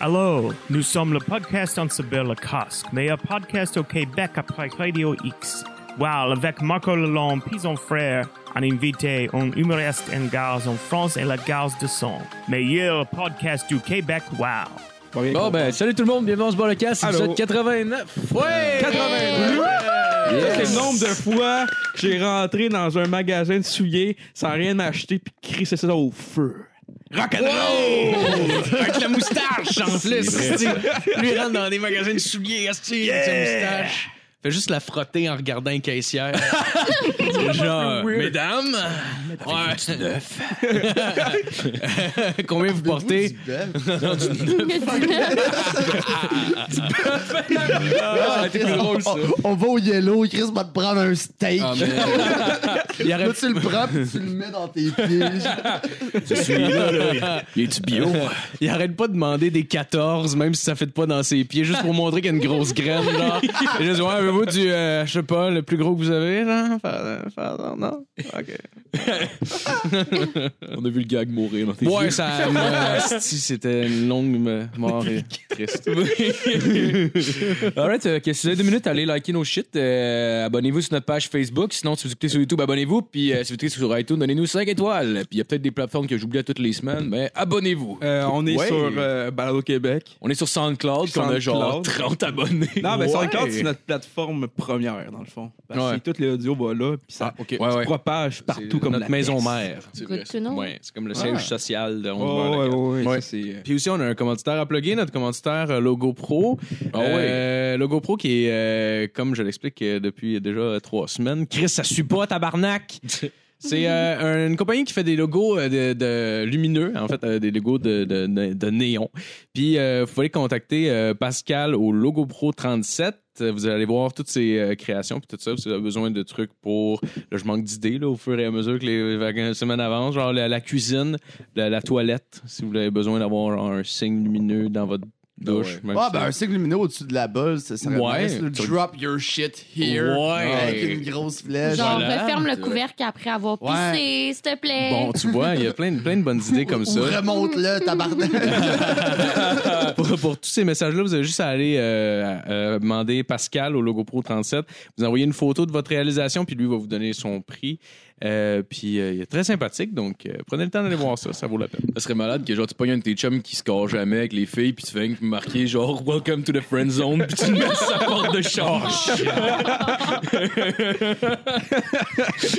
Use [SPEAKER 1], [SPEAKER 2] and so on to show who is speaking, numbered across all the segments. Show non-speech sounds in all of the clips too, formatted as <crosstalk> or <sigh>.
[SPEAKER 1] Allô, nous sommes le podcast en cyber le casque, meilleur podcast au Québec après Radio X. Wow, avec Marco Lalonde, puis son frère, un invité, un humoriste en gare en France et la gare de son. Meilleur podcast du Québec, wow.
[SPEAKER 2] Bon, ben, salut tout le monde, bienvenue dans ce bon local, c'est
[SPEAKER 3] Allô.
[SPEAKER 2] l'épisode 89. Ouais!
[SPEAKER 3] 89! Ça, C'est le nombre de fois que j'ai rentré dans un magasin de souliers sans rien acheter puis crissé ça au feu.
[SPEAKER 4] Rock'n'roll! Avec la moustache, en plus. esti. Lui, il rentre dans des magasins de souliers, esti, avec sa moustache. Fait juste la frotter en regardant
[SPEAKER 3] <laughs>
[SPEAKER 4] un caissière. Genre, mesdames, ouais. <laughs> combien vous portez? <laughs> Ah,
[SPEAKER 5] On va au yellow, Chris va te prendre un steak.
[SPEAKER 4] Ah, mais- Il aurait
[SPEAKER 5] Là, tu le prends pis tu le mets dans tes
[SPEAKER 4] <laughs>
[SPEAKER 5] pieds.
[SPEAKER 4] Il est bio? Il arrête pas de demander des 14, même si ça fait pas dans ses pieds, juste pour montrer qu'il y a une grosse graine,
[SPEAKER 2] <laughs>
[SPEAKER 4] genre. Et je dis, ouais, avez-vous du, euh, je sais pas, le plus gros que vous avez, là? Faire- faire- Non? OK.
[SPEAKER 2] <laughs> On a vu le gag mourir dans tes
[SPEAKER 4] Ouais, ça.
[SPEAKER 2] <laughs>
[SPEAKER 4] moi, esti, C'était une longue euh, mort et triste.
[SPEAKER 2] Alright, euh, que si vous avez deux minutes, allez liker nos shit. euh, abonnez-vous sur notre page Facebook. Sinon, si vous écoutez sur YouTube, abonnez-vous. Puis euh, si vous écoutez sur iTunes, donnez-nous 5 étoiles. Puis il y a peut-être des plateformes que j'oublie à toutes les semaines, mais abonnez-vous.
[SPEAKER 3] Euh, on est
[SPEAKER 2] Ouais.
[SPEAKER 3] sur euh, Balado Québec.
[SPEAKER 2] On est sur SoundCloud, puis on a genre
[SPEAKER 3] SoundCloud.
[SPEAKER 2] 30 abonnés.
[SPEAKER 3] Non, mais
[SPEAKER 2] Ouais.
[SPEAKER 3] SoundCloud, c'est notre plateforme première, dans le fond. Parce
[SPEAKER 4] Ouais.
[SPEAKER 3] que tout l'audio va là, puis ça
[SPEAKER 4] OK.
[SPEAKER 2] Ouais,
[SPEAKER 3] se
[SPEAKER 2] ouais.
[SPEAKER 3] propage partout
[SPEAKER 4] C'est
[SPEAKER 3] comme
[SPEAKER 4] notre
[SPEAKER 3] la
[SPEAKER 4] maison
[SPEAKER 3] peste.
[SPEAKER 4] mère.
[SPEAKER 2] C'est
[SPEAKER 6] Good
[SPEAKER 2] vrai.
[SPEAKER 6] to know.
[SPEAKER 2] Ouais, c'est comme le siège
[SPEAKER 5] Ah.
[SPEAKER 2] social de 11
[SPEAKER 3] Ouais, ouais, ouais,
[SPEAKER 4] Ouais.
[SPEAKER 3] ça, c'est- euh,
[SPEAKER 4] Puis aussi, on a un commanditaire à plugger, notre commanditaire euh, Logo Pro.
[SPEAKER 2] Ah ouais.
[SPEAKER 4] Euh, Logo Pro qui est, euh, comme je l'explique euh, depuis déjà euh, trois semaines, Chris, ça suit pas, tabarnak! C'est euh, une compagnie qui fait des logos euh, de, de lumineux, en fait, euh, des logos de, de, de- de néon. Puis, euh, vous pouvez contacter euh, Pascal au Logo Pro 37. Euh, Vous allez voir toutes ses euh, créations puis tout ça. Si vous avez besoin de trucs pour... Là, je manque d'idées là, au fur et à mesure que les vacances- semaines avancent. Genre la, la cuisine, la, la toilette, si vous avez besoin d'avoir genre, un signe lumineux dans votre douche. même
[SPEAKER 5] Ah,
[SPEAKER 4] si-
[SPEAKER 5] ben un signe lumineux au-dessus de la bosse, ça serait
[SPEAKER 4] Ouais.
[SPEAKER 5] nice, le
[SPEAKER 4] Tu-
[SPEAKER 5] drop your shit here.
[SPEAKER 4] Ouais.
[SPEAKER 5] Avec une grosse flèche.
[SPEAKER 6] Genre,
[SPEAKER 4] Euh, Voilà.
[SPEAKER 6] referme le couvercle après avoir
[SPEAKER 5] Ouais.
[SPEAKER 6] pissé, s'il te plaît.
[SPEAKER 4] Bon, tu vois, il y a plein de, plein de bonnes idées comme
[SPEAKER 5] Ou
[SPEAKER 4] ça.
[SPEAKER 5] remonte-le,
[SPEAKER 4] <laughs>
[SPEAKER 5] tabarnak.
[SPEAKER 4] pour, pour tous ces messages-là, vous avez juste à aller euh, euh, demander Pascal au Logo Pro 37. Vous envoyez une photo de votre réalisation, puis lui va vous donner son prix. Euh, puis euh, il est très sympathique, donc euh, prenez le temps d'aller voir ça, ça vaut la peine.
[SPEAKER 2] Ça serait malade que genre tu pognes un de tes chums qui score jamais avec les filles puis tu fais marquer genre Welcome to the friend zone puis tu le mets sur la porte de charge. <laughs>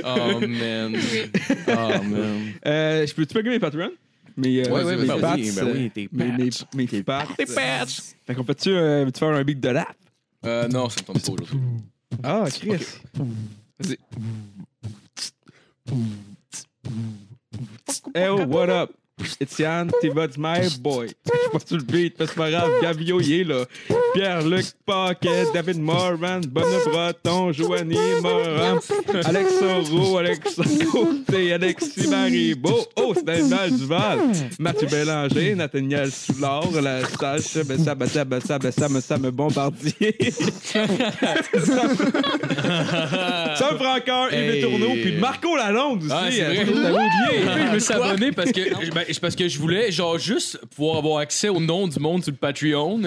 [SPEAKER 4] Oh
[SPEAKER 3] <laughs>
[SPEAKER 4] man. Oh man.
[SPEAKER 3] Euh, Je peux-tu plugger mes patrons? Mes, euh,
[SPEAKER 4] Ouais, ouais,
[SPEAKER 3] mes
[SPEAKER 4] ben oui,
[SPEAKER 3] pats,
[SPEAKER 4] ben
[SPEAKER 3] euh,
[SPEAKER 4] oui, tes
[SPEAKER 3] mes- mes- Mes pats. Fait qu'on peut-tu euh, veux-tu faire un beat de lap?
[SPEAKER 2] Euh, non, ça me tombe pas aujourd'hui.
[SPEAKER 3] Ah, Chris. Vas-y. Hey, oh, what up? Étienne, T-Bud's my boy. Je suis pas sur le beat, mais c'est pas grave. Gabio, il est là. Pierre-Luc Paquet, David Moran, Bonne Breton, Joanie Moran, Alexa Roux, Alexa Côté, Alexis Maribeau, oh, Stendhal Duval, Mathieu Bélanger, Nathaniel Soulard, la ben sage, Sabessa, Bessa, Bessa, Bessa, Bessa, me ben bombardier. <laughs> Sam Francaire, Yves
[SPEAKER 4] Hey.
[SPEAKER 3] Tourneau, puis Marco Lalonde aussi. hein.
[SPEAKER 2] Ah, c'est vrai.
[SPEAKER 3] Je pense que t'avais oublié.
[SPEAKER 2] je me suis abonné parce que, ben, c'est parce que je voulais genre juste pouvoir avoir accès au nom du monde sur le Patreon.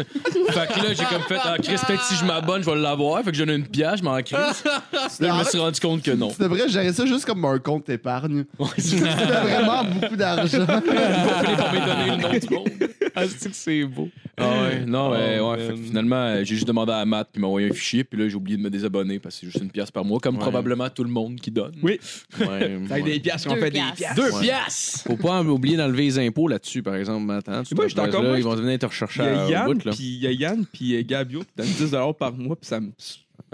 [SPEAKER 2] Fait que là, j'ai comme fait, ah Chris, peut-être si je m'abonne, je vais l'avoir. Fait que j'en ai une pièce, je m'en crisse. Là, je
[SPEAKER 5] ah.
[SPEAKER 2] me suis rendu compte que non.
[SPEAKER 5] Tu devrais gérer ça juste comme un compte épargne. T'as vraiment beaucoup d'argent.
[SPEAKER 2] Fallait pas me donner le nom du monde.
[SPEAKER 4] Ah, c'est que c'est beau.
[SPEAKER 2] Ah ouais, non, mais
[SPEAKER 3] Oh,
[SPEAKER 2] ouais,
[SPEAKER 3] man.
[SPEAKER 2] fait que finalement, euh, j'ai juste demandé à Matt, puis il m'a envoyé un fichier, puis là, j'ai oublié de me désabonner, parce que c'est juste une pièce par mois, comme probablement tout le monde qui donne.
[SPEAKER 3] Oui.
[SPEAKER 4] Ouais,
[SPEAKER 3] Avec
[SPEAKER 4] ouais.
[SPEAKER 3] des piastres, on
[SPEAKER 6] Deux
[SPEAKER 3] fait des
[SPEAKER 6] piastres.
[SPEAKER 3] piastres.
[SPEAKER 2] Deux
[SPEAKER 4] Ouais.
[SPEAKER 2] pièces!
[SPEAKER 4] Faut pas oublier d'enlever les impôts là-dessus, par exemple, maintenant. Tu
[SPEAKER 3] Moi,
[SPEAKER 4] te
[SPEAKER 3] j'étais encore-
[SPEAKER 4] là,
[SPEAKER 3] moi,
[SPEAKER 4] ils vont venir te rechercher
[SPEAKER 3] Il y a
[SPEAKER 4] à
[SPEAKER 3] Yann,
[SPEAKER 4] bout, là.
[SPEAKER 3] puis il y a Yann, puis euh, Gabio, qui donne 10 par mois, puis ça me.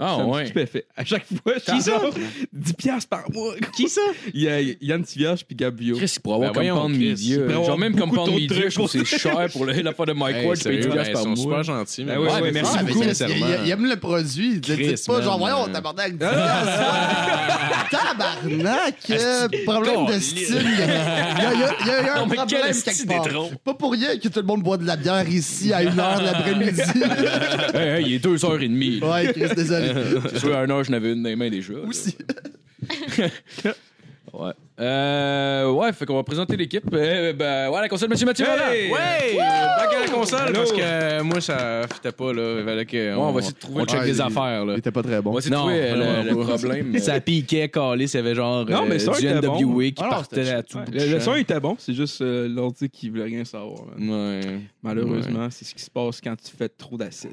[SPEAKER 2] Ah
[SPEAKER 3] ça me
[SPEAKER 2] ouais.
[SPEAKER 3] stupéfait. À chaque fois, je
[SPEAKER 4] Qui ça?
[SPEAKER 3] sors 10 piastres par mois. Qui ça? <laughs> Il y a Yann Tivierge, puis Gabio.
[SPEAKER 2] Chris, il pourrait avoir
[SPEAKER 4] Ben
[SPEAKER 2] comme
[SPEAKER 4] voyons,
[SPEAKER 2] pan de
[SPEAKER 4] Chris, il
[SPEAKER 2] milieu.
[SPEAKER 4] pourrait
[SPEAKER 2] Genre,
[SPEAKER 3] avoir
[SPEAKER 2] même comme
[SPEAKER 3] beaucoup
[SPEAKER 2] pan de
[SPEAKER 3] d'autres
[SPEAKER 2] milieu, je trouve que
[SPEAKER 3] trucs.
[SPEAKER 2] c'est cher pour la- l'affaire de Mike
[SPEAKER 4] Hey,
[SPEAKER 2] Ward, tu payes
[SPEAKER 4] sérieux,
[SPEAKER 2] 10
[SPEAKER 4] ben,
[SPEAKER 2] piastres
[SPEAKER 4] ils
[SPEAKER 2] par
[SPEAKER 4] sont super
[SPEAKER 2] mois.
[SPEAKER 4] gentils.
[SPEAKER 3] Ben
[SPEAKER 4] mais
[SPEAKER 3] ouais,
[SPEAKER 4] ouais,
[SPEAKER 3] ouais,
[SPEAKER 4] mais
[SPEAKER 3] mais
[SPEAKER 4] merci
[SPEAKER 5] Ah, mais
[SPEAKER 4] beaucoup,
[SPEAKER 5] Chris, il,
[SPEAKER 4] sincèrement.
[SPEAKER 5] il- il aime le produit. Il
[SPEAKER 4] Chris,
[SPEAKER 5] dit pas
[SPEAKER 4] man.
[SPEAKER 5] genre, voyons, tabarnak.
[SPEAKER 3] non, non,
[SPEAKER 5] <laughs> tabarnak. euh, Problème de style. Il y a, il y a- il y a eu un
[SPEAKER 2] Non, mais quel
[SPEAKER 5] problème
[SPEAKER 2] esti
[SPEAKER 5] quelque part.
[SPEAKER 2] d'étron.
[SPEAKER 5] Pas pour rien que tout le monde boit de la bière ici à une heure de l'après-midi.
[SPEAKER 2] Hey, hey, il est 2h30.
[SPEAKER 5] <laughs> ouais, Chris, désolé.
[SPEAKER 2] C'est sûr, à 1h, je n'avais une des mains déjà. là.
[SPEAKER 5] Aussi.
[SPEAKER 2] Ouais. Euh, ouais, fait qu'on va présenter l'équipe. Eh, ben, ouais, la console, monsieur Mathieu. Valland.
[SPEAKER 3] Hey!
[SPEAKER 4] Ouais! Back à la console,
[SPEAKER 3] Allô?
[SPEAKER 4] parce que euh, moi, ça fitait pas, là. Il fallait que
[SPEAKER 2] Ouais, on va essayer de trouver
[SPEAKER 4] on
[SPEAKER 2] le-
[SPEAKER 4] check
[SPEAKER 5] Ouais,
[SPEAKER 4] des
[SPEAKER 5] il-
[SPEAKER 4] affaires, là.
[SPEAKER 5] Il était pas très
[SPEAKER 2] On
[SPEAKER 5] bon.
[SPEAKER 2] va essayer de
[SPEAKER 4] Non,
[SPEAKER 2] trouver euh, le,
[SPEAKER 4] vraiment
[SPEAKER 2] le
[SPEAKER 4] pas.
[SPEAKER 2] problème.
[SPEAKER 4] <laughs> Ça piquait, calé, il y avait genre
[SPEAKER 3] Non, mais ça,
[SPEAKER 4] euh, du
[SPEAKER 3] il était
[SPEAKER 4] NWA qui
[SPEAKER 5] Ah non,
[SPEAKER 4] partait
[SPEAKER 5] c'était-
[SPEAKER 4] à tout bout de
[SPEAKER 3] Le, le
[SPEAKER 4] champ.
[SPEAKER 3] son était bon, c'est juste euh, l'ordi qui voulait rien savoir. man.
[SPEAKER 4] Ouais.
[SPEAKER 3] Malheureusement, c'est ce qui se passe quand tu fais trop d'acide.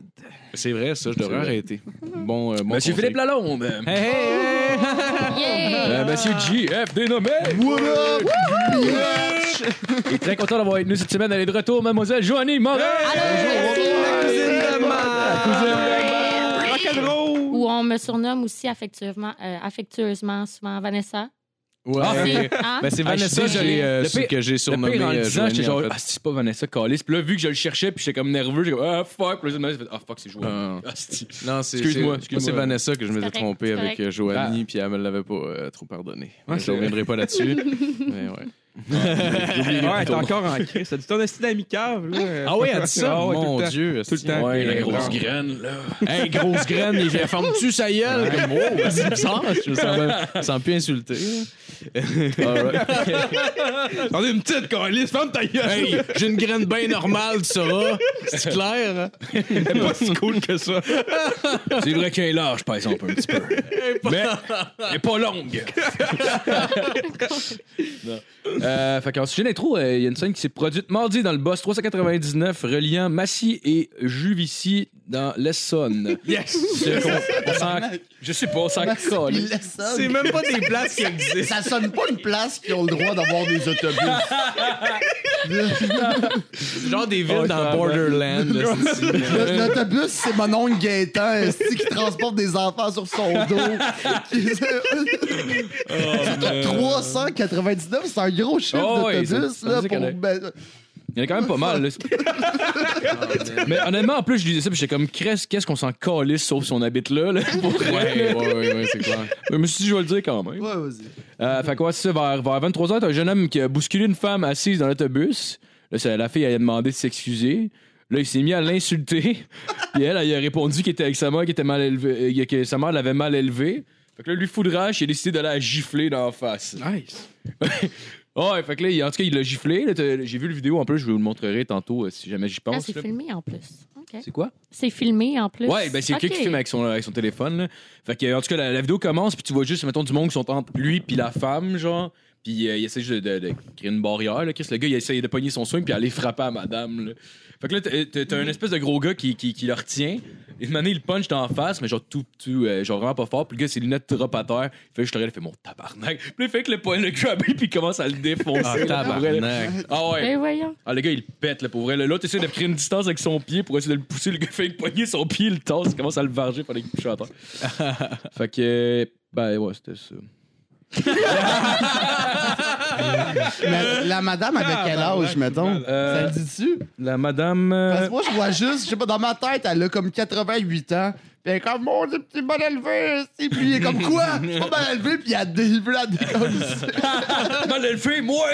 [SPEAKER 4] C'est vrai, ça, je
[SPEAKER 2] C'est
[SPEAKER 4] devrais
[SPEAKER 2] vrai.
[SPEAKER 4] arrêter. Bon, euh, bon
[SPEAKER 2] Monsieur
[SPEAKER 4] conseil.
[SPEAKER 2] Philippe Lalonde. Eh. Euh,
[SPEAKER 4] Hey, hey, hey! Euh,
[SPEAKER 6] Yeah!
[SPEAKER 2] monsieur JF dénommé.
[SPEAKER 5] What up?
[SPEAKER 2] Il est très content d'avoir été nous cette semaine. Elle est de retour, mademoiselle Joanie Morin.
[SPEAKER 3] Rock'n'roll!
[SPEAKER 6] Ou on me surnomme aussi affectueusement, euh, affectueusement souvent Vanessa.
[SPEAKER 4] Ouais.
[SPEAKER 6] C'est- hein?
[SPEAKER 4] Ben, c'est
[SPEAKER 2] Ah,
[SPEAKER 4] Vanessa
[SPEAKER 2] je sais,
[SPEAKER 4] je l'ai, euh,
[SPEAKER 2] le
[SPEAKER 4] su-
[SPEAKER 2] pire-
[SPEAKER 4] que j'ai
[SPEAKER 2] Le
[SPEAKER 4] surnommé
[SPEAKER 2] pire, en le
[SPEAKER 4] euh,
[SPEAKER 2] disant, j'étais genre,
[SPEAKER 4] Joanie, en
[SPEAKER 2] ah,
[SPEAKER 4] fait.
[SPEAKER 2] c'est pas Vanessa Callis. Puis là, vu que je le cherchais, puis j'étais comme nerveux, j'ai comme, ah, fuck. Puis là, j'ai fait, ah, fuck, c'est joué.
[SPEAKER 4] Ah.
[SPEAKER 2] Ah, c'est-
[SPEAKER 4] Non, c'est
[SPEAKER 2] Excuse-moi,
[SPEAKER 4] c'est-
[SPEAKER 2] excuse-moi.
[SPEAKER 4] c'est Vanessa que je m'étais
[SPEAKER 6] correct,
[SPEAKER 4] trompé
[SPEAKER 6] c'est
[SPEAKER 4] avec
[SPEAKER 6] correct.
[SPEAKER 4] euh, Joanie, puis elle me l'avait pas euh, trop pardonné.
[SPEAKER 3] Ouais,
[SPEAKER 4] je
[SPEAKER 3] c'est
[SPEAKER 4] reviendrai pas <laughs> là-dessus. mais ouais.
[SPEAKER 3] Ouais, t'es encore en crise. Ça dit ton acide amicable, là.
[SPEAKER 4] Ah oui, elle dit ça.
[SPEAKER 3] Ah ouais,
[SPEAKER 4] Mon
[SPEAKER 3] tout le temps.
[SPEAKER 4] Dieu.
[SPEAKER 3] Tout le
[SPEAKER 4] hostie.
[SPEAKER 3] temps.
[SPEAKER 2] Ouais, la
[SPEAKER 3] Ouais,
[SPEAKER 2] grosse
[SPEAKER 3] non.
[SPEAKER 2] graine, là.
[SPEAKER 4] Hey, grosse graine, il vient ferme-tu sa gueule? Comme, oh, ben, c'est bizarre. Je me sens, me sens plus insulté.
[SPEAKER 3] J'en ai une petite, Carlis, ferme ta gueule!
[SPEAKER 4] Hey, j'ai une graine bien normale, tu sauras. C'est clair? hein?
[SPEAKER 3] C'est pas si cool que ça!
[SPEAKER 2] C'est vrai qu'elle est large, par exemple, un petit peu. Mais elle est pas longue. Non. Euh, fait qu'en sujet d'intro, euh, il y a une scène qui s'est produite mardi dans le boss 399 reliant Massy et Juvisy dans l'Essonne.
[SPEAKER 3] Yes!
[SPEAKER 2] C'est qu'on- on s'en- Je sais pas, on s'en colle.
[SPEAKER 5] C'est même pas des places qui existent. Ça sonne pas une place qui ont le droit d'avoir des autobus.
[SPEAKER 4] C'est genre des villes
[SPEAKER 2] Oh, ça
[SPEAKER 4] dans
[SPEAKER 2] va.
[SPEAKER 4] Borderland. là, c'est- c'est-
[SPEAKER 5] Le- L'autobus, c'est mon oncle Gaétan esti, qui transporte des enfants sur son dos. Surtout 399, c'est un gros chiffre
[SPEAKER 2] Oh, ouais,
[SPEAKER 5] d'autobus.
[SPEAKER 2] c'est-
[SPEAKER 5] là,
[SPEAKER 2] c'est
[SPEAKER 5] pour-
[SPEAKER 2] correct.
[SPEAKER 5] ben,
[SPEAKER 2] Il y en a quand même pas mal. là. Mais honnêtement, en plus, je disais ça, puis j'étais comme, Qu'est-ce qu'est-ce qu'on s'en calisse, sauf si on habite là. là, pour vrai, là.
[SPEAKER 4] Ouais, ouais, ouais, ouais, c'est clair.
[SPEAKER 2] Mais je me suis dit, je vais le dire quand même.
[SPEAKER 5] ouais, vas-y.
[SPEAKER 2] Euh, fait quoi, c'est ça, vers, vers 23h, t'as un jeune homme qui a bousculé une femme assise dans l'autobus. Là, ça- la fille, elle a demandé de s'excuser. Là, il s'est mis à l'insulter. Puis elle, elle a répondu qu'il était avec sa mère, qu'il était mal élevé, euh, que sa mère l'avait mal élevé. Fait que là, lui, foudrage, il a décidé de la gifler dans la face.
[SPEAKER 3] Nice!
[SPEAKER 2] Ouais, fait que là, il- en tout cas, il l'a giflé. Là, t'as- J'ai vu le vidéo en plus, je vous le montrerai tantôt euh, si jamais j'y
[SPEAKER 6] Ah,
[SPEAKER 2] pense.
[SPEAKER 6] c'est
[SPEAKER 2] là.
[SPEAKER 6] filmé en plus. OK.
[SPEAKER 2] c'est quoi?
[SPEAKER 6] C'est filmé en plus.
[SPEAKER 2] Ouais, ben c'est quelqu'un
[SPEAKER 6] OK.
[SPEAKER 2] qui filme avec son, avec son téléphone. Là. Fait que, en tout cas, la, la vidéo commence, puis tu vois juste, mettons, du monde qui sont entre lui puis la femme, genre. Puis euh, il essaie juste de, de- de créer une barrière. Là. Chris, le gars, il essaye de pogner son swing puis aller frapper à madame. Là. Fait que là, t'as- t'as t'as un espèce de gros gars qui, qui, qui le retient. Et une manière, il le punch dans la face, mais genre tout, tout euh, genre vraiment pas fort. Puis le gars, ses lunettes drop à terre. Fait que je te regarde, il fait mon tabarnak. Puis il fait que le poing le grabé, puis il commence à le défoncer.
[SPEAKER 4] Ah,
[SPEAKER 2] là, pour vrai, là.
[SPEAKER 4] tabarnak.
[SPEAKER 2] Ah ouais.
[SPEAKER 6] Ben voyons.
[SPEAKER 2] Ah, le gars, il pète, là, pour vrai. Là, L'autre essaie de créer une distance avec son pied pour essayer de le pousser. Le gars fait une poignée, son pied, il tasse, il commence à le varger pendant qu'il couche à terre. fait que. Ben ouais, c'était ça.
[SPEAKER 5] Mais la madame avait quel âge, mettons? Ça
[SPEAKER 2] Euh,
[SPEAKER 5] le dit-tu?
[SPEAKER 2] la madame. euh,
[SPEAKER 5] Parce que moi, je vois juste, je sais pas, dans ma tête, elle a comme 88 ans. Puis elle est comme, mon Dieu, petit mal élevé. Et puis il est comme, quoi? Je suis pas mal élevé. Puis il a délevé la comme
[SPEAKER 4] <laughs>
[SPEAKER 5] ça.
[SPEAKER 2] Mal élevé,
[SPEAKER 5] <laughs>
[SPEAKER 2] moi!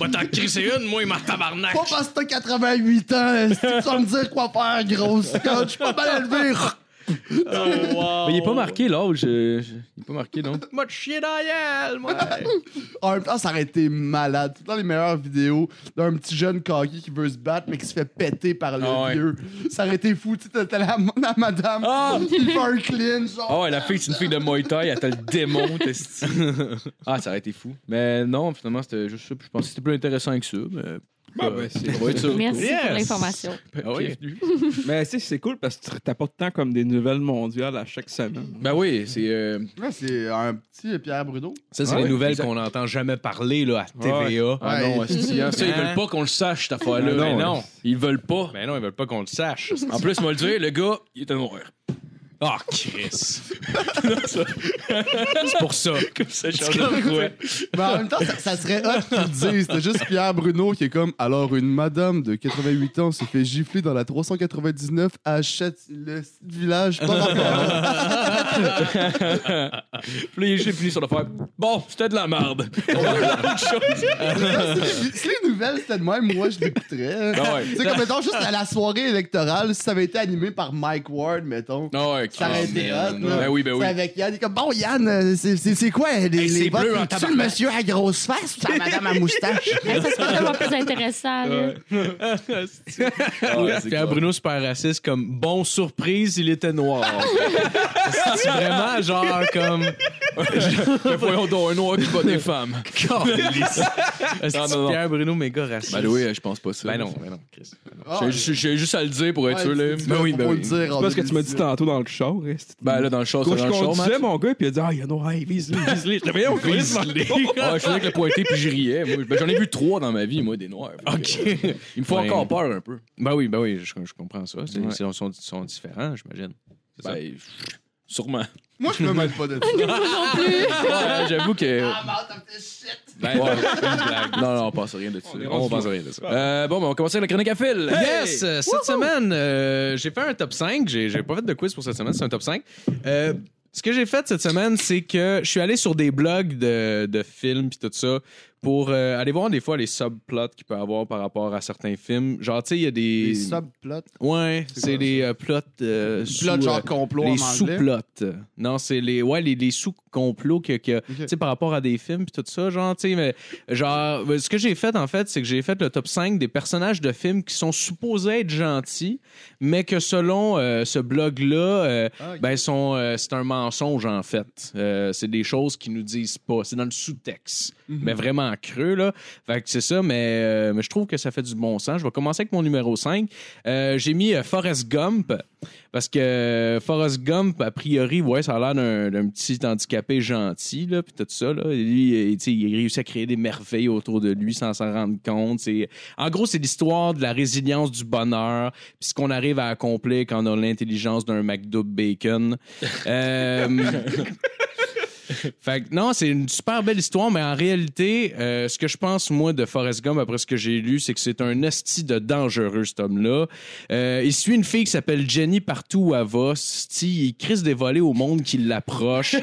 [SPEAKER 4] Va t'en crisser une, moi, ma tabarnak.
[SPEAKER 5] Pas parce que t'as 88 ans. Si tu vas me dire quoi faire, grosse conne. Je suis pas mal élevé.
[SPEAKER 2] Mais il est pas marqué, là. Je... je- Il est pas marqué, non?
[SPEAKER 4] Moi, de chier dans la gueule,
[SPEAKER 3] Ah,
[SPEAKER 4] moi.
[SPEAKER 5] En même temps, ça aurait été malade. Tout dans les meilleures vidéos d'un petit jeune coquille qui veut se battre, mais qui se fait péter par le
[SPEAKER 2] Ah ouais.
[SPEAKER 5] vieux. Ça aurait été fou. Tu sais, t'as- t'as la, la madame
[SPEAKER 2] Ah!
[SPEAKER 5] qui lui fait un clean, genre.
[SPEAKER 2] Ah ouais, la fille, c'est une fille de Muay Thai, elle te le <laughs> démonte. esti. ah, ça aurait été fou. Mais non, finalement, c'était juste ça. puis Je pensais que c'était plus intéressant que ça. Mais...
[SPEAKER 3] Bon, ben, c'est-
[SPEAKER 2] Ça va être ça.
[SPEAKER 6] Merci
[SPEAKER 4] Yes.
[SPEAKER 6] pour l'information.
[SPEAKER 4] Ah oui.
[SPEAKER 2] Bienvenue.
[SPEAKER 3] Mais tu sais, c'est cool parce que tu t'apportes tant comme des nouvelles mondiales à chaque semaine.
[SPEAKER 2] Ben oui, c'est. euh,
[SPEAKER 5] Ouais, c'est un petit Pierre Bruno.
[SPEAKER 4] Ça, c'est
[SPEAKER 3] Ah
[SPEAKER 4] les
[SPEAKER 3] ouais,
[SPEAKER 4] nouvelles qu'on n'entend jamais parler là, à TVA.
[SPEAKER 2] Ah
[SPEAKER 5] Ouais.
[SPEAKER 2] non, esti,
[SPEAKER 5] <laughs>
[SPEAKER 2] hein. ça, ils veulent pas qu'on le sache, cette affaire-là.
[SPEAKER 4] Ah non,
[SPEAKER 2] Mais non,
[SPEAKER 4] ouais.
[SPEAKER 2] ils veulent pas. Ah,
[SPEAKER 4] Mais non, ils veulent pas qu'on le sache.
[SPEAKER 2] En plus, moi le dire, le gars, il était noir.
[SPEAKER 4] Ah, Chris. c'est pour ça.
[SPEAKER 2] Comme ça, change de quoi.
[SPEAKER 5] Mais en même temps, ça, ça serait hot qu'ils le disent. C'était juste Pierre Bruno qui est comme Alors, une madame de 88 ans se fait gifler dans la 399 à Châti- le village par rapport. hein.
[SPEAKER 2] Puis
[SPEAKER 5] <laughs>
[SPEAKER 2] là, il est- j'ai fini sur l'affaire. Bon, c'était de la merde. On va faire autre chose.
[SPEAKER 5] C'est les nouvelles c'était de même, moi, je l'écouterais.
[SPEAKER 4] Ah ouais.
[SPEAKER 5] Tu sais, comme mettons, juste à la soirée électorale, si ça avait été animé par Mike Ward, mettons.
[SPEAKER 4] Non, ouais,
[SPEAKER 5] Ça aurait été hot,
[SPEAKER 4] man.
[SPEAKER 5] là.
[SPEAKER 4] Ben oui, ben oui.
[SPEAKER 5] C'est avec Yann. Il est comme, bon, Yann, euh, c'est- c'est c'est quoi les,
[SPEAKER 4] Hey, c'est
[SPEAKER 5] les votes?
[SPEAKER 4] bleu en
[SPEAKER 5] C'est-tu le
[SPEAKER 4] tabarnak.
[SPEAKER 5] monsieur à grosse face ou c'est la madame à <laughs> moustache?
[SPEAKER 6] Hey, ça serait vraiment plus intéressant. là.
[SPEAKER 4] Puis à Bruno super raciste comme bon surprise, il était noir. C'est vraiment genre comme
[SPEAKER 2] Mais <laughs> voyons donc, un noir qui bat des femmes. <laughs>
[SPEAKER 4] câlisse.
[SPEAKER 2] Non, non, non.
[SPEAKER 4] Pierre Bruno méga raciste.
[SPEAKER 2] Ben oui, je pense pas ça.
[SPEAKER 4] Ben non, ben non, Chris.
[SPEAKER 5] Ah,
[SPEAKER 2] J'ai- J'ai j'ai juste à le dire pour être sûr, là.
[SPEAKER 5] tu- tu
[SPEAKER 4] Ben oui,
[SPEAKER 5] vas
[SPEAKER 4] ben
[SPEAKER 5] pas
[SPEAKER 4] oui.
[SPEAKER 5] le dire en
[SPEAKER 3] C'est parce que tu m'as dit
[SPEAKER 5] 2018.
[SPEAKER 3] tantôt dans le char. hein, c'est-
[SPEAKER 2] Ben là, dans le show,
[SPEAKER 3] Quand je
[SPEAKER 2] c'est dans le show,
[SPEAKER 3] conduisais,
[SPEAKER 2] Matt.
[SPEAKER 3] mon gars, puis il a dit Ah, il y a noir, hey,
[SPEAKER 4] <laughs>
[SPEAKER 3] vise-le, vise-le. Je l'avais on vise-le.
[SPEAKER 2] Ah, je faisais que le pointé puis j'y riais. moi. Ben, J'en ai vu trois dans ma vie, moi, des noirs.
[SPEAKER 4] OK.
[SPEAKER 2] Il me faut
[SPEAKER 4] Ouais.
[SPEAKER 2] encore peur un peu.
[SPEAKER 4] Ben oui, ben oui, je, je comprends ça. C'est-
[SPEAKER 2] Ouais.
[SPEAKER 4] Ils sont, sont- sont différents, j'imagine. C'est ça.
[SPEAKER 2] Ben, pff, sûrement.
[SPEAKER 5] Moi, je me mêle pas
[SPEAKER 4] <laughs>
[SPEAKER 5] de ça.
[SPEAKER 2] Ouais, J'avoue que. Ben,
[SPEAKER 4] Ouais.
[SPEAKER 2] Non, non, on passe rien de ça.
[SPEAKER 3] est rendu
[SPEAKER 2] On passe rien de ça. Euh, Bon, ben, on va commencer avec la chronique à fil.
[SPEAKER 4] Yes! euh, Cette semaine, euh, j'ai fait un top 5. J'ai j'ai pas fait de quiz pour cette semaine, c'est un top 5. Euh, ce que j'ai fait cette semaine, c'est que je suis allé sur des blogs de, de films puis tout ça pour euh, aller voir des fois les subplots qu'il peut y avoir par rapport à certains films. Genre, tu sais, il y a des...
[SPEAKER 5] Les subplots.
[SPEAKER 4] Ouais, c'est
[SPEAKER 5] quoi,
[SPEAKER 4] des euh, plots... euh, sous,
[SPEAKER 5] Plots
[SPEAKER 4] euh,
[SPEAKER 5] genre complot
[SPEAKER 4] les
[SPEAKER 5] en anglais.
[SPEAKER 4] sous-plots. Non, c'est les ouais les, les sous-complots que, que tu sais par rapport à des films puis tout ça genre tu sais mais genre euh, ce que j'ai fait en fait c'est que j'ai fait le top 5 des personnages de films qui sont supposés être gentils mais que selon euh, ce blog là
[SPEAKER 5] Ah, ok.
[SPEAKER 4] ben sont euh, c'est un mensonge en fait. Euh, c'est des choses qui nous disent pas, c'est dans le sous-texte.
[SPEAKER 5] Mhm.
[SPEAKER 4] Mais vraiment creux là. Fait que c'est ça mais, euh, mais je trouve que ça fait du bon sens. Je vais commencer avec mon numéro 5. Euh, j'ai mis euh, Forrest Gump parce que euh, Forrest Gump a priori ouais, ça a l'air d'un, d'un petit handicapé gentil là puis tout ça là, Et lui euh, tu sais, il réussit à créer des merveilles autour de lui sans s'en rendre compte, C'est- en gros, c'est l'histoire de la résilience du bonheur, puis ce qu'on arrive à accomplir quand on a l'intelligence d'un McDo Bacon. Euh, fait que non, c'est une super belle histoire, mais en réalité, euh, ce que je pense, moi, de Forrest Gump, après ce que j'ai lu, c'est que c'est un esti de dangereux, cet homme-là. Euh, il suit une fille qui s'appelle Jenny partout où elle va. Sti, il crisse des volets au monde qui l'approche.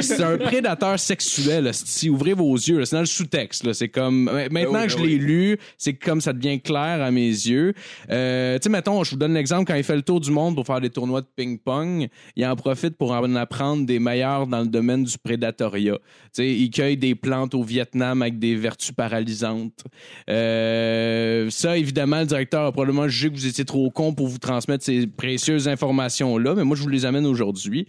[SPEAKER 4] c'est un prédateur sexuel, sti. Ouvrez vos yeux, là. c'est dans le sous-texte. là. C'est comme... Maintenant
[SPEAKER 2] Ben oui,
[SPEAKER 4] que je
[SPEAKER 2] ben
[SPEAKER 4] l'ai
[SPEAKER 2] oui.
[SPEAKER 4] lu, c'est comme ça devient clair à mes yeux. Euh, tu sais, mettons, je vous donne l'exemple, quand il fait le tour du monde pour faire des tournois de ping-pong, il en profite pour en apprendre des meilleurs dans le domaine du prédatoriat. Tu sais, il cueille des plantes au Vietnam avec des vertus paralysantes. Euh, ça, évidemment, le directeur a probablement jugé que vous étiez trop con pour vous transmettre ces précieuses informations-là, mais moi, je vous les amène aujourd'hui.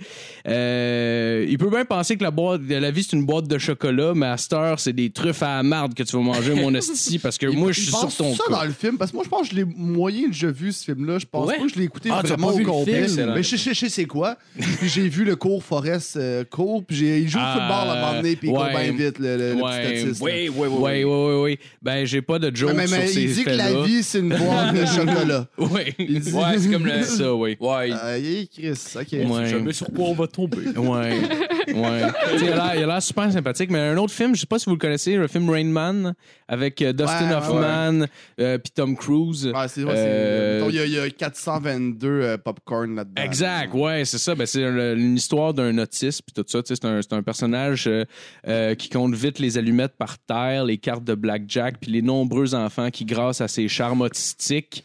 [SPEAKER 4] Euh, il peut bien penser que la, boîte, la vie, c'est une boîte de chocolat, mais à cette heure, c'est des truffes à la marde que tu vas
[SPEAKER 5] <laughs>
[SPEAKER 4] manger, mon esti, parce que moi, je suis
[SPEAKER 5] Je
[SPEAKER 4] sur
[SPEAKER 5] pense
[SPEAKER 4] ton
[SPEAKER 5] ça
[SPEAKER 4] cas.
[SPEAKER 5] dans le film, parce que moi, je pense que je l'ai moyen déjà vu, ce film-là. Je pense
[SPEAKER 4] Ouais.
[SPEAKER 5] pas que je l'ai écouté
[SPEAKER 4] Ah, t'as
[SPEAKER 5] vraiment
[SPEAKER 4] pas
[SPEAKER 5] au
[SPEAKER 4] vu le
[SPEAKER 5] complet.
[SPEAKER 4] film? Excellent.
[SPEAKER 5] Mais je sais- je sais c'est quoi. Puis j'ai vu le cours Forest euh, cours, puis j'ai il joue au
[SPEAKER 4] Ah,
[SPEAKER 5] football à un moment donné, puis il court
[SPEAKER 4] ouais.
[SPEAKER 5] bien vite, le, le- le
[SPEAKER 4] Ouais.
[SPEAKER 5] petit autiste. là.
[SPEAKER 2] Oui, oui, oui.
[SPEAKER 4] Oui, oui, oui, oui. Ben, j'ai pas de joke
[SPEAKER 5] Mais, mais-
[SPEAKER 4] sur
[SPEAKER 5] mais
[SPEAKER 4] ces
[SPEAKER 5] il dit que la
[SPEAKER 4] faits-là.
[SPEAKER 5] vie, c'est une boîte
[SPEAKER 4] <laughs>
[SPEAKER 5] de chocolat.
[SPEAKER 4] Ouais.
[SPEAKER 5] Il dit-
[SPEAKER 2] Ouais, c'est comme le.
[SPEAKER 4] Ça, oui.
[SPEAKER 2] Ouais,
[SPEAKER 5] Aïe, Ah, Chris, ok.
[SPEAKER 4] Ouais.
[SPEAKER 2] jamais sur quoi on va tomber.
[SPEAKER 5] <laughs>
[SPEAKER 4] Ouais. ouais. Tu sais, il a l'air- il a l'air super sympathique, mais un autre film, je sais pas si vous le connaissez, le film Rain Man avec euh, Dustin
[SPEAKER 5] Ouais, ouais,
[SPEAKER 4] Hoffman euh, puis Tom Cruise.
[SPEAKER 5] Ouais, Ah, c'est vrai, c'est-
[SPEAKER 4] Euh,
[SPEAKER 5] mettons, il y a- il y, a 422 euh, popcorn là-dedans.
[SPEAKER 4] Exact, ouais, c'est ça. Ben, c'est le- une histoire d'un autiste, puis tout ça. Tu sais, C'est un, c'est un personnage euh, euh, qui compte vite les allumettes par terre, les cartes de blackjack, puis les nombreux enfants qui, grâce à ses charmes autistiques,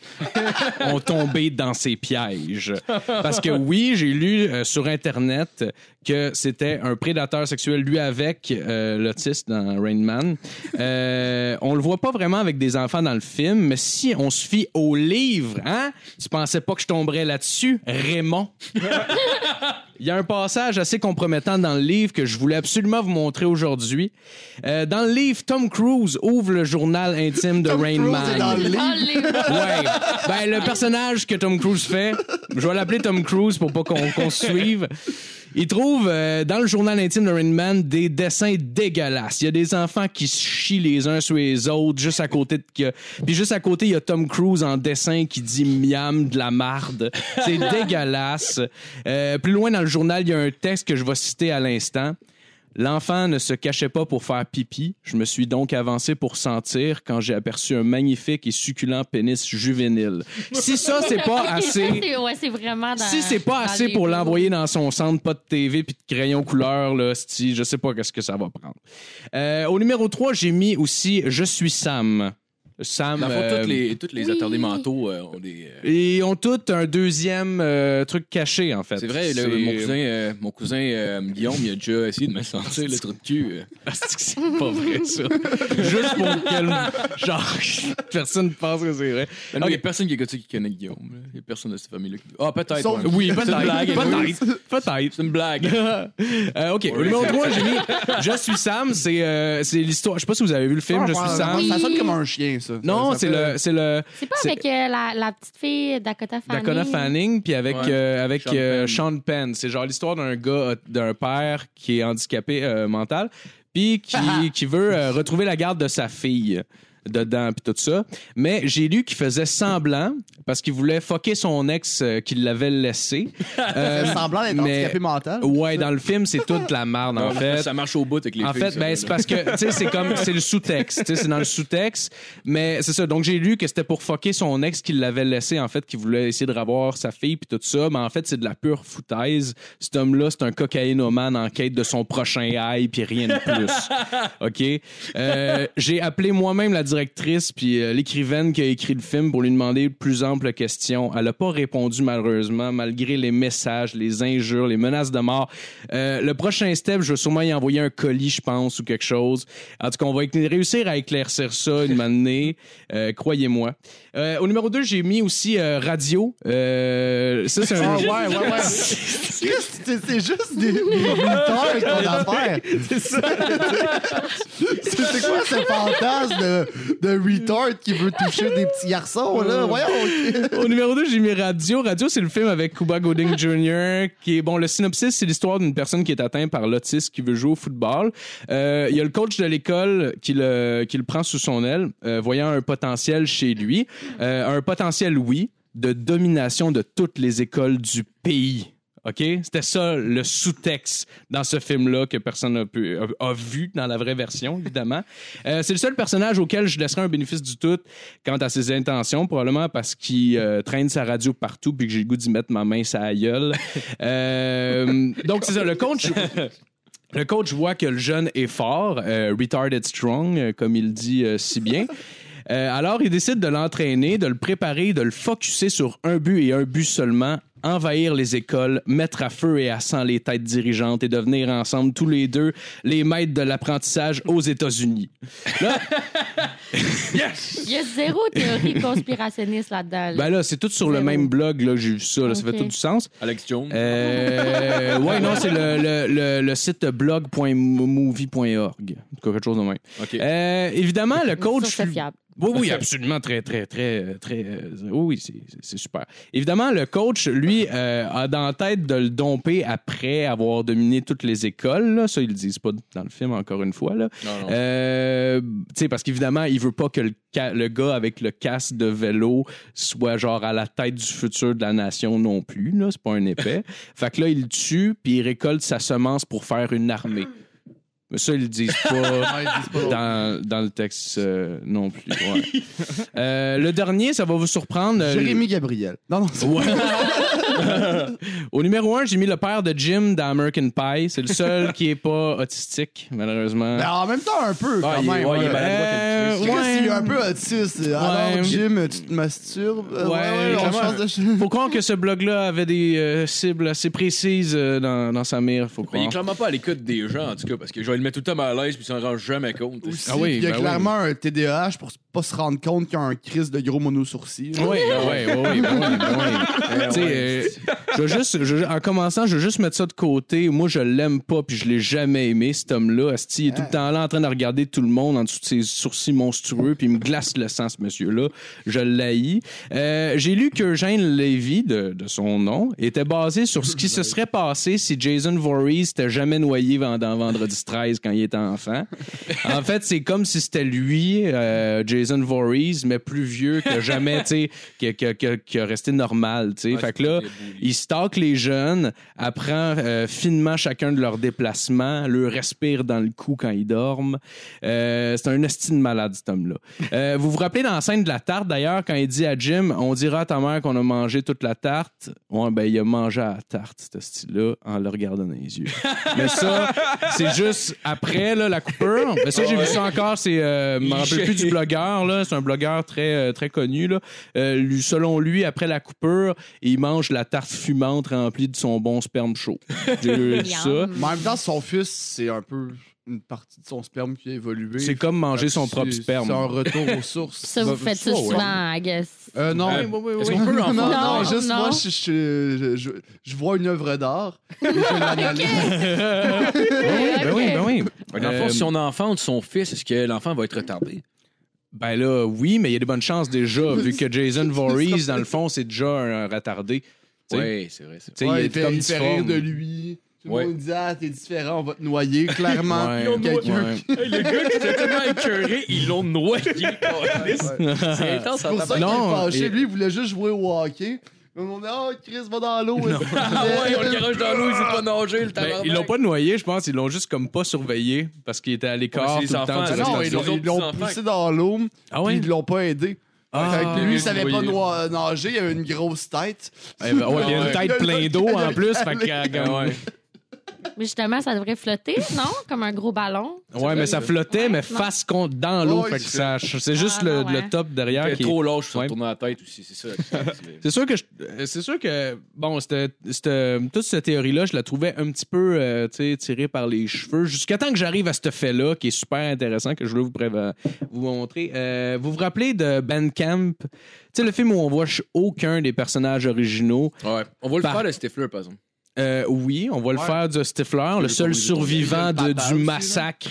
[SPEAKER 4] ont tombé dans ses pièges. Parce que oui, j'ai lu euh, sur Internet que c'était un prédateur sexuel, lui avec euh, l'autiste dans Rain Man. Euh, on le voit pas vraiment avec des enfants dans le film, mais si on se fie au livre, hein? Tu pensais pas que je tomberais là-dessus? Raymond. Il y a un passage assez compromettant dans le livre que je voulais absolument vous montrer aujourd'hui. Euh, dans le livre, Tom Cruise ouvre le journal intime de
[SPEAKER 5] Tom
[SPEAKER 4] Rain
[SPEAKER 5] Cruise
[SPEAKER 4] Man.
[SPEAKER 5] est dans le livre.
[SPEAKER 6] Ah, les-
[SPEAKER 4] Ouais. Ben, le personnage que Tom Cruise fait, je vais l'appeler Tom Cruise pour pas qu'on qu'on se suive. Il trouve euh, dans le journal intime de Rain Man des dessins dégueulasses. Il y a des enfants qui se chient les uns sur les autres juste à côté de que puis juste à côté il y a Tom Cruise en dessin qui dit miam de la marde. C'est dégueulasse. Euh, plus loin dans le journal, il y a un texte que je vais citer à l'instant. L'enfant ne se cachait pas pour faire pipi. Je me suis donc avancé pour sentir quand j'ai aperçu un magnifique et succulent pénis juvénile. Si ça, c'est
[SPEAKER 6] <laughs>
[SPEAKER 4] pas
[SPEAKER 6] Ok, ça,
[SPEAKER 4] assez.
[SPEAKER 6] c'est- ouais, c'est vraiment dans-
[SPEAKER 4] Si c'est pas
[SPEAKER 6] dans
[SPEAKER 4] assez
[SPEAKER 6] les
[SPEAKER 4] pour
[SPEAKER 6] mots.
[SPEAKER 4] l'envoyer dans son centre pas de TV puis de crayon couleur là, sti, je sais pas qu'est-ce que ça va prendre. Euh, au numéro 3, j'ai mis aussi je suis Sam. Sam.
[SPEAKER 2] Dans le fond,
[SPEAKER 4] euh,
[SPEAKER 2] toutes les, toutes les
[SPEAKER 6] oui.
[SPEAKER 2] attardés mentaux euh, ont des. euh,
[SPEAKER 4] Ils ont tous un deuxième euh, truc caché, en fait.
[SPEAKER 2] c'est vrai, le-
[SPEAKER 4] C'est-
[SPEAKER 2] mon cousin, euh, mon cousin euh, Guillaume, il a déjà essayé de me sentir le trou de cul. euh.
[SPEAKER 4] Asti que c'est pas vrai, ça. Juste pour que, genre, <laughs> personne ne pense que c'est vrai.
[SPEAKER 2] Ben, Il
[SPEAKER 4] Ok.
[SPEAKER 2] n'y a personne qui écoute ça qui connaît Guillaume. là. Il n'y a personne de cette famille-là. qui- Ah, peut-être.
[SPEAKER 5] Sauf-
[SPEAKER 2] ouais.
[SPEAKER 4] Oui,
[SPEAKER 2] C'est une blague. anyway.
[SPEAKER 4] peut-être. Peut-être.
[SPEAKER 2] C'est une
[SPEAKER 4] <laughs>
[SPEAKER 2] blague. Ah,
[SPEAKER 4] Euh, OK,
[SPEAKER 2] Ouais.
[SPEAKER 4] le numéro 3, j'ai mis Je suis Sam, c'est euh, c'est l'histoire. Je sais pas si vous avez vu le
[SPEAKER 5] Ah,
[SPEAKER 4] film Je suis Sam.
[SPEAKER 6] Oui.
[SPEAKER 5] Ça sonne comme un chien, ça.
[SPEAKER 4] Non,
[SPEAKER 5] Ça
[SPEAKER 4] c'est
[SPEAKER 5] fait-
[SPEAKER 4] le, c'est le
[SPEAKER 6] C'est pas
[SPEAKER 4] C'est-
[SPEAKER 6] avec euh, la, la petite fille Dakota Fanning.
[SPEAKER 4] Dakota Fanning, puis avec,
[SPEAKER 2] Ouais.
[SPEAKER 4] euh, avec
[SPEAKER 2] Sean
[SPEAKER 4] euh,
[SPEAKER 2] Penn.
[SPEAKER 4] Sean Penn. C'est genre l'histoire d'un gars, euh, d'un père qui est handicapé euh, mental, puis qui, qui veut euh, retrouver la garde de sa fille dedans, puis tout ça. Mais j'ai lu qu'il faisait semblant, parce qu'il voulait fucker son ex euh, qui l'avait laissé.
[SPEAKER 2] <laughs>
[SPEAKER 5] Ça
[SPEAKER 4] Euh,
[SPEAKER 5] fait semblant d'être
[SPEAKER 4] mais-
[SPEAKER 5] handicapé mental.
[SPEAKER 4] ouais, dans le film, c'est toute la merde, en fait.
[SPEAKER 2] Ça marche au bout avec les
[SPEAKER 4] En
[SPEAKER 2] filles,
[SPEAKER 4] fait,
[SPEAKER 2] ça,
[SPEAKER 4] ben,
[SPEAKER 2] là.
[SPEAKER 4] c'est parce que, tu sais, c'est comme, c'est le sous-texte, tu sais, c'est dans le sous-texte. Mais c'est ça. Donc, j'ai lu que c'était pour fucker son ex qui l'avait laissé, en fait, qui voulait essayer de revoir sa fille, puis tout ça. Mais en fait, c'est de la pure foutaise. Cet homme-là, c'est un cocaïnomane en quête de son prochain high, puis rien de plus. <laughs> OK? Euh, j'ai appelé moi-même la directrice, puis euh, l'écrivaine qui a écrit le film pour lui demander plus ample question. Elle n'a pas répondu, malheureusement, malgré les messages, les injures, les menaces de mort. Euh, le prochain step, je vais sûrement y envoyer un colis, je pense, ou quelque chose. En tout cas, on va écla- réussir à éclaircir ça une année, croyez-moi. Euh, au numéro 2, j'ai mis aussi euh, radio. Euh, ça, c'est
[SPEAKER 5] Ah,
[SPEAKER 4] un...
[SPEAKER 5] ouais, ouais, ouais. Christ, C'est c'est juste des des lutteurs avec ton affaire. C'est ça. C'est c'est quoi ce fantasme de, de retard qui veut toucher des petits garçons, là? Voyons.
[SPEAKER 4] Au numéro 2, j'ai mis Radio. Radio, c'est le film avec Cuba Gooding Jr. qui est bon. Le synopsis, c'est l'histoire d'une personne qui est atteinte par l'autisme qui veut jouer au football. Euh, Il y a le coach de l'école qui le, qui le prend sous son aile, euh, voyant un potentiel chez lui. Euh, un potentiel, oui, de domination de toutes les écoles du pays. OK? C'était ça le sous-texte dans ce film-là que personne n'a pu- a, a vu dans la vraie version, évidemment. Euh, c'est le seul personnage auquel je laisserai un bénéfice du doute quant à ses intentions, probablement parce qu'il euh, traîne sa radio partout puis que j'ai le goût d'y mettre ma main sa gueule. Euh, donc, c'est ça. Le coach. Le coach voit que le jeune est fort, euh, retarded strong, euh, comme il dit euh, si bien. Euh, alors, il décide de l'entraîner, de le préparer, de le focusser sur un but et un but seulement envahir les écoles, mettre à feu et à sang les têtes dirigeantes et devenir ensemble tous les deux les maîtres de l'apprentissage aux États-Unis.
[SPEAKER 6] Il y a zéro
[SPEAKER 4] <laughs>
[SPEAKER 6] théorie conspirationniste là-dedans. là.
[SPEAKER 4] Ben là, c'est tout sur le
[SPEAKER 6] Zéro.
[SPEAKER 4] même blog là, que j'ai vu ça. là. Ça fait
[SPEAKER 6] Ok.
[SPEAKER 4] tout du sens.
[SPEAKER 2] Alex Jones.
[SPEAKER 4] Euh, ouais, non, c'est le, le, le, le site blog.movie.org. En tout cas, Quelque chose de même.
[SPEAKER 2] OK.
[SPEAKER 4] Euh, évidemment, le
[SPEAKER 6] Ça,
[SPEAKER 4] coach.
[SPEAKER 6] c'est fiable.
[SPEAKER 4] Oui, oui, absolument. Très, très, très, euh, très. euh, oui, oui, c'est- c'est- c'est super. Évidemment, le coach, lui, euh, a dans la tête de le domper après avoir dominé toutes les écoles. là. Ça, ils le disent pas dans le film, encore une fois. Là.
[SPEAKER 2] Non, non.
[SPEAKER 4] Euh, tu sais, parce qu'évidemment, il veut pas que le, ca- le gars avec le casque de vélo soit genre à la tête du futur de la nation non plus. Là, c'est pas un épais. fait que là, il le tue puis il récolte sa semence pour faire une armée. Mais ça, ils le disent
[SPEAKER 5] Ah,
[SPEAKER 4] pas dans, dans le texte euh, non
[SPEAKER 2] <laughs>
[SPEAKER 4] plus. ouais. Euh, le dernier, ça va vous surprendre. euh,
[SPEAKER 5] Jérémy Gabriel. Non, non, c'est
[SPEAKER 4] Ouais. Au numéro un, j'ai mis le père de Jim dans American Pie. C'est
[SPEAKER 2] <laughs>
[SPEAKER 4] le seul qui est pas autistique, malheureusement.
[SPEAKER 2] Ah,
[SPEAKER 5] Mais en même temps, un peu, quand
[SPEAKER 4] Ah, il est-
[SPEAKER 5] même. hein.
[SPEAKER 4] ouais, il est
[SPEAKER 5] là.
[SPEAKER 4] malade. Euh,
[SPEAKER 5] Chris, il est
[SPEAKER 4] ouais.
[SPEAKER 5] un peu autiste. Alors, Jim, tu te masturbes. Euh,
[SPEAKER 4] Ouais,
[SPEAKER 5] on
[SPEAKER 4] clairement. Ah
[SPEAKER 5] change de ch-
[SPEAKER 4] Faut croire que ce blog-là avait des euh, cibles assez précises euh, dans, dans sa mire, faut
[SPEAKER 2] Mais Ben, il
[SPEAKER 4] croire.
[SPEAKER 2] est clairement pas à l'écoute des gens, en tout cas, parce que genre, il le met tout le temps mal à l'aise puis il s'en rend jamais compte.
[SPEAKER 5] Aussi,
[SPEAKER 4] Ah oui,
[SPEAKER 5] il y a
[SPEAKER 4] ben oui.
[SPEAKER 5] clairement un TDAH pour s- pas se rendre compte qu'il y a un crise de gros mono-sourcils.
[SPEAKER 4] Oui, oui, oui,
[SPEAKER 2] <laughs>
[SPEAKER 4] euh, je veux juste, je- en commençant, je veux juste mettre ça de côté. Moi, je l'aime pas, puis je l'ai jamais aimé, cet homme-là. Asti, il est tout le temps là en train de regarder tout le monde en dessous de ses sourcils monstrueux, puis il me glace le sang, ce monsieur-là. Je l'haïs. Euh, J'ai lu qu'Eugène Lévy, de, de son nom, était basé sur ce qui se serait passé si Jason Voorhees s'était jamais noyé dans dans Vendredi 13 quand il était enfant. En fait, c'est comme si c'était lui, euh, Jason Voorhees, mais plus vieux que jamais, tu sais, que, que, que, qui a resté normal, tu sais.
[SPEAKER 2] Ouais,
[SPEAKER 4] fait
[SPEAKER 2] c'est
[SPEAKER 4] que là,
[SPEAKER 2] des bullies.
[SPEAKER 4] il se stalk les jeunes, apprend euh, finement chacun de leurs déplacements, leur respire dans le cou quand ils dorment. Euh, c'est un estime malade, cet homme-là. Euh, vous vous rappelez dans la scène de la tarte, d'ailleurs, quand il dit à Jim, on dira à ta mère qu'on a mangé toute la tarte. Ouais, ben, il a mangé à la tarte, ce style-là, en le regardant dans les yeux. Mais ça, c'est juste après, là, la coupure. Mais ça, j'ai vu ça encore, c'est, euh, je me rappelle plus du blogueur, là. C'est un blogueur très, euh, très connu, là. Euh, lui- selon lui, après la coupure, il mange la tarte fumante remplie de son bon sperme chaud. J'ai <laughs> lu ça.
[SPEAKER 6] Yum.
[SPEAKER 5] Mais en même temps, son fils, c'est un peu une partie de son sperme qui a évolué.
[SPEAKER 4] C'est comme manger son
[SPEAKER 5] C'est-
[SPEAKER 4] propre
[SPEAKER 5] C'est un
[SPEAKER 4] sperme.
[SPEAKER 5] retour aux sources.
[SPEAKER 6] Ça, vous
[SPEAKER 5] Bah,
[SPEAKER 6] faites ça
[SPEAKER 5] ouais.
[SPEAKER 6] souvent, I
[SPEAKER 4] <laughs>
[SPEAKER 6] guess.
[SPEAKER 5] Euh, non.
[SPEAKER 2] Euh,
[SPEAKER 5] Est-ce
[SPEAKER 2] oui.
[SPEAKER 5] qu'on peut l'en faire?
[SPEAKER 6] Non,
[SPEAKER 5] non, non, juste
[SPEAKER 6] non.
[SPEAKER 5] moi, je, je, je- je- je vois une œuvre d'art. et
[SPEAKER 6] <laughs>
[SPEAKER 5] je l'analyse.
[SPEAKER 4] Ben oui, ben oui.
[SPEAKER 2] Dans le
[SPEAKER 4] Euh,
[SPEAKER 2] fond, si on enfante son fils, est-ce que l'enfant va être retardé?
[SPEAKER 4] Ben là, oui, mais il y a des bonnes chances déjà, vu que <laughs> Jason Voorhees, dans le fond, c'est déjà un retardé. Tu sais,
[SPEAKER 2] Oui, c'est vrai. c'est
[SPEAKER 4] Tu sais,
[SPEAKER 5] Ouais,
[SPEAKER 4] il
[SPEAKER 5] il
[SPEAKER 4] est
[SPEAKER 5] fait,
[SPEAKER 4] comme
[SPEAKER 5] il fait rire
[SPEAKER 4] difforme.
[SPEAKER 5] de lui. Tout le
[SPEAKER 2] Ouais.
[SPEAKER 5] monde dit Ah, t'es différent, on va te noyer. Clairement,
[SPEAKER 4] Ouais.
[SPEAKER 5] quelqu'un
[SPEAKER 4] Ouais.
[SPEAKER 2] vrai. Le gars qui était tellement
[SPEAKER 4] <laughs>
[SPEAKER 2] écœuré, ils l'ont noyé. C'est intense.
[SPEAKER 5] C'est pour ça qu'il est
[SPEAKER 4] Non,
[SPEAKER 5] fâché.
[SPEAKER 4] et-
[SPEAKER 5] Lui, il voulait juste jouer au hockey. Mais on dit Ah, Chris va dans l'eau.
[SPEAKER 4] <laughs>
[SPEAKER 2] Ah ouais, on le garage dans l'eau, il sait pas nager, le
[SPEAKER 4] Ben,
[SPEAKER 2] tabarnak.
[SPEAKER 4] ils l'ont pas noyé, je pense. Ils l'ont juste comme pas surveillé parce qu'il était à l'écart
[SPEAKER 2] Ouais, c'est
[SPEAKER 4] tout le
[SPEAKER 2] les
[SPEAKER 4] temps.
[SPEAKER 2] enfants,
[SPEAKER 4] du
[SPEAKER 5] Ah
[SPEAKER 2] c'est
[SPEAKER 5] non,
[SPEAKER 2] les
[SPEAKER 5] ils
[SPEAKER 4] restaurant.
[SPEAKER 5] l'ont-
[SPEAKER 2] autres
[SPEAKER 5] ils l'ont
[SPEAKER 2] petits
[SPEAKER 5] poussé dans l'eau.
[SPEAKER 4] Ah
[SPEAKER 5] Puis
[SPEAKER 4] ouais?
[SPEAKER 5] ils l'ont pas aidé. Fait
[SPEAKER 4] Ah,
[SPEAKER 5] que lui, il savait pas
[SPEAKER 2] voyez.
[SPEAKER 5] noi- nager, il avait une grosse tête. <laughs>
[SPEAKER 4] Eh ben, ouais, il y a
[SPEAKER 2] Ouais.
[SPEAKER 4] une tête plein d'eau en plus. fait que, euh, ouais.
[SPEAKER 6] Mais justement, ça devrait flotter, non? Comme un gros ballon.
[SPEAKER 4] Ouais, mais ça flottait, mais face contre dans l'eau.
[SPEAKER 5] Ouais,
[SPEAKER 4] fait que
[SPEAKER 5] c'est-
[SPEAKER 4] ça, c'est juste
[SPEAKER 6] Ah,
[SPEAKER 4] le,
[SPEAKER 6] non, ouais.
[SPEAKER 4] le top derrière.
[SPEAKER 2] T'es
[SPEAKER 4] qui est-
[SPEAKER 2] trop lâche, je
[SPEAKER 4] Ouais.
[SPEAKER 2] me tourne la tête aussi, c'est ça. C'est-
[SPEAKER 4] C'est sûr que je- euh, c'est sûr que bon, c'était c'était- toute cette théorie là, je la trouvais un petit peu euh, tu sais, tirée par les cheveux jusqu'à temps que j'arrive à ce fait là qui est super intéressant que je voulais vous préva- vous montrer. Euh, vous vous rappelez de Bandcamp Tu sais le film où on voit ch- aucun des personnages originaux.
[SPEAKER 2] Ouais. On va le
[SPEAKER 4] Par-
[SPEAKER 2] faire, le Stifler, par exemple.
[SPEAKER 4] Euh, oui, on va le
[SPEAKER 5] Ouais.
[SPEAKER 4] faire de Stifler, le seul
[SPEAKER 5] Il y
[SPEAKER 4] survivant
[SPEAKER 5] a
[SPEAKER 4] de-
[SPEAKER 5] le papa
[SPEAKER 4] du
[SPEAKER 5] aussi, là.
[SPEAKER 4] massacre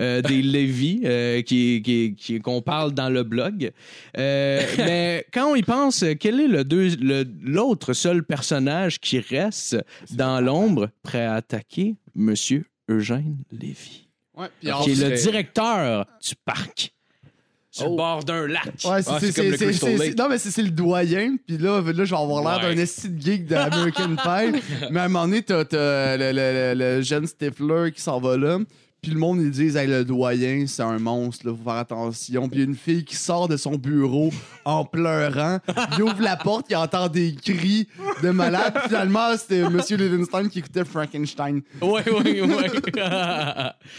[SPEAKER 4] euh, des Lévis euh, qui qui- qui- qu'on parle dans le blog. Euh, mais quand on y pense, quel est le deux- le- l'autre seul personnage qui reste dans l'ombre prêt à attaquer Monsieur Eugène Lévy,
[SPEAKER 5] Ouais, puis en-
[SPEAKER 4] qui est
[SPEAKER 2] serait-
[SPEAKER 4] le directeur du parc Oh. sur le bord d'un lac.
[SPEAKER 5] Ouais, c'est
[SPEAKER 2] Ah,
[SPEAKER 5] c'est-
[SPEAKER 2] c'est comme le
[SPEAKER 5] c'est-
[SPEAKER 2] Crystal
[SPEAKER 5] c'est-
[SPEAKER 2] Lake.
[SPEAKER 5] c'est- Non, mais c'est c'est le doyen. Puis là, là, je vais avoir l'air
[SPEAKER 2] Ouais.
[SPEAKER 5] d'un esti de geek
[SPEAKER 2] <laughs>
[SPEAKER 5] de American Pie. Mais à un moment donné, t'as t'as le, le- le- le jeune Stifler qui s'en va là. Puis le monde, ils disent, hey, le doyen, c'est un monstre, là, faut faire attention. Puis il y a une fille qui sort de son bureau en pleurant. Il ouvre la porte, il entend des cris de malade. Puis Finalement, c'était Monsieur Livingston qui écoutait Frankenstein.
[SPEAKER 4] Ouais, ouais, ouais.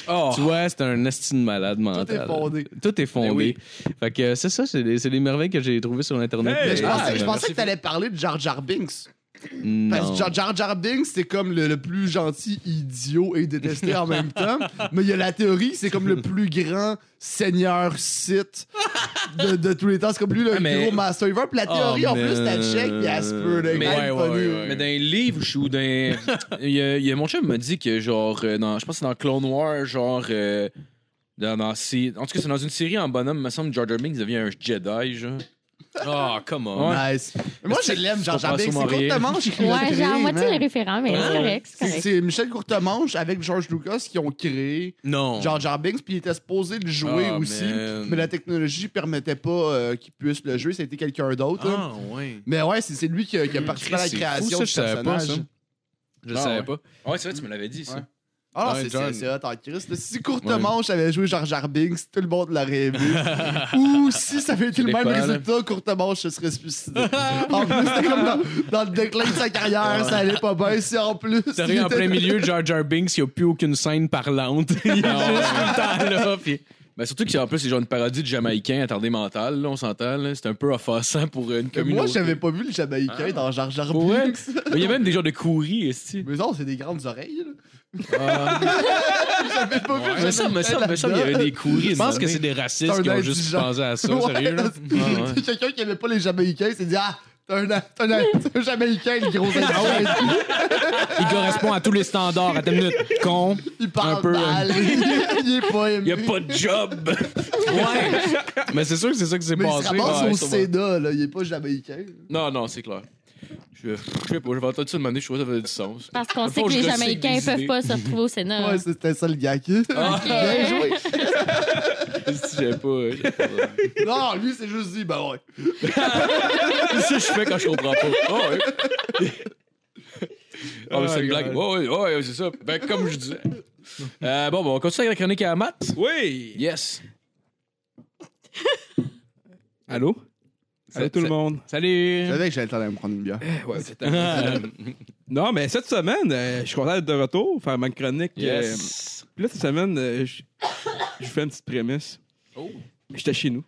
[SPEAKER 2] Oh.
[SPEAKER 4] Tu vois, c'est un estime malade mental.
[SPEAKER 5] est fondé.
[SPEAKER 4] Tout est fondé.
[SPEAKER 2] Ben oui.
[SPEAKER 4] Fait que euh, c'est ça, c'est des, c'est des merveilles que j'ai trouvées sur Internet.
[SPEAKER 2] Hey!
[SPEAKER 5] Mais je
[SPEAKER 2] Ah,
[SPEAKER 5] pensais, je
[SPEAKER 2] ben,
[SPEAKER 5] pensais que t'allais parler de Jar Jar Binks.
[SPEAKER 4] Non.
[SPEAKER 5] Parce que Jar- Jar Jar Binks, c'est comme le, le plus gentil idiot et détesté en
[SPEAKER 2] <laughs>
[SPEAKER 5] même temps. Mais il y a la théorie, c'est comme le plus grand seigneur site de, de tous les temps. C'est comme lui le
[SPEAKER 2] Ah, mais- Ah,
[SPEAKER 5] gros master Ever. Puis la
[SPEAKER 4] Oh,
[SPEAKER 5] théorie, en
[SPEAKER 4] man.
[SPEAKER 5] plus, t'as check, puis elle se peut. là,
[SPEAKER 2] Mais-
[SPEAKER 5] elle est
[SPEAKER 4] Ouais, ouais,
[SPEAKER 5] funny.
[SPEAKER 4] ouais, ouais.
[SPEAKER 2] Mais dans les livres, je suis ou dans. <laughs> Il y a, il y a- mon chum m'a dit que, genre, euh, dans, je pense que c'est dans Clone Wars, genre. euh, dans, dans, si- en tout cas, c'est dans une série en bonhomme, me semble, Jar Jar Binks devient un Jedi, genre.
[SPEAKER 4] Ah, come on.
[SPEAKER 2] Ouais.
[SPEAKER 5] Nice. Mais moi, je
[SPEAKER 2] C'est-
[SPEAKER 5] l'aime, Jar Jar
[SPEAKER 2] Faut pas
[SPEAKER 5] Binks. C'est
[SPEAKER 2] sûrement rire.
[SPEAKER 5] Courtemanche qui l'a
[SPEAKER 6] Ouais,
[SPEAKER 5] créé,
[SPEAKER 6] j'ai à moitié
[SPEAKER 5] man.
[SPEAKER 6] les référents, mais c'est correct, c'est
[SPEAKER 5] C'est
[SPEAKER 6] correct.
[SPEAKER 5] c'est Michel Courtemanche avec George Lucas qui ont créé
[SPEAKER 4] Non.
[SPEAKER 5] Jar Jar Binks, puis il était supposé le jouer
[SPEAKER 4] Ah,
[SPEAKER 5] aussi.
[SPEAKER 4] man.
[SPEAKER 5] Mais la technologie permettait pas euh, qu'il puisse le jouer. C'était quelqu'un d'autre. là.
[SPEAKER 4] Ah, ouais.
[SPEAKER 5] Mais ouais, c'est c'est lui qui a, qui a participé à la
[SPEAKER 4] C'est fou,
[SPEAKER 5] création
[SPEAKER 4] ça,
[SPEAKER 5] du
[SPEAKER 4] je savais pas,
[SPEAKER 5] personnage.
[SPEAKER 4] ça. Je
[SPEAKER 2] Ah,
[SPEAKER 4] savais
[SPEAKER 2] ouais.
[SPEAKER 4] pas.
[SPEAKER 2] Ouais, c'est vrai, tu me l'avais dit, ça.
[SPEAKER 5] Ouais. Ah,
[SPEAKER 4] Ouais,
[SPEAKER 5] c'est-
[SPEAKER 4] John.
[SPEAKER 5] c'est c'est hot en Christ. là. Si Courtemanche avait joué Jar Jar Binks, tout le monde l'aurait vu.
[SPEAKER 4] <laughs>
[SPEAKER 5] Ou si ça avait été le
[SPEAKER 2] Je
[SPEAKER 5] même
[SPEAKER 2] l'ai pas,
[SPEAKER 5] résultat, Courtemanche se serait suicidé. en plus, c'était comme dans, dans le déclin de sa carrière, ça allait pas bien. Si en plus.
[SPEAKER 4] T'as
[SPEAKER 5] il
[SPEAKER 4] rien en
[SPEAKER 5] était-
[SPEAKER 4] plein milieu, Jar Jar Binks, il n'y a plus aucune scène parlante. <laughs> Il est juste tout le temps là. puis-
[SPEAKER 2] Ben, surtout qu'en plus, c'est genre une parodie de Jamaïcain attardé mental, là, on s'entend. là. C'est un peu offensant pour euh, une
[SPEAKER 5] Mais Moi,
[SPEAKER 2] communauté.
[SPEAKER 5] j'avais pas vu le Jamaïcain
[SPEAKER 4] Ah.
[SPEAKER 5] dans Jar Jar Binks.
[SPEAKER 2] Ouais.
[SPEAKER 4] <laughs>
[SPEAKER 2] Mais il y a même des genres de courriers, est
[SPEAKER 5] Mais non, c'est des grandes oreilles. là.
[SPEAKER 4] Ah.
[SPEAKER 5] <laughs> j'avais pas vu
[SPEAKER 2] Ouais,
[SPEAKER 5] le
[SPEAKER 2] me semble, me semble, me
[SPEAKER 5] Jamaïcain
[SPEAKER 2] semble, il y avait des courriers.
[SPEAKER 4] Je pense que c'est des racistes
[SPEAKER 5] C'est un
[SPEAKER 4] qui ont juste
[SPEAKER 5] indigent.
[SPEAKER 4] pensé à ça,
[SPEAKER 5] Ouais, <laughs>
[SPEAKER 4] sérieux. là. Ah,
[SPEAKER 5] c'est- c'est Quelqu'un qui aimait pas les Jamaïcains, il s'est dit Ah, t'es un, t'es un, t'es un Jamaïcain, le
[SPEAKER 4] <laughs>
[SPEAKER 5] gros
[SPEAKER 4] Ah
[SPEAKER 5] indigène.
[SPEAKER 4] Il correspond à tous les standards. Attends une minute. Con.
[SPEAKER 5] Il parle
[SPEAKER 4] Un peu, hein.
[SPEAKER 5] mal. <laughs> il est pas aimé.
[SPEAKER 2] Il a pas de job!
[SPEAKER 4] Ouais. Mais c'est sûr que c'est ça qui s'est
[SPEAKER 5] Mais il
[SPEAKER 4] passé.
[SPEAKER 5] se ramasse
[SPEAKER 4] ouais,
[SPEAKER 5] au
[SPEAKER 4] sûrement.
[SPEAKER 5] Sénat, là. Il est pas Jamaïcain.
[SPEAKER 2] <laughs> non, non, c'est clair. Je, je sais pas, j'avais entendu ça demander, je trouvais que ça faisait du sens.
[SPEAKER 6] Parce qu'on
[SPEAKER 2] Faut
[SPEAKER 6] sait
[SPEAKER 2] que
[SPEAKER 6] que
[SPEAKER 2] je
[SPEAKER 6] les
[SPEAKER 2] recycle
[SPEAKER 6] Jamaïcains
[SPEAKER 2] des idées.
[SPEAKER 6] peuvent pas se retrouver au Sénat.
[SPEAKER 5] Ouais, c'était ça le gag. <laughs>
[SPEAKER 4] Ah.
[SPEAKER 5] Bien joué.
[SPEAKER 2] Si j'avais pas. euh, j'avais pas ça.
[SPEAKER 4] <laughs>
[SPEAKER 5] Non, lui, c'est juste dit, bah ouais.
[SPEAKER 2] C'est ça que je fais quand je comprends pas. Oh, Ah ouais. Ah, mais c'est une
[SPEAKER 4] Oh,
[SPEAKER 2] blague.
[SPEAKER 4] God.
[SPEAKER 2] Ouais, ouais, ouais, c'est ça. Ben, comme je disais. Euh, bon, ben, on continue avec la chronique à Matt.
[SPEAKER 3] Oui!
[SPEAKER 2] Yes.
[SPEAKER 3] Allô? Allô
[SPEAKER 4] Ça-
[SPEAKER 3] tout le
[SPEAKER 4] ça-
[SPEAKER 3] monde.
[SPEAKER 4] Salut!
[SPEAKER 5] Je savais que j'allais le temps d'aller me prendre une bière.
[SPEAKER 2] Euh,
[SPEAKER 4] Ah.
[SPEAKER 3] Non, mais cette semaine, euh, je suis content d'être de retour, faire ma chronique. euh,
[SPEAKER 2] yes.
[SPEAKER 3] Puis là, cette semaine, euh, je je vous fais une petite prémisse.
[SPEAKER 2] Oh.
[SPEAKER 3] J'étais chez nous.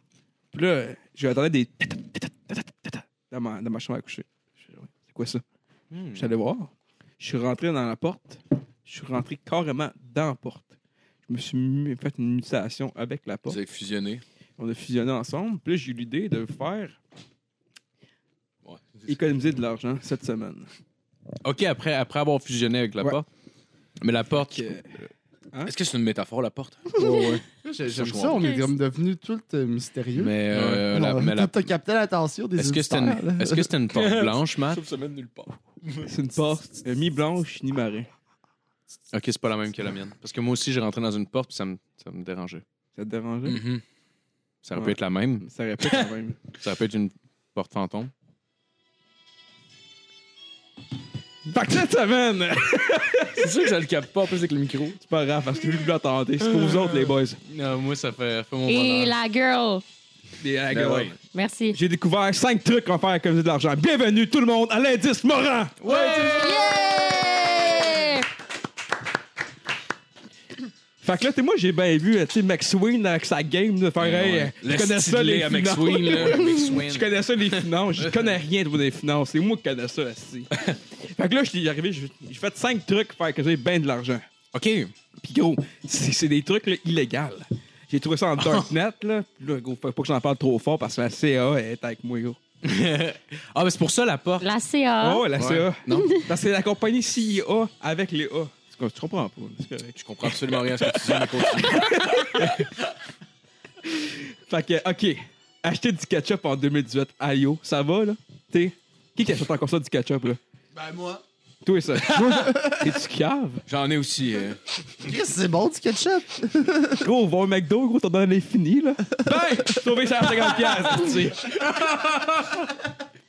[SPEAKER 3] Puis là, euh, je entendais des... tata, tata, tata, tata Dans ma, dans ma chambre à coucher. Je dis, Ouais, C'est quoi ça?
[SPEAKER 2] Hmm.
[SPEAKER 3] Je suis allé voir. Je suis rentré dans la porte. Je suis rentré carrément dans la porte. Je me suis mis- fait une mutation avec la porte.
[SPEAKER 2] Vous avez fusionné.
[SPEAKER 3] On a fusionné ensemble. Puis là, j'ai eu l'idée de faire
[SPEAKER 2] Ouais.
[SPEAKER 3] économiser de l'argent cette semaine.
[SPEAKER 4] Ok, après, après avoir fusionné avec la
[SPEAKER 3] Ouais.
[SPEAKER 4] porte. Mais la porte.
[SPEAKER 3] Que-
[SPEAKER 2] Est-ce que c'est une métaphore, la porte?
[SPEAKER 5] J'ai- J'aime
[SPEAKER 2] je
[SPEAKER 5] ça, on est
[SPEAKER 6] comprends.
[SPEAKER 5] comme devenus tout euh, mystérieux.
[SPEAKER 4] Mais, euh,
[SPEAKER 5] On
[SPEAKER 4] la- mais la-
[SPEAKER 5] T'as capté l'attention des
[SPEAKER 4] Est-ce que c'était
[SPEAKER 5] auditeurs,
[SPEAKER 4] une,
[SPEAKER 5] là.
[SPEAKER 4] est-ce que c'était une porte blanche, Matt?
[SPEAKER 2] Sauf ça mène nulle part.
[SPEAKER 3] <laughs> C'est une porte euh, mi-blanche, ni marin.
[SPEAKER 5] <laughs>
[SPEAKER 4] Ok, c'est pas la <laughs> même que la mienne. Parce que moi aussi, j'ai rentré dans une porte puis ça me, ça me dérangeait.
[SPEAKER 3] Ça te dérangeait?
[SPEAKER 4] Ça aurait pu
[SPEAKER 3] Ouais.
[SPEAKER 4] être la même.
[SPEAKER 3] Ça répète quand même. <laughs>
[SPEAKER 4] Ça aurait pu être une porte fantôme.
[SPEAKER 3] Fait que cette semaine,
[SPEAKER 2] C'est sûr que je le capte pas, en plus, avec le micro.
[SPEAKER 3] <laughs> c'est pas grave parce que je l'ai tenté. C'est pour vous autres, les boys.
[SPEAKER 4] Non, moi, ça fait, mon
[SPEAKER 6] Et la girl.
[SPEAKER 3] Les euh,
[SPEAKER 2] Ben
[SPEAKER 3] gars.
[SPEAKER 2] ouais.
[SPEAKER 6] Merci.
[SPEAKER 3] J'ai découvert cinq trucs à faire à économiser de l'argent. Bienvenue tout le monde à l'indice Morin!
[SPEAKER 6] Yeah!
[SPEAKER 3] Fait que là, t'es moi, j'ai bien vu, euh, tu sais, Max Wayne avec sa game de faire, hey, euh, je
[SPEAKER 2] Le
[SPEAKER 3] connais ça,
[SPEAKER 2] stylet
[SPEAKER 3] les
[SPEAKER 2] à Max
[SPEAKER 3] finances.
[SPEAKER 2] Wayne,
[SPEAKER 3] <laughs>
[SPEAKER 2] là. Max Wayne.
[SPEAKER 3] Je connais ça, les finances. Je connais rien de des finances. C'est moi qui connais
[SPEAKER 2] <laughs>
[SPEAKER 3] ça, assis. fait que là, je suis arrivé, j'ai j'ai fait cinq trucs pour faire que j'ai bien de l'argent.
[SPEAKER 4] Ok.
[SPEAKER 3] Puis gros, c'est c'est des trucs là, illégaux. J'ai trouvé ça en Darknet, là. Puis là, gros, faut pas que j'en parle trop fort parce que la CA est avec moi, gros.
[SPEAKER 4] Ah, mais c'est pour ça la porte.
[SPEAKER 6] La CA.
[SPEAKER 3] Oh, la
[SPEAKER 4] Ouais.
[SPEAKER 3] CA.
[SPEAKER 4] Non.
[SPEAKER 3] <laughs> Parce que c'est la compagnie CIA avec les A. Tu com- Tu comprends pas, c'est correct.
[SPEAKER 2] Je comprends absolument rien à ce que tu dis, mais continue.
[SPEAKER 3] Fait que, OK. Acheter du ketchup en 2018 Ayo, ça va, là? T'es. Qui qui achète encore ça du ketchup, là?
[SPEAKER 7] Ben moi.
[SPEAKER 3] Toi,
[SPEAKER 7] <laughs>
[SPEAKER 3] ça. T'es-tu cave?
[SPEAKER 2] J'en ai aussi. euh,
[SPEAKER 5] Chris, c'est bon du ketchup.
[SPEAKER 3] Gros, va au McDo, gros, t'en donnes l'infini, là. Bang! Sauvé 150 piastres, tu sais.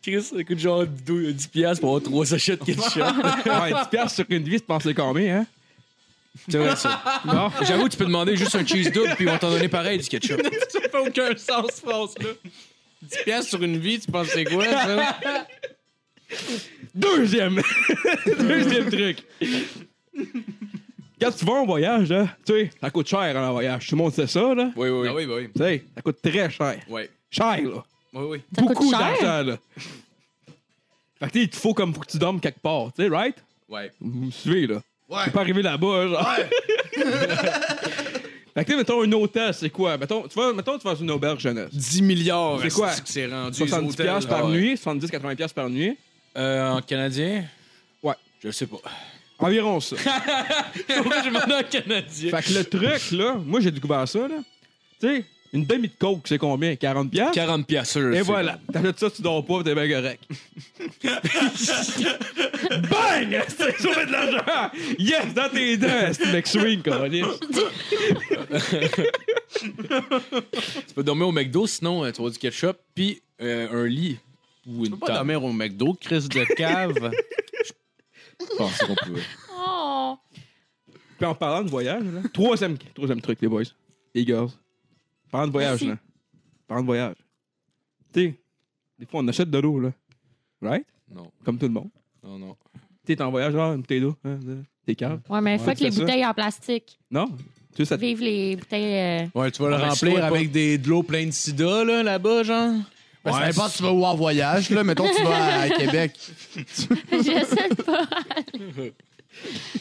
[SPEAKER 2] Chris, ça coûte genre 12, 10$ piastres pour avoir 3
[SPEAKER 4] <laughs>
[SPEAKER 2] sachets de ketchup.
[SPEAKER 3] Ouais, 10 piastres sur une vie, tu penses c'est combien, hein?
[SPEAKER 2] C'est vrai,
[SPEAKER 4] <laughs>
[SPEAKER 2] ça.
[SPEAKER 3] Non.
[SPEAKER 2] J'avoue, tu peux demander juste un cheese double, puis ils vont t'en donner pareil du ketchup.
[SPEAKER 4] <laughs> Ça fait aucun sens, France, là. 10 piastres sur une vie, tu penses c'est quoi, ça?
[SPEAKER 3] Deuxième! <laughs> Deuxième truc. Quand tu vas en voyage, là, tu sais, ça coûte cher en voyage. Tout le monde sait ça, là.
[SPEAKER 2] Oui, oui,
[SPEAKER 4] Ah oui, bah oui.
[SPEAKER 3] Tu sais, ça coûte très cher.
[SPEAKER 4] Ouais.
[SPEAKER 3] Cher, là.
[SPEAKER 4] Oui, oui.
[SPEAKER 6] Ça coûte
[SPEAKER 3] Beaucoup
[SPEAKER 6] cher?
[SPEAKER 3] d'argent, là. Fait que, tu sais, il te faut comme faut que tu dormes quelque part, tu sais, right?
[SPEAKER 4] Ouais.
[SPEAKER 3] Vous me suivez, là.
[SPEAKER 7] Ouais.
[SPEAKER 3] T'es pas arrivé là-bas, genre. <laughs> fait que, tu sais, mettons, un hôtel, c'est quoi? Mettons, tu vas, mettons, tu vas dans une auberge jeunesse.
[SPEAKER 4] 10 milliards.
[SPEAKER 3] C'est quoi?
[SPEAKER 4] ce que C'est rendu. les
[SPEAKER 3] 70
[SPEAKER 4] hôtels, Ah,
[SPEAKER 3] piastres par
[SPEAKER 4] ouais.
[SPEAKER 3] nuit, 70-80 piastres par nuit.
[SPEAKER 2] Euh, en canadien?
[SPEAKER 3] Ouais.
[SPEAKER 2] Je sais pas.
[SPEAKER 3] Environ
[SPEAKER 2] <laughs>
[SPEAKER 3] ça.
[SPEAKER 2] je demandé en canadien.
[SPEAKER 3] Fait que le truc, là, moi, j'ai découvert ça, là. Tu sais, une demi de coke, c'est combien? 40 piastres?
[SPEAKER 2] 40 piastres. sûr,
[SPEAKER 3] Et
[SPEAKER 2] c'est
[SPEAKER 3] voilà. T'achètes ça, tu dors pas, t'es bien
[SPEAKER 2] <laughs>
[SPEAKER 3] correct. Bang! C'est sauvé de l'argent! Yes, dans tes dents! C'est Max Wing, calice.
[SPEAKER 2] bon. Tu peux dormir au McDo, sinon euh, tu vas du ketchup, puis euh, un lit. Ou une
[SPEAKER 4] Tu peux pas
[SPEAKER 2] table.
[SPEAKER 4] dormir au McDo, crise de <laughs> cave.
[SPEAKER 2] Je pensais qu'on pouvait.
[SPEAKER 6] Oh.
[SPEAKER 3] Puis en parlant de voyage, là. Troisième, troisième truc, les boys. Les girls. Parlant de voyage,
[SPEAKER 6] Merci.
[SPEAKER 3] là. Parlant de voyage. Tu sais, des fois, on achète de l'eau, là. Right?
[SPEAKER 2] Non,
[SPEAKER 3] Comme tout le monde.
[SPEAKER 4] Oh,
[SPEAKER 2] non, non.
[SPEAKER 3] Tu sais, t'es en voyage, genre, une bouteille d'eau. hein, euh, T'es calme.
[SPEAKER 6] Ouais, mais
[SPEAKER 3] Ouais,
[SPEAKER 6] fuck
[SPEAKER 3] c'est
[SPEAKER 6] les
[SPEAKER 3] ça.
[SPEAKER 6] bouteilles en plastique.
[SPEAKER 3] Non? Tu sais, ça te
[SPEAKER 6] Vive les bouteilles. euh,
[SPEAKER 4] Ouais, tu vas le
[SPEAKER 2] Ah, ben, si
[SPEAKER 4] remplir
[SPEAKER 2] toi, pas-
[SPEAKER 4] avec des, de l'eau pleine de sida, là, là-bas, genre.
[SPEAKER 5] Ouais, ça dépend si tu vas où en voyage, là. Mettons, tu vas
[SPEAKER 3] <laughs>
[SPEAKER 5] à Québec.
[SPEAKER 6] <laughs> Je sais
[SPEAKER 2] <laughs>
[SPEAKER 6] pas.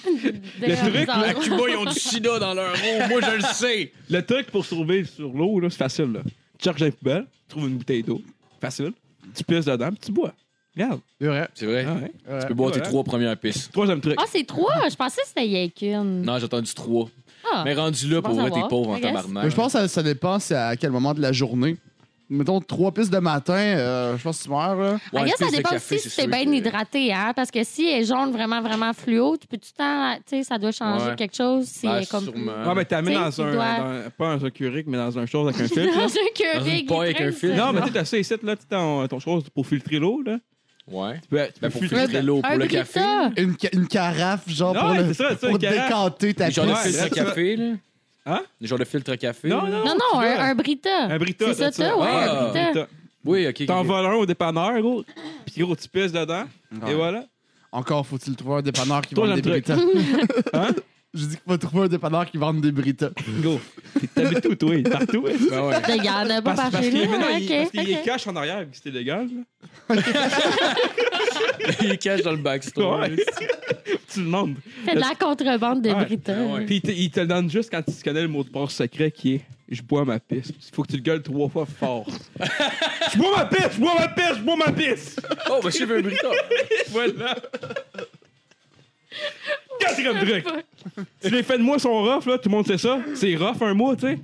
[SPEAKER 3] Le truc,
[SPEAKER 4] À Cuba, ils ont du sida dans leur eau. Moi, je le sais.
[SPEAKER 3] Le truc pour survivre sur l'eau, là, c'est facile. Là. Tu cherches une poubelle, tu trouves une bouteille d'eau, facile. Tu pisses dedans, puis tu bois. Regarde.
[SPEAKER 5] C'est vrai.
[SPEAKER 2] C'est vrai.
[SPEAKER 3] Ah ouais.
[SPEAKER 2] Tu peux boire tes
[SPEAKER 3] Ouais.
[SPEAKER 2] trois premières pistes.
[SPEAKER 3] Troisième truc.
[SPEAKER 6] Ah, c'est trois. Je pensais que c'était rien qu'une.
[SPEAKER 2] Non, j'ai entendu trois.
[SPEAKER 6] Ah.
[SPEAKER 2] Mais rendu là,
[SPEAKER 6] Bon
[SPEAKER 2] pour vrai,
[SPEAKER 6] savoir,
[SPEAKER 2] t'es pauvre en
[SPEAKER 6] I guess.
[SPEAKER 2] tabarnak.
[SPEAKER 5] Mais je pense que ça, ça dépend c'est à quel moment de la journée. Mettons, trois pistes de matin, euh, je pense que tu meurs, là.
[SPEAKER 6] I guess
[SPEAKER 2] espèce
[SPEAKER 6] ça
[SPEAKER 2] de
[SPEAKER 6] dépend
[SPEAKER 2] café,
[SPEAKER 6] aussi si
[SPEAKER 2] c'est
[SPEAKER 6] t'es
[SPEAKER 2] sûr
[SPEAKER 6] bien
[SPEAKER 2] que-
[SPEAKER 6] hydraté, hein? Parce que si elle est jaune vraiment, vraiment fluo, tu peux tout le temps, tu sais, ça doit changer
[SPEAKER 2] Ouais.
[SPEAKER 6] quelque chose. Si
[SPEAKER 2] Ben,
[SPEAKER 6] elle est comme.
[SPEAKER 2] sûrement.
[SPEAKER 3] Ouais, mais t'as mis
[SPEAKER 6] Tu sais,
[SPEAKER 3] dans
[SPEAKER 6] tu
[SPEAKER 3] un,
[SPEAKER 6] dois-
[SPEAKER 3] dans- Pas un curique, mais dans un chose avec un
[SPEAKER 6] <laughs> Dans <laughs>
[SPEAKER 3] filtre. là.
[SPEAKER 6] un Keurig,
[SPEAKER 2] paille
[SPEAKER 6] il
[SPEAKER 2] avec un
[SPEAKER 6] traîne
[SPEAKER 2] fil.
[SPEAKER 6] ça.
[SPEAKER 3] non, mais tu sais, t'as ça ici, là, tu sais, ton, ton chose pour filtrer l'eau, là.
[SPEAKER 2] Ouais.
[SPEAKER 3] Ben,
[SPEAKER 2] Ben, pour
[SPEAKER 3] tu peux
[SPEAKER 2] filtrer l'eau, pour
[SPEAKER 6] Un
[SPEAKER 2] le café.
[SPEAKER 6] Brita.
[SPEAKER 5] Une, ca- une carafe, genre,
[SPEAKER 3] Non,
[SPEAKER 5] pour,
[SPEAKER 3] ouais,
[SPEAKER 5] le,
[SPEAKER 3] c'est ça, c'est ça,
[SPEAKER 5] pour
[SPEAKER 3] une carafe.
[SPEAKER 5] décanter ta
[SPEAKER 2] Le genre de
[SPEAKER 3] Ouais,
[SPEAKER 2] filtre à
[SPEAKER 3] là, tu vas-
[SPEAKER 2] café, là.
[SPEAKER 3] Hein?
[SPEAKER 2] Le genre de filtre à café.
[SPEAKER 3] Non,
[SPEAKER 2] là.
[SPEAKER 3] non.
[SPEAKER 6] Non, non,
[SPEAKER 3] Brita.
[SPEAKER 6] un, un Brita.
[SPEAKER 3] Un Brita,
[SPEAKER 6] C'est ça,
[SPEAKER 3] c'est ça.
[SPEAKER 6] toi, ouais,
[SPEAKER 2] Ah,
[SPEAKER 6] un Brita.
[SPEAKER 3] T'en-
[SPEAKER 2] Oui, ok.
[SPEAKER 3] T'en
[SPEAKER 2] ok.
[SPEAKER 3] voles un au dépanneur, gros. Puis gros, tu pisses dedans.
[SPEAKER 5] Ouais.
[SPEAKER 3] Et voilà.
[SPEAKER 5] Encore faut-il trouver un dépanneur qui
[SPEAKER 3] Toi,
[SPEAKER 5] vende des
[SPEAKER 3] j'aime le <laughs>
[SPEAKER 5] Brita.
[SPEAKER 3] Hein?
[SPEAKER 5] Je dis qu'il faut trouver un dépanneur qui vende des Brita.
[SPEAKER 3] Gros. T'habites tout, toi. Partout. hein.
[SPEAKER 2] Ben ouais.
[SPEAKER 6] Il y en a pas
[SPEAKER 3] Parce,
[SPEAKER 6] par
[SPEAKER 3] parce
[SPEAKER 6] chez
[SPEAKER 3] qu'il
[SPEAKER 6] nous.
[SPEAKER 3] maintenant,
[SPEAKER 6] hein,
[SPEAKER 3] il- parce qu'il est
[SPEAKER 6] ok, ok.
[SPEAKER 3] cash en arrière, puis c'est légal. là.
[SPEAKER 2] Il cache dans le backstore.
[SPEAKER 3] Ouais. <laughs> tu le demandes.
[SPEAKER 6] Fait de la contrebande de
[SPEAKER 3] Ouais.
[SPEAKER 6] Brita.
[SPEAKER 2] Ah ouais.
[SPEAKER 3] Puis il te- il te le donne juste quand tu connais le mot de passe secret qui est Je bois ma pisse. Il faut que tu le gueules trois fois fort. <laughs> je bois ma pisse, je bois ma pisse, je bois ma pisse.
[SPEAKER 2] Oh, ben, je veux un Brita.
[SPEAKER 3] voilà. Qu'est-ce comme truc? Tu les fais de moi sont rough, là. Tout le monde sait ça. C'est rough un mois, tu sais.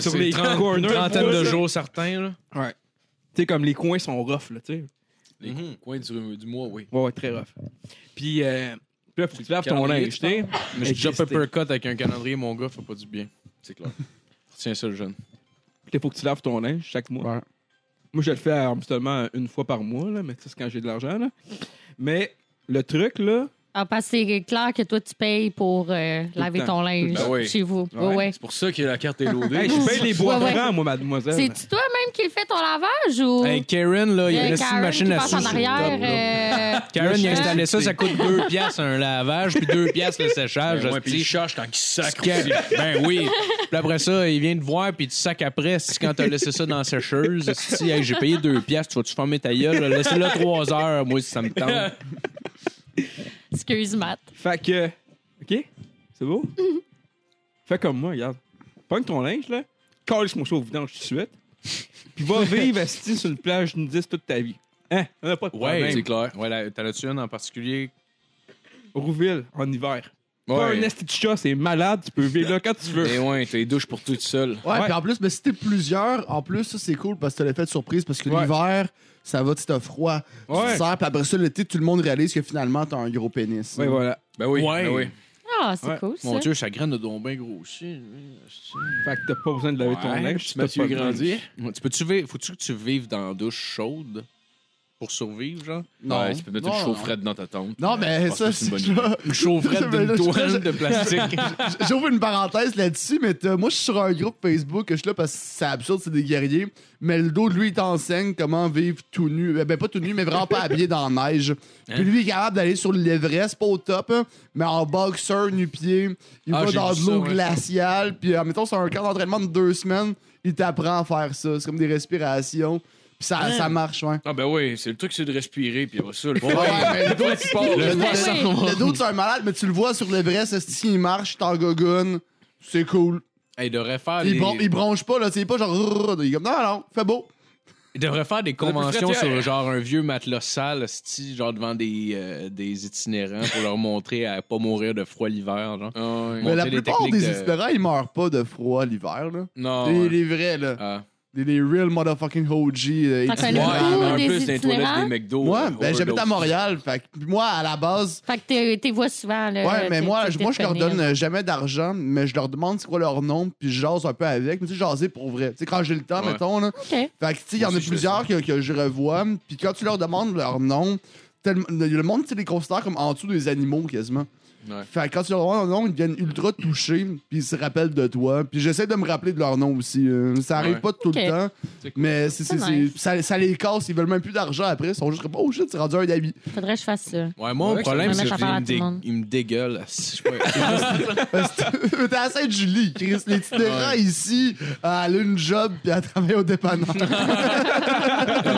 [SPEAKER 3] Sur
[SPEAKER 4] c'est
[SPEAKER 3] les
[SPEAKER 4] trente-
[SPEAKER 3] corners.
[SPEAKER 4] Une trentaine
[SPEAKER 3] Ouais,
[SPEAKER 4] de
[SPEAKER 3] ça.
[SPEAKER 4] jours certains, là.
[SPEAKER 3] Tu sais, comme les coins sont rough, là, tu sais.
[SPEAKER 2] Les coins du, du mois, oui.
[SPEAKER 3] Mhm. Ouais, ouais, très rough. Puis, euh, puis là, faut que tu laves ton
[SPEAKER 2] Calendrier,
[SPEAKER 3] linge, tu sais.
[SPEAKER 4] Mais j'ai déjà
[SPEAKER 3] Exister.
[SPEAKER 4] uppercut avec un calendrier, mon gars, fait pas du bien.
[SPEAKER 2] C'est clair.
[SPEAKER 4] Tiens ça, le jeune.
[SPEAKER 3] Puis là, faut que tu laves ton linge chaque mois.
[SPEAKER 5] Ouais.
[SPEAKER 3] Moi, je le fais euh, seulement une fois par mois, là, mais tu sais, c'est quand j'ai de l'argent, là. Mais le truc, là,
[SPEAKER 6] Ah, parce que c'est clair que toi, tu payes pour euh, laver
[SPEAKER 3] temps.
[SPEAKER 6] ton linge
[SPEAKER 2] Ben oui.
[SPEAKER 6] chez vous.
[SPEAKER 3] Ouais.
[SPEAKER 6] Ouais, ouais.
[SPEAKER 2] C'est pour ça que la carte est loadée.
[SPEAKER 3] hey, je paye les bois
[SPEAKER 6] Ouais, ouais.
[SPEAKER 3] francs, moi, mademoiselle.
[SPEAKER 6] C'est-tu toi-même qui le fait ton lavage ou.
[SPEAKER 4] Hey, Ben, Karen, là, Euh, il
[SPEAKER 6] Euh,
[SPEAKER 4] reste une
[SPEAKER 6] Karen
[SPEAKER 4] machine
[SPEAKER 6] qui
[SPEAKER 4] à
[SPEAKER 6] passe
[SPEAKER 4] sous.
[SPEAKER 6] en
[SPEAKER 4] sur le top, là. <laughs>
[SPEAKER 6] arrière. euh,
[SPEAKER 4] Karen, il
[SPEAKER 6] Machine
[SPEAKER 4] a installé ça, ça coûte 2 piastres un lavage, puis 2 piastres le séchage.
[SPEAKER 2] Ben, Ouais, puis il
[SPEAKER 4] hostie.
[SPEAKER 2] cherche quand il sac.
[SPEAKER 4] Scan. ben oui. Puis après ça, il vient te voir, puis tu sacs après. Si quand t'as laissé ça dans la sécheuse, si hey, j'ai payé 2 piastres, tu vas-tu fermer ta gueule? Laissez-le 3 heures, moi, si ça me tente.
[SPEAKER 6] Excuse, Matt.
[SPEAKER 3] Fait que. OK? C'est beau?
[SPEAKER 6] Mm-hmm.
[SPEAKER 3] Fais comme moi, regarde. Pogne ton linge, là. Colle mon chaud au vidange tout de suite. Puis va vivre assis sur une plage nudiste toute ta vie. Hein? On a pas de problème.
[SPEAKER 4] c'est clair. Ouais, là, t'en as-tu une en particulier?
[SPEAKER 3] Rouville, en hiver. Pas un
[SPEAKER 2] Ouais.
[SPEAKER 3] esti de chat, c'est malade, tu peux vivre là quand tu veux.
[SPEAKER 2] Mais ouais, t'as les douches pour toute seule.
[SPEAKER 5] Ouais,
[SPEAKER 3] Ouais.
[SPEAKER 5] puis en plus, mais si t'es plusieurs, en plus, ça c'est cool parce que t'as l'effet de surprise parce que
[SPEAKER 3] Ouais.
[SPEAKER 5] l'hiver, ça va, tu t'as froid, tu
[SPEAKER 3] Ouais.
[SPEAKER 5] te sers, puis après ça, l'été, tout le monde réalise que finalement, t'as un gros pénis.
[SPEAKER 3] Ouais, voilà.
[SPEAKER 2] Ben oui.
[SPEAKER 4] Ouais.
[SPEAKER 2] Ben oui.
[SPEAKER 6] Ah, c'est
[SPEAKER 3] Ouais.
[SPEAKER 6] cool, ça.
[SPEAKER 4] Mon Dieu, sa graine de don bien grossi.
[SPEAKER 3] Fait que t'as pas besoin de laver ton
[SPEAKER 2] Ouais,
[SPEAKER 3] linge.
[SPEAKER 2] puis
[SPEAKER 3] t'as pas
[SPEAKER 2] Mathieu
[SPEAKER 3] de linge.
[SPEAKER 2] grandit.
[SPEAKER 4] Tu peux-tu vivre? Faut-tu que tu vives dans la douche chaude pour survivre, genre?
[SPEAKER 5] Non.
[SPEAKER 2] Ouais, tu peux mettre
[SPEAKER 5] Non,
[SPEAKER 2] une
[SPEAKER 5] non.
[SPEAKER 2] chaufferette dans ta tente.
[SPEAKER 5] Non, mais
[SPEAKER 2] Je pense
[SPEAKER 5] ça,
[SPEAKER 2] que c'est une
[SPEAKER 5] c'est
[SPEAKER 2] bonne
[SPEAKER 5] là.
[SPEAKER 4] Une chaufferette
[SPEAKER 5] <laughs> Mais là, je-
[SPEAKER 4] d'une toile de plastique.
[SPEAKER 5] J'ouvre une parenthèse là-dessus, mais t'as- moi, je suis sur un groupe Facebook que je suis là parce que c'est absurde, c'est des guerriers. Mais le dos, lui, il t'enseigne comment vivre tout nu. Eh Ben, pas tout nu, mais vraiment pas habillé dans la neige.
[SPEAKER 4] Hein?
[SPEAKER 5] Puis lui, il est capable d'aller sur l'Everest, pas au top, hein, mais en boxeur, nu-pied. Il
[SPEAKER 4] Ah,
[SPEAKER 5] va
[SPEAKER 4] j'ai
[SPEAKER 5] dans
[SPEAKER 4] vu
[SPEAKER 5] de l'eau
[SPEAKER 4] ça, ouais.
[SPEAKER 5] glaciale. Puis, euh, mettons, sur un camp d'entraînement de deux semaines, il t'apprend à faire ça. C'est comme des respirations. Puis ça,
[SPEAKER 4] Hein?
[SPEAKER 5] ça marche, ouais.
[SPEAKER 2] Ah ben oui, c'est le truc c'est de respirer puis après ça le
[SPEAKER 5] Ouais, mais le dos,
[SPEAKER 2] tu pars,
[SPEAKER 5] le,
[SPEAKER 2] là.
[SPEAKER 5] dos-
[SPEAKER 6] poisson.
[SPEAKER 5] le dos, c'est un malade, mais tu le vois sur l'Everest, si il marche, il t'en gogoune. C'est cool.
[SPEAKER 4] <laughs> Hey, il devrait faire
[SPEAKER 5] Il,
[SPEAKER 4] des-
[SPEAKER 5] bron- il bronche pas, là. C'est pas genre. rrrr, Il est comme, non, non, fait beau.
[SPEAKER 4] Il devrait faire des conventions
[SPEAKER 2] plus frais,
[SPEAKER 4] sur
[SPEAKER 2] tiens.
[SPEAKER 4] genre un vieux matelas sale, esti, genre devant des, euh, des itinérants pour leur montrer à pas mourir de froid l'hiver. Genre.
[SPEAKER 2] Ah, ouais.
[SPEAKER 5] Mais la
[SPEAKER 4] les
[SPEAKER 5] plupart
[SPEAKER 4] techniques
[SPEAKER 5] des
[SPEAKER 4] de-
[SPEAKER 5] itinérants, ils meurent pas de froid l'hiver, là.
[SPEAKER 2] Non.
[SPEAKER 5] les,
[SPEAKER 2] ouais.
[SPEAKER 5] les vrais, là.
[SPEAKER 4] Ah.
[SPEAKER 5] Les, les real motherfucking OG. euh,
[SPEAKER 6] Fait que
[SPEAKER 2] Ouais, mais
[SPEAKER 5] itinérants.
[SPEAKER 2] en plus, dans
[SPEAKER 6] Des
[SPEAKER 2] les toilettes
[SPEAKER 6] itinérants.
[SPEAKER 2] des McDo.
[SPEAKER 5] Moi,
[SPEAKER 2] euh,
[SPEAKER 5] ben, j'habite à
[SPEAKER 2] overdose.
[SPEAKER 5] Montréal. Fait que puis moi, à la base.
[SPEAKER 6] Fait que t'es- t'es vois souvent. Là,
[SPEAKER 5] Ouais, mais
[SPEAKER 6] t'es-
[SPEAKER 5] moi,
[SPEAKER 6] t'es-
[SPEAKER 5] je- moi je leur
[SPEAKER 6] t'es
[SPEAKER 5] donne euh, jamais d'argent, mais je leur demande c'est quoi leur nom, puis je jase un peu avec. Mais tu sais, jaser pour vrai. Tu sais, quand j'ai le temps,
[SPEAKER 4] Ouais.
[SPEAKER 5] mettons, là.
[SPEAKER 6] OK.
[SPEAKER 5] Fait que, tu sais, il y en
[SPEAKER 2] Moi
[SPEAKER 5] a
[SPEAKER 2] aussi, je fais
[SPEAKER 5] plusieurs que, que je revois. Puis quand tu leur demandes leur nom, tellement- le le monde, tu sais, les considère comme en dessous des animaux quasiment.
[SPEAKER 4] Ouais.
[SPEAKER 5] Fait que quand tu leur demandes leur nom, ils deviennent ultra touchés. Puis ils se rappellent de toi. Puis j'essaie de me rappeler de leur nom aussi. euh, ça arrive
[SPEAKER 4] Ouais.
[SPEAKER 5] pas tout
[SPEAKER 6] Ok.
[SPEAKER 5] le temps. Mais c'est, c'est-
[SPEAKER 6] C'est
[SPEAKER 5] c'est-
[SPEAKER 6] nice.
[SPEAKER 5] ça, ça les casse. Ils veulent même plus d'argent après. Ils sont juste comme, oh shit, c'est rendu un ami.
[SPEAKER 6] Faudrait que je fasse ça.
[SPEAKER 4] Ouais, moi,
[SPEAKER 2] Ouais,
[SPEAKER 4] mon
[SPEAKER 2] que
[SPEAKER 4] problème,
[SPEAKER 6] ça
[SPEAKER 4] c'est
[SPEAKER 6] me met
[SPEAKER 4] qu'il
[SPEAKER 6] à
[SPEAKER 4] me,
[SPEAKER 6] part à tout le
[SPEAKER 4] dé-
[SPEAKER 6] monde.
[SPEAKER 4] il me dégueule. esti, <laughs> je sais pas.
[SPEAKER 5] Mais <laughs> T'es à Sainte-Julie, Chris. Les itinérants ici, elle a une job. Puis elle travaille au dépanneur.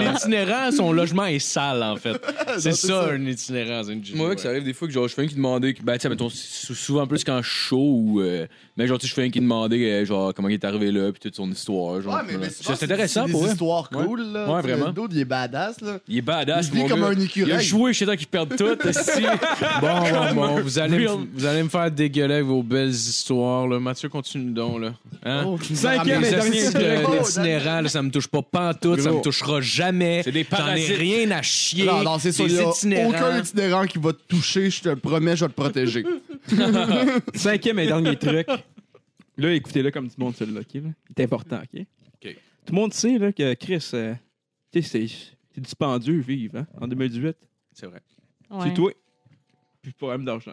[SPEAKER 4] L'itinérant, son logement est sale, en fait. C'est
[SPEAKER 5] c'est
[SPEAKER 4] ça,
[SPEAKER 5] ça.
[SPEAKER 4] un itinérant. c'est une
[SPEAKER 2] Moi, que ça arrive des fois que genre, je fais un qui demandait, que- ben, tu sais, mettons, sou- souvent plus quand je suis chaud ou, euh, mais genre, tu sais, je fais un qui demandait, euh, genre, comment il est arrivé là, puis toute son histoire, genre.
[SPEAKER 5] Ouais, mais, mais
[SPEAKER 2] voilà.
[SPEAKER 5] souvent,
[SPEAKER 2] c'est intéressant
[SPEAKER 5] c'est
[SPEAKER 2] pour
[SPEAKER 5] des
[SPEAKER 2] eux.
[SPEAKER 5] histoires cool, là.
[SPEAKER 2] Ouais,
[SPEAKER 5] Tu sais,
[SPEAKER 2] vraiment.
[SPEAKER 5] Le dude, il est badass, là.
[SPEAKER 2] Il est badass,
[SPEAKER 5] Il vit
[SPEAKER 2] mon
[SPEAKER 5] comme
[SPEAKER 2] gars.
[SPEAKER 5] un
[SPEAKER 2] Il a
[SPEAKER 5] écureuil.
[SPEAKER 2] joué chez toi qui perdent
[SPEAKER 5] <laughs>
[SPEAKER 2] tout, esti. <laughs>
[SPEAKER 4] Bon, bon, bon, vous allez,
[SPEAKER 2] Real.
[SPEAKER 4] me- vous allez me faire dégueuler avec vos belles histoires. Là. Mathieu, continue donc. Là. Hein?
[SPEAKER 5] Oh, tu nous as
[SPEAKER 3] Cinquième
[SPEAKER 5] ramené
[SPEAKER 4] Les
[SPEAKER 3] et
[SPEAKER 5] ça.
[SPEAKER 3] dernier
[SPEAKER 4] astuces
[SPEAKER 5] Oh,
[SPEAKER 4] de-
[SPEAKER 5] Dan-
[SPEAKER 4] d'itinérants, là, ça me touche pas pantoute, ça
[SPEAKER 2] Gros.
[SPEAKER 4] me touchera jamais.
[SPEAKER 2] C'est des
[SPEAKER 4] J'en ai
[SPEAKER 2] parasites.
[SPEAKER 4] rien à chier.
[SPEAKER 5] Non, non, c'est ça.
[SPEAKER 4] Les
[SPEAKER 5] il y a
[SPEAKER 4] itinérants.
[SPEAKER 5] Aucun itinérant qui va te toucher, je te le promets, je vais te protéger.
[SPEAKER 3] Cinquième et dernier truc. Là, écoutez-le comme du monde, celui-là, OK? Là. Il est important, OK?
[SPEAKER 4] OK.
[SPEAKER 3] Tout le monde sait là, que Chris, euh, tu sais, c'est- C'est dispendieux vivre, hein, en 2018.
[SPEAKER 4] C'est vrai.
[SPEAKER 6] Ouais.
[SPEAKER 3] C'est toi. Puis problème d'argent.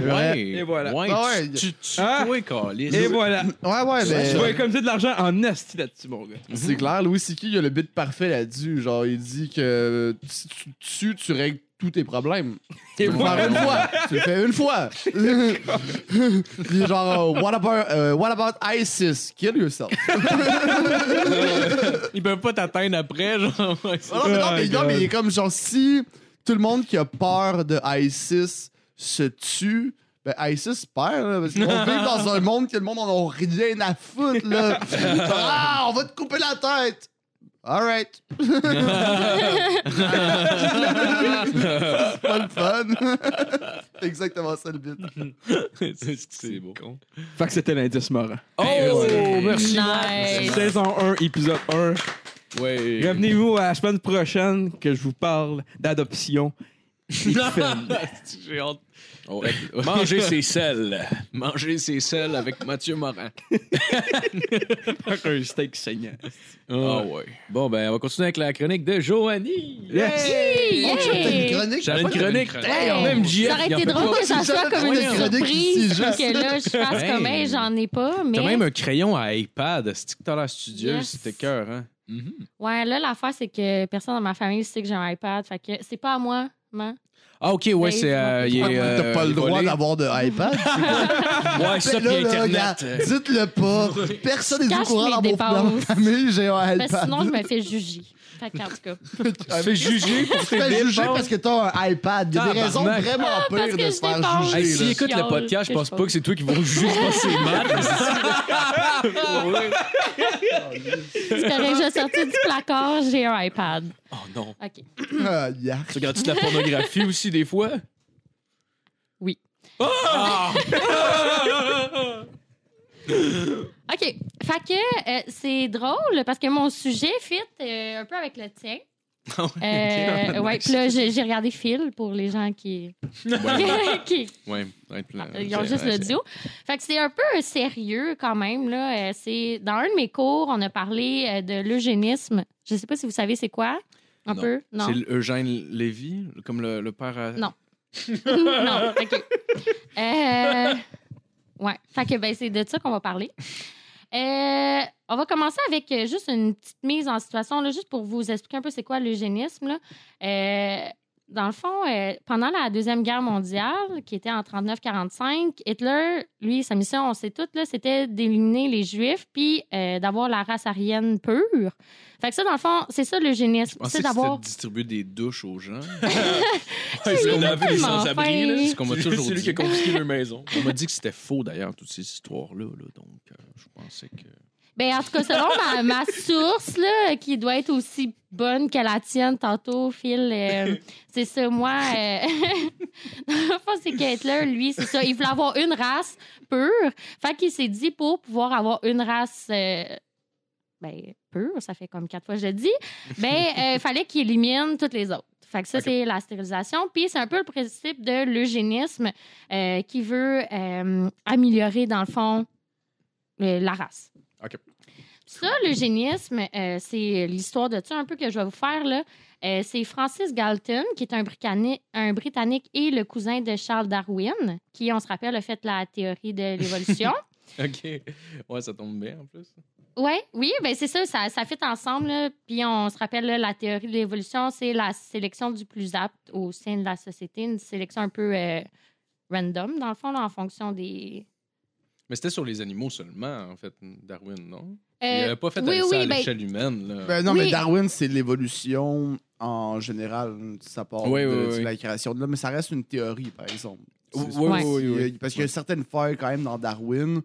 [SPEAKER 5] Ouais.
[SPEAKER 3] Et voilà.
[SPEAKER 4] Ouais,
[SPEAKER 5] Ouais. Hein?
[SPEAKER 4] tu, tu, tu,
[SPEAKER 3] Ah.
[SPEAKER 4] toi, câlisse.
[SPEAKER 3] Et voilà.
[SPEAKER 5] Ouais, ouais,
[SPEAKER 3] Tu vas
[SPEAKER 5] mais
[SPEAKER 3] économiser de l'argent en esti là-dessus, mon gars.
[SPEAKER 5] c'est clair. Louis C.K., il y a le but parfait là-dessus. Genre, il dit que si tu tues, tu règles tous tes problèmes.
[SPEAKER 3] Et
[SPEAKER 5] Tu le fais une fois. Tu le fais une <laughs> fois. Puis genre, euh, what about, euh, what about ISIS? Kill yourself.
[SPEAKER 4] Ils peuvent pas t'atteindre après, genre. ouais, c'est-
[SPEAKER 5] Non, mais non, mais,
[SPEAKER 3] Oh,
[SPEAKER 5] non, mais il est
[SPEAKER 3] God.
[SPEAKER 5] comme genre si tout le monde qui a peur de ISIS se tue. Ben, ISIS perd, là, parce qu'on vit dans un monde que le monde en a rien à foutre, là. Ah, on va te couper la tête! Alright. <laughs> C'est pas le fun. C'est exactement ça le but.
[SPEAKER 4] c'est- C'est beau.
[SPEAKER 3] Fait que c'était l'indice marrant.
[SPEAKER 2] Oh, merci.
[SPEAKER 6] Nice.
[SPEAKER 3] Saison 1, épisode 1.
[SPEAKER 4] Ouais.
[SPEAKER 3] Revenez-vous à la semaine prochaine que je vous parle
[SPEAKER 5] <laughs>
[SPEAKER 3] d'adoption.
[SPEAKER 4] <laughs> J'ai hâte.
[SPEAKER 2] Manger ses selles.
[SPEAKER 4] Manger ses selles avec Mathieu Morin.
[SPEAKER 3] un steak saignant.
[SPEAKER 4] Ah ouais.
[SPEAKER 2] Bon, ben, on va continuer avec la chronique de Joanie.
[SPEAKER 5] Oh, j'avais une chronique.
[SPEAKER 2] J'avais une
[SPEAKER 5] Moi,
[SPEAKER 2] chronique.
[SPEAKER 6] Hey,
[SPEAKER 2] Hey, même JF,
[SPEAKER 6] ça aurait
[SPEAKER 2] il en
[SPEAKER 6] été
[SPEAKER 2] fait
[SPEAKER 6] drôle
[SPEAKER 5] pas.
[SPEAKER 6] que ça
[SPEAKER 5] Si
[SPEAKER 6] soit
[SPEAKER 5] j'avais
[SPEAKER 6] comme une
[SPEAKER 5] trouvé une chronique si
[SPEAKER 6] surprise,
[SPEAKER 5] juste.
[SPEAKER 6] que là, je fasse
[SPEAKER 4] Hey.
[SPEAKER 6] comme, hey, j'en ai pas, mais...
[SPEAKER 4] Ben. T'as même un crayon à iPad, stick dans la studio,
[SPEAKER 6] Yes.
[SPEAKER 4] c'était cœur, hein?
[SPEAKER 6] Ouais, là, l'affaire, c'est que personne dans ma famille sait que j'ai un iPad, fait que c'est pas à moi, hein. man.
[SPEAKER 4] Ah, ok,
[SPEAKER 6] Ben,
[SPEAKER 4] ouais, c'est. euh,
[SPEAKER 6] ils
[SPEAKER 4] il
[SPEAKER 6] font-
[SPEAKER 4] est, euh,
[SPEAKER 5] T'as pas le
[SPEAKER 4] il est
[SPEAKER 5] droit
[SPEAKER 4] volé.
[SPEAKER 5] d'avoir de iPad.
[SPEAKER 2] Ouais, ça, puis
[SPEAKER 5] Là, là,
[SPEAKER 2] Internet. euh?
[SPEAKER 5] regarde,
[SPEAKER 2] <laughs>
[SPEAKER 5] Dites-le pas. Personne n'est au
[SPEAKER 6] Cache
[SPEAKER 5] courant
[SPEAKER 6] mes
[SPEAKER 5] dans mon
[SPEAKER 6] dépenses.
[SPEAKER 5] dans ma famille. J'ai un
[SPEAKER 6] Parce que
[SPEAKER 5] iPad.
[SPEAKER 6] sinon, je me fais juger. Fait qu'en tout cas,
[SPEAKER 2] Tu te fais juger pour
[SPEAKER 5] Tu te
[SPEAKER 2] tes
[SPEAKER 5] fais juger
[SPEAKER 2] dépenses.
[SPEAKER 5] parce que t'as un iPad. Il y a des raisons
[SPEAKER 2] Tabarnak.
[SPEAKER 5] vraiment
[SPEAKER 6] Ah, parce
[SPEAKER 5] pires
[SPEAKER 6] que
[SPEAKER 5] de
[SPEAKER 6] je
[SPEAKER 5] se faire
[SPEAKER 6] dépense.
[SPEAKER 5] juger.
[SPEAKER 2] Hey,
[SPEAKER 5] là.
[SPEAKER 2] S'il écoute le
[SPEAKER 6] Chiale,
[SPEAKER 2] podcast, je
[SPEAKER 6] que
[SPEAKER 2] pense
[SPEAKER 6] je
[SPEAKER 2] pas
[SPEAKER 6] parle.
[SPEAKER 2] que c'est toi qui vont juger, je pense que c'est
[SPEAKER 4] <laughs>
[SPEAKER 2] Matt.
[SPEAKER 6] c'est correct, j'ai sorti du placard, j'ai un iPad.
[SPEAKER 2] oh non.
[SPEAKER 6] OK.
[SPEAKER 5] Ah, yark.
[SPEAKER 2] Tu regardes-tu de la pornographie aussi des fois?
[SPEAKER 6] Oui. OK. Fait que euh, c'est drôle parce que mon sujet fit euh, un peu avec le tien.
[SPEAKER 4] Ah <laughs>
[SPEAKER 6] Euh, ouais, puis là, j'ai j'ai regardé Phil pour les gens qui, <laughs> qui,
[SPEAKER 4] Ouais, ouais, plein-
[SPEAKER 6] Ah, Ils ont
[SPEAKER 4] c'est-
[SPEAKER 6] juste
[SPEAKER 4] ouais,
[SPEAKER 6] le duo. Fait que c'est un peu sérieux quand même. Là. Euh, c'est... Dans un de mes cours, on a parlé euh, de l'eugénisme. Je sais pas si vous savez c'est quoi. Un
[SPEAKER 4] Non.
[SPEAKER 6] peu? Non.
[SPEAKER 4] C'est Eugène Lévy, comme le, le père. à-
[SPEAKER 6] Non. non. OK. Euh, Ouais. Fait que ben, c'est de ça qu'on va parler. Euh, on va commencer avec euh, juste une petite mise en situation, là, juste pour vous expliquer un peu c'est quoi l'eugénisme. là. Euh, dans le fond, euh, pendant la Deuxième Guerre mondiale, qui était en 39-45, Hitler, lui, sa mission, on le sait toutes, là, c'était d'éliminer les Juifs puis euh, d'avoir la race aryenne pure. Fait que ça, dans le fond, c'est ça l'eugénisme.
[SPEAKER 4] Je pensais
[SPEAKER 6] C'est
[SPEAKER 4] que c'était
[SPEAKER 6] d'avoir.
[SPEAKER 4] de distribuer des douches
[SPEAKER 6] <laughs>
[SPEAKER 4] aux gens.
[SPEAKER 2] Ouais,
[SPEAKER 6] il
[SPEAKER 2] c'est
[SPEAKER 6] est
[SPEAKER 2] la vie des
[SPEAKER 6] tellement
[SPEAKER 2] sans-abri, là.
[SPEAKER 6] fin.
[SPEAKER 4] Ce qu'on m'a
[SPEAKER 2] C'est
[SPEAKER 4] toujours
[SPEAKER 2] lui
[SPEAKER 4] dit.
[SPEAKER 2] qui a confisqué leur maison.
[SPEAKER 4] On m'a dit que c'était faux, d'ailleurs, toutes ces histoires-là. là, donc, euh, je pensais que.
[SPEAKER 6] Ben, en tout cas, selon ma, ma source, là, qui doit être aussi bonne que la tienne tantôt, Phil, euh, c'est ça, moi. Euh... <laughs> dans le fond, c'est qu'Hitler, lui, c'est ça. Il voulait avoir une race pure. Fait qu'il s'est dit pour pouvoir avoir une race. euh, Ben, pure, ça fait comme quatre fois que je le dis. Ben, euh, fallait qu'il élimine toutes les autres. Fait que ça, c'est la stérilisation. Puis c'est un peu le principe de l'eugénisme euh, qui veut euh, améliorer, dans le fond, euh, la race. Ça, l'eugénisme, euh, c'est l'histoire de ça un peu que je vais vous faire. là. Euh, c'est Francis Galton, qui est un Britannique, un Britannique et le cousin de Charles Darwin, qui, on se rappelle, a fait la théorie de l'évolution.
[SPEAKER 4] <laughs> OK. Ouais, ça tombe bien, en plus.
[SPEAKER 6] Ouais, oui, ben c'est ça, ça, ça fit ensemble. là. Puis on se rappelle là, la théorie de l'évolution, c'est la sélection du plus apte au sein de la société, une sélection un peu euh, random, dans le fond, là, en fonction des.
[SPEAKER 4] Mais c'était sur les animaux seulement, en fait, Darwin, non?
[SPEAKER 6] Euh,
[SPEAKER 4] Il n'avait pas fait
[SPEAKER 6] oui,
[SPEAKER 4] ça à
[SPEAKER 6] oui, ben-
[SPEAKER 4] l'échelle humaine, là.
[SPEAKER 5] Ben non,
[SPEAKER 6] Oui.
[SPEAKER 5] mais Darwin, c'est l'évolution en général. Ça part
[SPEAKER 4] Oui,
[SPEAKER 5] de,
[SPEAKER 4] oui,
[SPEAKER 5] de
[SPEAKER 4] oui.
[SPEAKER 5] la création de l'homme, mais ça reste une théorie, par exemple. C'est-
[SPEAKER 4] Oui,
[SPEAKER 5] c'est-
[SPEAKER 4] oui,
[SPEAKER 6] Ouais.
[SPEAKER 4] oui, oui.
[SPEAKER 5] Parce qu'il y a certaines failles quand même dans Darwin,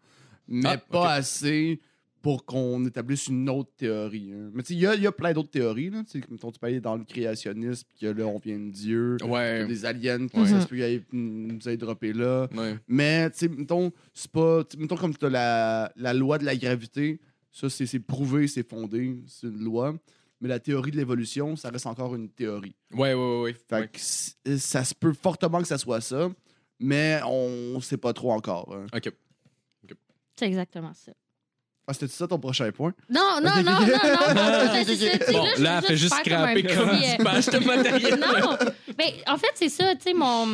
[SPEAKER 5] mais
[SPEAKER 4] Ah,
[SPEAKER 5] pas assez pour qu'on établisse une autre théorie. hein. Mais tu sais, il y a, il y a plein d'autres théories. Là, tu sais, comme tu parlais dans le créationnisme, puis que là, on vient de Dieu, qu'il y a
[SPEAKER 4] Ouais. Mhm.
[SPEAKER 5] des aliens, qui
[SPEAKER 6] Ouais.
[SPEAKER 5] ça se peut qu'ils aient- nous aient droppé là.
[SPEAKER 4] ouais.
[SPEAKER 5] Mais, tu sais, mettons, c'est pas. tu sais, Mettons, comme t'as la, la loi de la gravité, ça, c'est c'est prouvé, c'est fondé, c'est une loi. Mais la théorie de l'évolution, ça reste encore une théorie.
[SPEAKER 4] Ouais, ouais, ouais, ouais.
[SPEAKER 5] Fait que c- ça se peut fortement que ça soit ça, mais on sait pas trop encore. hein.
[SPEAKER 4] OK.
[SPEAKER 6] C'est exactement ça.
[SPEAKER 5] Ah, c'était ça ton prochain point?
[SPEAKER 6] Non, non, non, non, non.
[SPEAKER 4] <laughs>
[SPEAKER 6] C'est- c'est- c'est- c'est-
[SPEAKER 4] Bon,
[SPEAKER 6] là, je
[SPEAKER 4] là,
[SPEAKER 6] veux
[SPEAKER 4] elle fait juste
[SPEAKER 6] faire comme un
[SPEAKER 4] scraper
[SPEAKER 6] <laughs>
[SPEAKER 4] comme
[SPEAKER 6] petit, euh,
[SPEAKER 4] du patch de
[SPEAKER 6] <laughs>
[SPEAKER 4] matériel.
[SPEAKER 6] Non, mais en fait, c'est ça, tu sais, mon,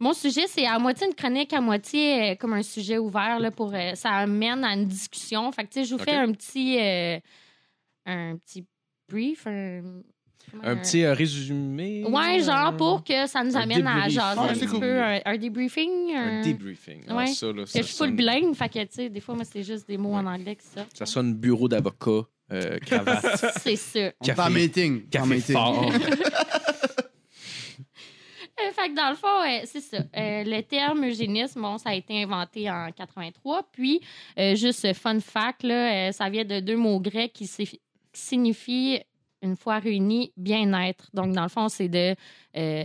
[SPEAKER 6] mon sujet, c'est à moitié une chronique, à moitié euh, comme un sujet ouvert, là, pour, euh, ça amène à une discussion. Fait que, tu sais, je vous fais un petit, euh, un petit brief, un... comment,
[SPEAKER 4] Un petit euh, résumé.
[SPEAKER 6] Ouais, genre pour que ça nous
[SPEAKER 4] un
[SPEAKER 6] amène à
[SPEAKER 4] débrief.
[SPEAKER 6] jaser
[SPEAKER 5] Ah,
[SPEAKER 6] un
[SPEAKER 5] c'est
[SPEAKER 6] petit
[SPEAKER 5] cool.
[SPEAKER 6] peu, un, un debriefing,
[SPEAKER 4] Un
[SPEAKER 6] un...
[SPEAKER 4] debriefing. Ah,
[SPEAKER 6] Ouais.
[SPEAKER 4] ça, là,
[SPEAKER 6] Parce que
[SPEAKER 4] ça
[SPEAKER 6] je suis full
[SPEAKER 4] sonne-
[SPEAKER 6] bilingue, fait que, tu sais, des fois, moi, c'est juste des mots en anglais qui sortent.
[SPEAKER 4] Ça sonne bureau d'avocat, euh,
[SPEAKER 6] <laughs>
[SPEAKER 4] cravate,
[SPEAKER 6] C'est sûr.
[SPEAKER 5] On est en
[SPEAKER 4] Café.
[SPEAKER 5] meeting. en
[SPEAKER 4] café
[SPEAKER 5] meeting.
[SPEAKER 4] fort.
[SPEAKER 6] Euh, fait que dans le fond, euh, c'est ça. Euh, le terme eugénisme, bon, ça a été inventé en 83. Puis, euh, juste euh, fun fact, là, euh, ça vient de deux mots grecs qui, si- qui signifient, une fois réunis, bien-être. Donc, dans le fond, c'est de, euh,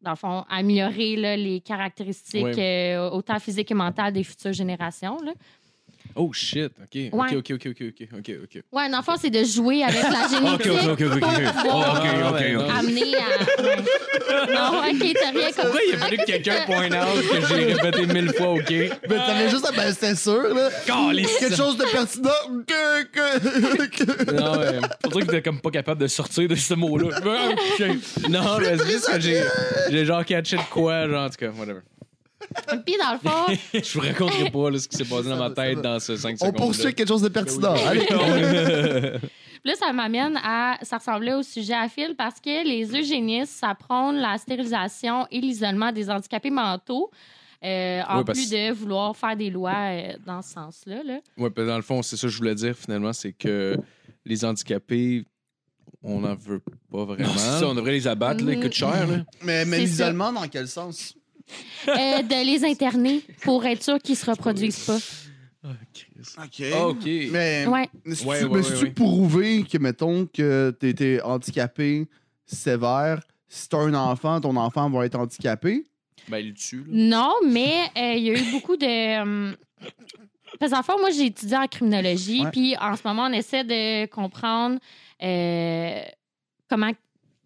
[SPEAKER 6] dans le fond, améliorer là, les caractéristiques euh, autant physiques et mentales des futures générations. Là.
[SPEAKER 4] Oh shit, ok.
[SPEAKER 6] Ouais.
[SPEAKER 4] Ok, ok, ok, ok, ok, ok, ok.
[SPEAKER 6] Ouais, dans le fond, c'est de jouer avec la génétique pour
[SPEAKER 4] Ah,
[SPEAKER 6] pouvoir
[SPEAKER 4] ok, ok.
[SPEAKER 6] amener à... Ouais. Non, OK, t'as rien compris.
[SPEAKER 4] il a fallu que quelqu'un point out que j'ai répété mille fois, ok?
[SPEAKER 5] <laughs> Mais t'avais juste à. Ben, c'était sûr, là. Quelque chose de pertinent.
[SPEAKER 4] <laughs>
[SPEAKER 5] Que- que- que-
[SPEAKER 4] Non, mais,
[SPEAKER 2] Pour dire que t'es comme pas capable de sortir de ce
[SPEAKER 4] <laughs>
[SPEAKER 2] mot-là. Ah, ok.
[SPEAKER 4] non, mais c'est juste que j'ai, j'ai genre catché de quoi, genre, en tout cas, whatever.
[SPEAKER 6] Puis, dans le fond,
[SPEAKER 4] Je vous raconterai pas là, ce qui s'est passé dans ma
[SPEAKER 5] va, ça
[SPEAKER 4] tête
[SPEAKER 5] va.
[SPEAKER 4] dans ce 5 secondes.
[SPEAKER 5] On poursuit quelque chose de
[SPEAKER 4] Ben
[SPEAKER 5] pertinent. Allez,
[SPEAKER 6] Là, ça m'amène à. Ça ressemblait au sujet à fil parce que les eugénistes, ça prône la stérilisation et l'isolement des handicapés mentaux. euh, en
[SPEAKER 4] Oui, parce-
[SPEAKER 6] plus de vouloir faire des lois euh, dans ce sens-là. là.
[SPEAKER 4] Ouais, ben, dans le fond, c'est ça que je voulais dire finalement, c'est que les handicapés, on n'en veut pas vraiment.
[SPEAKER 2] Non, c'est ça, on devrait les abattre, là. Ils coûtent cher, là.
[SPEAKER 5] mais mais
[SPEAKER 6] C'est
[SPEAKER 5] l'isolement, dans quel sens?
[SPEAKER 6] Euh, de les interner pour être sûr qu'ils se reproduisent pas.
[SPEAKER 5] OK.
[SPEAKER 4] Ah, OK.
[SPEAKER 5] Mais
[SPEAKER 6] Ouais.
[SPEAKER 5] si
[SPEAKER 4] Ouais,
[SPEAKER 5] tu,
[SPEAKER 4] ouais,
[SPEAKER 5] mais
[SPEAKER 4] ouais,
[SPEAKER 5] si tu
[SPEAKER 4] ouais.
[SPEAKER 5] prouver que, mettons, que tu étais handicapé sévère, si t'as un enfant, ton enfant va être handicapé.
[SPEAKER 4] Ben, il le tue, là.
[SPEAKER 6] Non, mais euh, il y a eu beaucoup de. euh, Parce qu'en fait, moi, j'ai étudié en criminologie,
[SPEAKER 5] Ouais.
[SPEAKER 6] puis en ce moment, on essaie de comprendre euh, comment.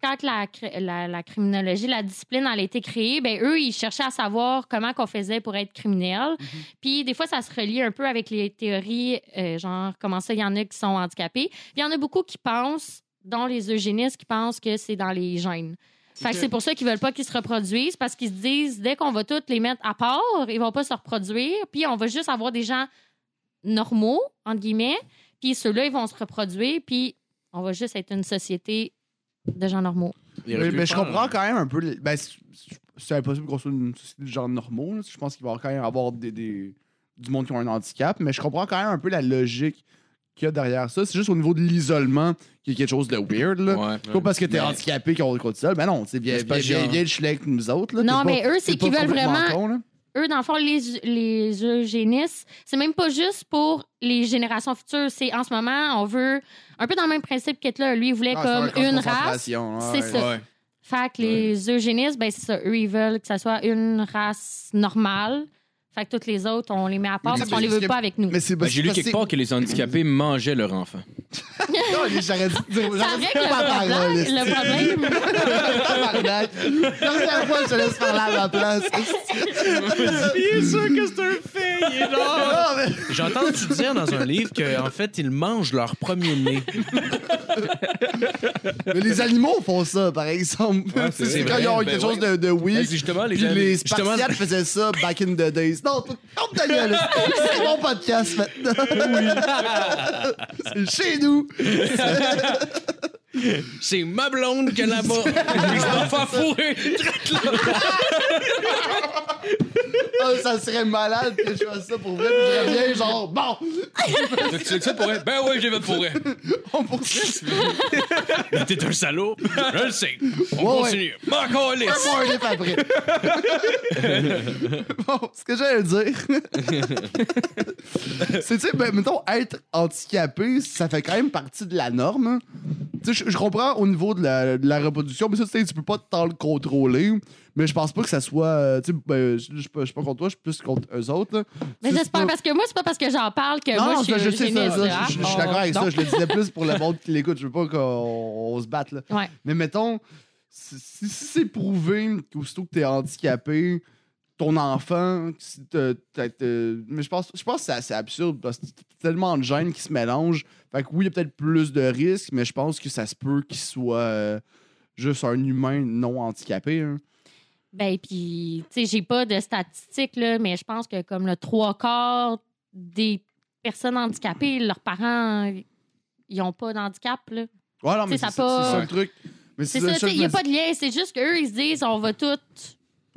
[SPEAKER 6] Quand la, cr- la, la criminologie, la discipline, elle a été créée, ben eux, ils cherchaient à savoir comment qu'on faisait pour être criminel. Puis des fois, ça se relie un peu avec les théories, euh, genre comment ça, il y en a qui sont handicapés. Puis il y en a beaucoup qui pensent, dont les eugénistes, qui pensent que c'est dans les gènes. Fait que c'est pour ça qu'ils veulent pas qu'ils se reproduisent parce qu'ils se disent dès qu'on va tous les mettre à part, ils vont pas se reproduire, puis on va juste avoir des gens normaux entre guillemets, puis ceux-là ils vont se reproduire, puis on va juste être une société de gens normaux.
[SPEAKER 4] Il hein. aurait
[SPEAKER 5] Oui,
[SPEAKER 4] pu
[SPEAKER 5] mais je
[SPEAKER 4] faire,
[SPEAKER 5] comprends
[SPEAKER 4] là.
[SPEAKER 5] quand même un peu. le- Ben, c'est- c'est impossible qu'on soit une société de gens normaux. là. Je pense qu'il va quand même avoir des, des- du monde qui ont un handicap, mais je comprends quand même un peu la logique qu'il y a derrière ça. C'est juste au niveau de l'isolement qu'il y a quelque chose de weird. Là.
[SPEAKER 4] Ouais.
[SPEAKER 5] C'est pas parce que t'es handicapé qu'on qu'on te isole. Ben non, c'est bien,
[SPEAKER 2] Mais c'est pas
[SPEAKER 5] bien, bien,
[SPEAKER 2] genre-
[SPEAKER 5] bien de chiller avec nous autres. Là.
[SPEAKER 6] Non,
[SPEAKER 5] T'es
[SPEAKER 6] mais
[SPEAKER 5] pas-
[SPEAKER 6] eux, c'est
[SPEAKER 5] t'es pas
[SPEAKER 6] qu'ils veulent
[SPEAKER 5] complètement
[SPEAKER 6] vraiment-
[SPEAKER 5] con, là.
[SPEAKER 6] Eux dans le fond les les eugénistes, c'est même pas juste pour les générations futures, c'est en ce moment on veut un peu dans le même principe qu'Hitler, lui il voulait
[SPEAKER 5] Ah,
[SPEAKER 6] comme
[SPEAKER 5] c'est un camp de
[SPEAKER 6] une race.
[SPEAKER 5] concentration,
[SPEAKER 6] c'est
[SPEAKER 5] ouais.
[SPEAKER 6] ça. Fait que les eugénistes, ben c'est ça. Eux, ils veulent que ça soit une race normale. Fait que toutes les autres, on les met à part
[SPEAKER 5] Mais
[SPEAKER 6] parce
[SPEAKER 5] c'est-
[SPEAKER 6] qu'on les
[SPEAKER 5] parce
[SPEAKER 6] veut
[SPEAKER 5] que-
[SPEAKER 6] pas avec nous.
[SPEAKER 5] Mais c'est
[SPEAKER 2] Ben, J'ai lu quelque part que les handicapés mangeaient leurs enfants.
[SPEAKER 5] Non, j'aurais dû dire.
[SPEAKER 6] Ça règle le problème. Le problème.
[SPEAKER 5] Tabarnak. Première fois, je te laisse parler à ma <laughs> place.
[SPEAKER 4] Il est sûr que c'est un fait, il est là.
[SPEAKER 5] Non, mais-
[SPEAKER 4] J'ai entendu dire dans un livre qu'en fait, ils mangent leur premier nez.
[SPEAKER 5] Mais les animaux font ça, par exemple. c'est
[SPEAKER 4] c'est
[SPEAKER 5] quand
[SPEAKER 4] vrai,
[SPEAKER 5] ils ont
[SPEAKER 2] ben
[SPEAKER 5] quelque
[SPEAKER 2] ouais.
[SPEAKER 5] chose de, de
[SPEAKER 2] Ben,
[SPEAKER 5] weak.
[SPEAKER 2] c'est justement, les
[SPEAKER 5] Puis les
[SPEAKER 2] justement-
[SPEAKER 5] Spartiates faisaient ça back in the days. Non, t- ferme ta gueule. C'est mon podcast maintenant. <laughs> c'est chez nous.
[SPEAKER 4] C'est ma blonde que là-bas. Ils se font fourrer.
[SPEAKER 5] Ah, ça serait malade que je fasse ça pour vrai. puis Je reviens genre, bon,
[SPEAKER 2] Tu sais que ça pourrait? Ben oui, j'ai voté pour elle.
[SPEAKER 5] on poursuit.
[SPEAKER 4] T'es un salaud. Je le sais.
[SPEAKER 5] Ouais, ouais.
[SPEAKER 4] Continue.
[SPEAKER 2] Encore les.
[SPEAKER 5] Fais-moi un livre après. bon, ce que j'allais dire, <laughs> c'est, tu sais, ben, mettons, être handicapé, ça fait quand même partie de la norme. hein. Tu sais, je- je comprends au niveau de la, de la reproduction, mais ça, tu sais, tu peux pas tant le contrôler. Mais je pense pas que ça soit. euh, Tu sais, ben, je je suis pas je suis pas contre toi, je suis plus contre eux autres. là. Tu
[SPEAKER 6] Mais
[SPEAKER 5] sais,
[SPEAKER 6] j'espère
[SPEAKER 5] c'est pas-
[SPEAKER 6] parce que moi, c'est pas parce que j'en parle que moi,
[SPEAKER 5] non,
[SPEAKER 6] je suis
[SPEAKER 5] ça, je sais ça.
[SPEAKER 6] eugéniste.
[SPEAKER 5] ça,
[SPEAKER 6] là.
[SPEAKER 5] je, je- je suis d'accord avec
[SPEAKER 6] Ah,
[SPEAKER 5] ça. Je le disais plus pour le monde qui l'écoute. Je veux pas qu'on on se batte. Là.
[SPEAKER 6] Ouais.
[SPEAKER 5] Mais mettons, si, si- si c'est prouvé qu'aussitôt que t'es handicapé, ton enfant, si t'as- t'as- t'as- mais je pense, je pense que c'est assez absurde parce que c'est tellement de gènes qui se mélangent. Fait que oui, il y a peut-être plus de risques, mais je pense que ça se peut qu'il soit euh, juste un humain non handicapé. hein.
[SPEAKER 6] Ben, puis, tu sais, j'ai pas de statistiques, là, mais je pense que comme le trois quarts des personnes handicapées, leurs parents, ils ont pas d'handicap, là.
[SPEAKER 5] Ouais, non, mais c'est
[SPEAKER 6] T'sais, ça
[SPEAKER 5] ça,
[SPEAKER 6] pas-
[SPEAKER 5] c'est ça le truc. Mais
[SPEAKER 6] C'est ça, tu sais,
[SPEAKER 5] je
[SPEAKER 6] il n'y a
[SPEAKER 5] me
[SPEAKER 6] pas de lien. C'est juste qu'eux, ils se disent, on va tout,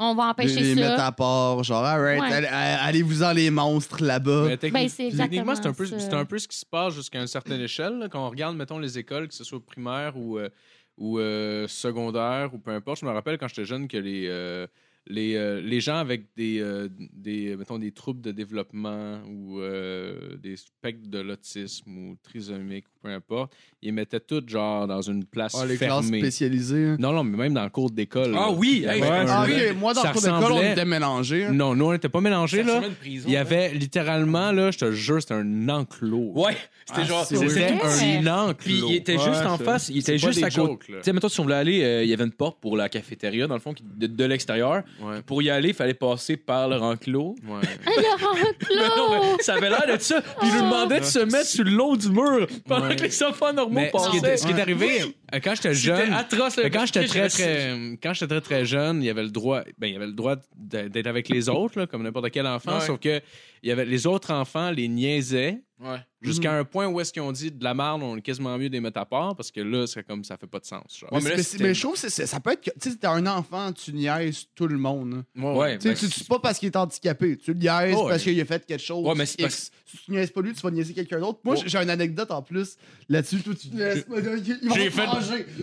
[SPEAKER 6] on va
[SPEAKER 5] dis, les
[SPEAKER 6] empêcher
[SPEAKER 5] mettre
[SPEAKER 6] <laughs> ça.
[SPEAKER 5] à part, genre, alright,
[SPEAKER 6] Ouais.
[SPEAKER 5] allez- allez-vous en les monstres là-bas.
[SPEAKER 4] Mais techni-
[SPEAKER 6] Ben, c'est
[SPEAKER 4] techniquement, c'est un, peu,
[SPEAKER 6] exactement ça.
[SPEAKER 4] c'est un peu ce qui se passe jusqu'à une certaine échelle. là. Quand on regarde, mettons, les écoles, que ce soit primaire ou, euh, ou euh, secondaire ou peu importe, je me rappelle quand j'étais jeune que les, euh, les, euh, les gens avec des, euh, des, euh, mettons, des troubles de développement ou euh, des spectres de l'autisme ou trisomique ou peu importe, ils mettaient tout genre dans une place
[SPEAKER 5] Ah, les classes
[SPEAKER 4] fermée.
[SPEAKER 5] spécialisées. hein.
[SPEAKER 4] Non, non, mais même dans le cours d'école.
[SPEAKER 2] Ah
[SPEAKER 4] là.
[SPEAKER 2] oui,
[SPEAKER 4] Il y avait
[SPEAKER 2] hey,
[SPEAKER 4] un
[SPEAKER 5] Ah,
[SPEAKER 4] gars-
[SPEAKER 5] ok, moi, dans
[SPEAKER 4] ça
[SPEAKER 5] le cours d'école, on
[SPEAKER 4] ressemblait-
[SPEAKER 5] était mélangés. hein.
[SPEAKER 4] Non, nous, on n'était pas mélangés, là. Il y
[SPEAKER 2] avait.
[SPEAKER 4] avait littéralement, là, je te jure, c'était un enclos.
[SPEAKER 2] hein. Ouais, c'était
[SPEAKER 5] Ah,
[SPEAKER 2] genre.
[SPEAKER 5] c'est
[SPEAKER 2] c'était
[SPEAKER 4] C'était
[SPEAKER 6] weird.
[SPEAKER 2] un-
[SPEAKER 6] Ouais.
[SPEAKER 4] un enclos.
[SPEAKER 2] Puis il était
[SPEAKER 3] Ouais,
[SPEAKER 2] juste en
[SPEAKER 3] c'est-
[SPEAKER 2] face, il était
[SPEAKER 4] pas
[SPEAKER 2] juste
[SPEAKER 4] des
[SPEAKER 2] à côté.
[SPEAKER 4] jokes,
[SPEAKER 2] Tu
[SPEAKER 4] là.
[SPEAKER 2] sais, mettons, si on voulait aller, euh, il y avait une porte pour la cafétéria, dans le fond, qui- de, de l'extérieur.
[SPEAKER 4] Ouais.
[SPEAKER 2] Pour y aller, il fallait passer par leur enclos.
[SPEAKER 4] Ouais.
[SPEAKER 6] Ah,
[SPEAKER 2] Non,
[SPEAKER 6] Laurent
[SPEAKER 5] <laughs> Ben
[SPEAKER 6] Claude!
[SPEAKER 2] mais ça avait l'air de ça. Puis il lui demandait de se mettre sur le long du mur pendant
[SPEAKER 4] Ouais.
[SPEAKER 2] que les enfants normaux
[SPEAKER 4] Mais ce qui,
[SPEAKER 2] passaient.
[SPEAKER 4] est, ce qui est arrivé, euh, quand j'étais
[SPEAKER 2] C'était
[SPEAKER 4] jeune,
[SPEAKER 2] atroce.
[SPEAKER 4] mais quand j'étais
[SPEAKER 2] J'ai
[SPEAKER 4] très,
[SPEAKER 2] resté-
[SPEAKER 4] très, quand j'étais très, très jeune, il y avait le droit, ben, il y avait le droit de- d'être avec les autres, là, comme n'importe quel enfant,
[SPEAKER 2] Ouais.
[SPEAKER 4] sauf que il y avait, les autres enfants les niaisaient jusqu'à
[SPEAKER 5] Mhm.
[SPEAKER 4] un point où est-ce qu'ils ont dit de la merde, on est quasiment mieux des mettre à part, parce que là, c'est comme ça fait pas de sens. genre.
[SPEAKER 5] mais,
[SPEAKER 2] mais là,
[SPEAKER 5] mais c'est-
[SPEAKER 2] c'était-
[SPEAKER 5] mais je trouve que c'est- c'est- ça peut être. que- Tu sais, t'es un enfant, tu niaises tout le monde. hein.
[SPEAKER 4] Ouais,
[SPEAKER 2] Ouais,
[SPEAKER 5] Tu sais,
[SPEAKER 2] ben,
[SPEAKER 5] tu- tu- c'est pas parce qu'il est handicapé. Tu le niaises
[SPEAKER 4] Ouais.
[SPEAKER 5] parce qu'il a fait quelque chose.
[SPEAKER 2] Ouais, mais c'est
[SPEAKER 5] X.
[SPEAKER 2] parce-
[SPEAKER 5] Si tu niaises pas lui, tu vas niaiser quelqu'un d'autre. Moi,
[SPEAKER 2] Ouais.
[SPEAKER 5] j'ai une anecdote en plus là-dessus. Toi, tu niaises pas. J'ai
[SPEAKER 4] fait-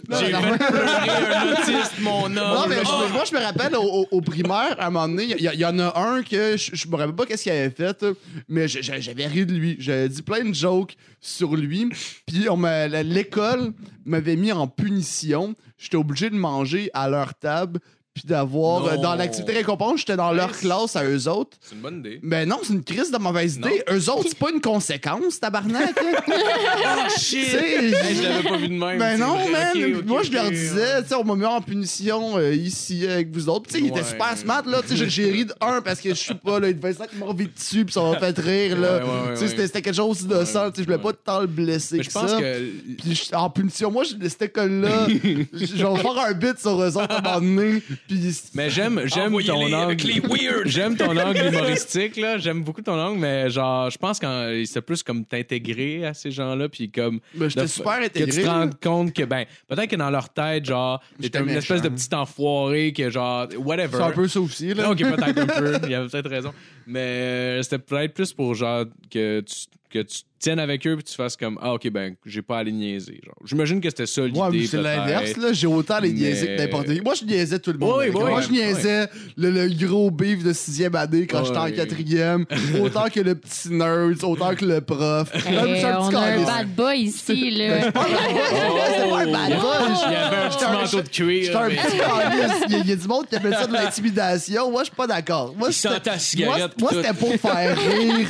[SPEAKER 5] J'ai
[SPEAKER 4] un autiste, mon homme.
[SPEAKER 5] Non, mais je-
[SPEAKER 4] oh!
[SPEAKER 5] moi, je me rappelle au, au- au primaire, à un moment donné, il y, il y en a un que je, je me rappelle pas qu'est-ce qu'il avait fait, euh, mais je- je- j'avais ri de lui. J'avais dit plein de jokes sur lui. Puis on m'a- la- l'école m'avait mis en punition. J'étais obligé de manger à leur table. Puis d'avoir euh,
[SPEAKER 4] Non.
[SPEAKER 5] dans l'activité récompense, j'étais dans leur classe à eux autres.
[SPEAKER 4] C'est une bonne idée.
[SPEAKER 5] Mais non, c'est une crise de mauvaise idée. Eux autres, c'est pas une conséquence, tabarnak.
[SPEAKER 4] <laughs> Ah, shit!
[SPEAKER 5] Tu sais,
[SPEAKER 4] Hey, je l'avais pas vu de même.
[SPEAKER 5] ben
[SPEAKER 4] c'est
[SPEAKER 5] non,
[SPEAKER 4] vrai.
[SPEAKER 5] man!
[SPEAKER 4] Ok, ok,
[SPEAKER 5] moi, je leur
[SPEAKER 4] ok.
[SPEAKER 5] disais, tu sais, on m'a mis en punition euh, ici euh, avec vous autres. Tu sais, il était
[SPEAKER 4] Ouais.
[SPEAKER 5] super smart, là. Tu sais, j'ai- j'ai ri de un parce que je suis pas, là. Il devait s'être morvé dessus, puis ça m'a fait rire, là.
[SPEAKER 4] Ouais, ouais, ouais,
[SPEAKER 5] tu sais, c'était-
[SPEAKER 4] ouais.
[SPEAKER 5] c'était quelque chose d'innocent. Tu sais, je voulais pas tant le blesser
[SPEAKER 4] Mais
[SPEAKER 5] que
[SPEAKER 4] je pense
[SPEAKER 5] ça.
[SPEAKER 4] que
[SPEAKER 5] Puis je- en punition, moi, je- cette école-là,
[SPEAKER 4] <laughs>
[SPEAKER 5] je vais faire un bit sur eux autres à un moment donné. Puis
[SPEAKER 4] Mais j'aime j'aime
[SPEAKER 2] Envoyez-les
[SPEAKER 4] ton
[SPEAKER 2] avec les
[SPEAKER 4] angle.
[SPEAKER 2] weird.
[SPEAKER 4] <laughs> J'aime ton angle humoristique là, j'aime beaucoup ton angle mais genre je pense que c'est plus comme t'intégrer à ces gens-là puis comme
[SPEAKER 5] Mais Ben, j'étais
[SPEAKER 4] de-
[SPEAKER 5] super
[SPEAKER 4] Que
[SPEAKER 5] intégré,
[SPEAKER 4] tu te
[SPEAKER 5] là.
[SPEAKER 4] rendes compte que ben peut-être que dans leur tête genre t'es
[SPEAKER 5] J'étais
[SPEAKER 4] une
[SPEAKER 5] méchant.
[SPEAKER 4] espèce de petit enfoiré que genre whatever.
[SPEAKER 5] c'est un peu ça aussi, là.
[SPEAKER 4] OK, peut-être un peu, il y avait peut-être raison. Mais euh, c'était peut-être plus pour genre que tu que tu tiennes avec eux puis tu fasses comme ah OK ben j'ai pas à les niaiser genre. J'imagine que c'était ça l'idée.
[SPEAKER 5] Moi, c'est
[SPEAKER 4] peut-être.
[SPEAKER 5] l'inverse, là. J'ai autant les niaiser
[SPEAKER 4] Mais-
[SPEAKER 5] que n'importe qui. Moi, je niaisais tout le monde.
[SPEAKER 4] Oui,
[SPEAKER 5] Avec-
[SPEAKER 4] oui,
[SPEAKER 5] moi,
[SPEAKER 4] oui.
[SPEAKER 5] je niaisais le, le gros bif de sixième année quand j'étais en
[SPEAKER 4] Oui.
[SPEAKER 5] quatrième, autant que le petit nerd, autant que le
[SPEAKER 6] <laughs>
[SPEAKER 5] prof. Même si
[SPEAKER 6] Eh,
[SPEAKER 5] un petit Ben,
[SPEAKER 6] on a un
[SPEAKER 5] calice. <laughs>
[SPEAKER 6] bad boy ici, là.
[SPEAKER 5] C'était pas un bad boy,
[SPEAKER 4] Oh. Il y avait Ben, un petit
[SPEAKER 5] J'étais un-
[SPEAKER 4] manteau de cuir.
[SPEAKER 5] J'étais un
[SPEAKER 4] mais-
[SPEAKER 5] petit calice. Il y a- Il y a du monde qui appelle ça de l'intimidation. Moi, je suis pas d'accord. Moi,
[SPEAKER 2] Il
[SPEAKER 5] c'était-
[SPEAKER 2] sentait la cigarette,
[SPEAKER 5] moi,
[SPEAKER 2] pis
[SPEAKER 5] moi,
[SPEAKER 2] tout.
[SPEAKER 5] c'était pour
[SPEAKER 4] <laughs>
[SPEAKER 5] faire rire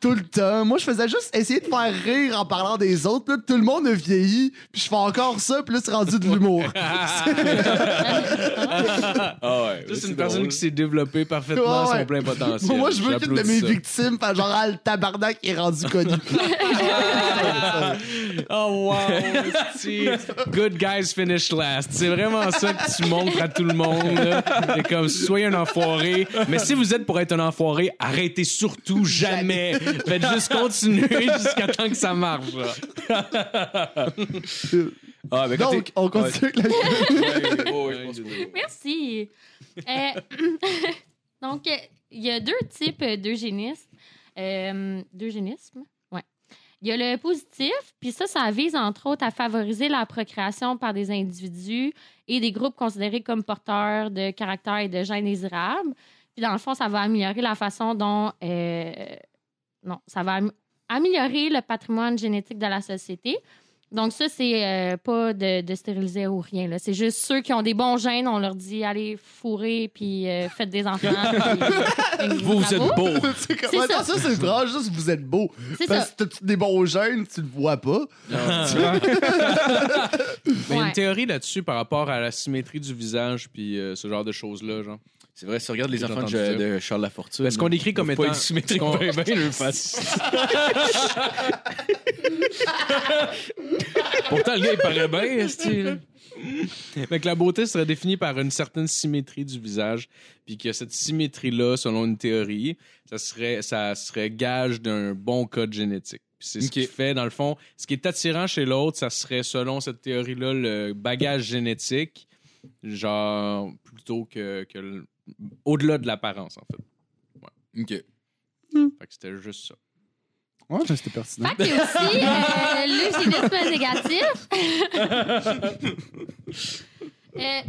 [SPEAKER 5] tout le temps. Moi, je faisais juste essayer de faire rire en parlant des autres. Puis là, tout le monde a vieilli. Puis je fais encore ça. Puis là, c'est rendu de
[SPEAKER 4] <laughs>
[SPEAKER 5] l'humour.
[SPEAKER 2] Ah ouais,
[SPEAKER 4] Ça, c'est une
[SPEAKER 2] drôle.
[SPEAKER 4] personne qui s'est développée parfaitement
[SPEAKER 5] Ouais, ouais.
[SPEAKER 4] son plein potentiel.
[SPEAKER 5] Moi, je veux qu'une de
[SPEAKER 4] J'applaudis
[SPEAKER 5] mes
[SPEAKER 4] ça.
[SPEAKER 5] victimes fasse genre, ah, le tabarnak est rendu
[SPEAKER 4] <laughs>
[SPEAKER 5] connu.
[SPEAKER 4] Oh, wow! si. Good guys finish last. C'est vraiment ça que tu montres à tout le monde. là. C'est comme, soyez un enfoiré. Mais si vous êtes pour être un enfoiré, arrêtez surtout jamais. Faites juste continuer jusqu'à temps que ça marche. là.
[SPEAKER 2] Ah, mais quand
[SPEAKER 5] Donc, on continue avec la
[SPEAKER 6] Merci. Euh, <laughs> donc, euh, il y a deux types euh, d'eugénistes. Euh, d'eugénisme? Oui. Il y a le positif, puis ça, ça vise entre autres à favoriser la procréation par des individus et des groupes considérés comme porteurs de caractères et de gènes désirables. Puis dans le fond, ça va améliorer la façon dont... euh, non, ça va am- améliorer le patrimoine génétique de la société. Donc, ça, c'est euh, pas de, de stériliser ou rien. là. C'est juste ceux qui ont des bons gènes, on leur dit allez fourrer puis euh, faites des enfants.
[SPEAKER 2] <laughs>
[SPEAKER 6] puis-
[SPEAKER 2] Vous, vous
[SPEAKER 6] Bravo.
[SPEAKER 2] êtes beau.
[SPEAKER 5] <laughs> c'est comme-
[SPEAKER 6] C'est
[SPEAKER 5] Ouais,
[SPEAKER 6] ça.
[SPEAKER 5] non, ça, c'est étrange. Juste, vous êtes beau.
[SPEAKER 6] C'est ça.
[SPEAKER 5] Parce que t'as des bons gènes, tu le vois pas.
[SPEAKER 4] Mais il y a
[SPEAKER 6] Ouais.
[SPEAKER 4] une théorie là-dessus par rapport à la symétrie du visage puis euh, ce genre de choses-là. genre.
[SPEAKER 2] C'est vrai, si tu regardes les
[SPEAKER 4] J'ai
[SPEAKER 2] enfants
[SPEAKER 4] entendu
[SPEAKER 2] de,
[SPEAKER 4] ça.
[SPEAKER 2] euh, de Charles Lafortune.
[SPEAKER 4] Est-ce qu'on décrit comme
[SPEAKER 2] Ils
[SPEAKER 4] étant.
[SPEAKER 2] peuvent pas être symétriques,
[SPEAKER 4] qu'on-
[SPEAKER 2] ben, ben, le face. <laughs> Pourtant, le gars, il paraît bien, esti, là.
[SPEAKER 4] Fait que la beauté serait définie par une certaine symétrie du visage, puis que cette symétrie-là, selon une théorie, ça serait, ça serait gage d'un bon code génétique. Puis C'est ce
[SPEAKER 2] Ok.
[SPEAKER 4] qui fait, dans le fond, ce qui est attirant chez l'autre, ça serait, selon cette théorie-là, le bagage génétique, genre, plutôt que, que le- au-delà de l'apparence, en fait.
[SPEAKER 2] Ok.
[SPEAKER 4] Fait que c'était juste ça.
[SPEAKER 5] Ouais, mais c'était pertinent.
[SPEAKER 6] Fait que aussi euh, l'eugénisme négatif. Euh,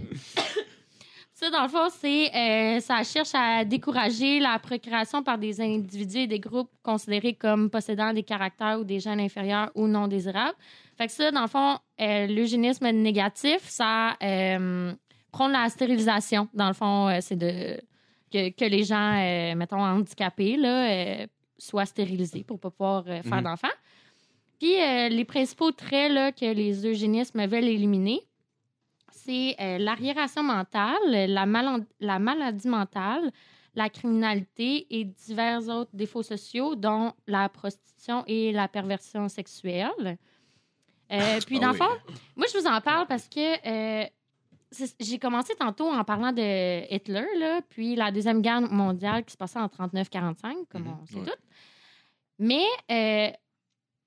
[SPEAKER 6] ça, dans le fond, c'est euh, ça cherche à décourager la procréation par des individus et des groupes considérés comme possédant des caractères ou des gènes inférieurs ou non désirables. Fait que ça, dans le fond, euh, l'eugénisme négatif, ça euh, prône la stérilisation. Dans le fond, euh, c'est de que, que les gens, euh, mettons, handicapés, là, euh, soit stérilisés pour ne pas pouvoir euh, faire
[SPEAKER 4] Mhm.
[SPEAKER 6] d'enfants. Puis euh, les principaux traits là, que les eugénismes veulent éliminer, c'est euh, l'arriération mentale, la, malan- la maladie mentale, la criminalité et divers autres défauts sociaux, dont la prostitution et la perversion sexuelle.
[SPEAKER 2] <laughs>
[SPEAKER 6] Euh, puis,
[SPEAKER 2] Ah
[SPEAKER 6] dans le
[SPEAKER 2] oui.
[SPEAKER 6] fond, moi, je vous en parle parce que euh, c'est- j'ai commencé tantôt en parlant de Hitler, là, puis la Deuxième Guerre mondiale qui se passait en 39-45, comme
[SPEAKER 2] Mhm,
[SPEAKER 6] on sait
[SPEAKER 2] ouais.
[SPEAKER 6] toutes. Mais euh,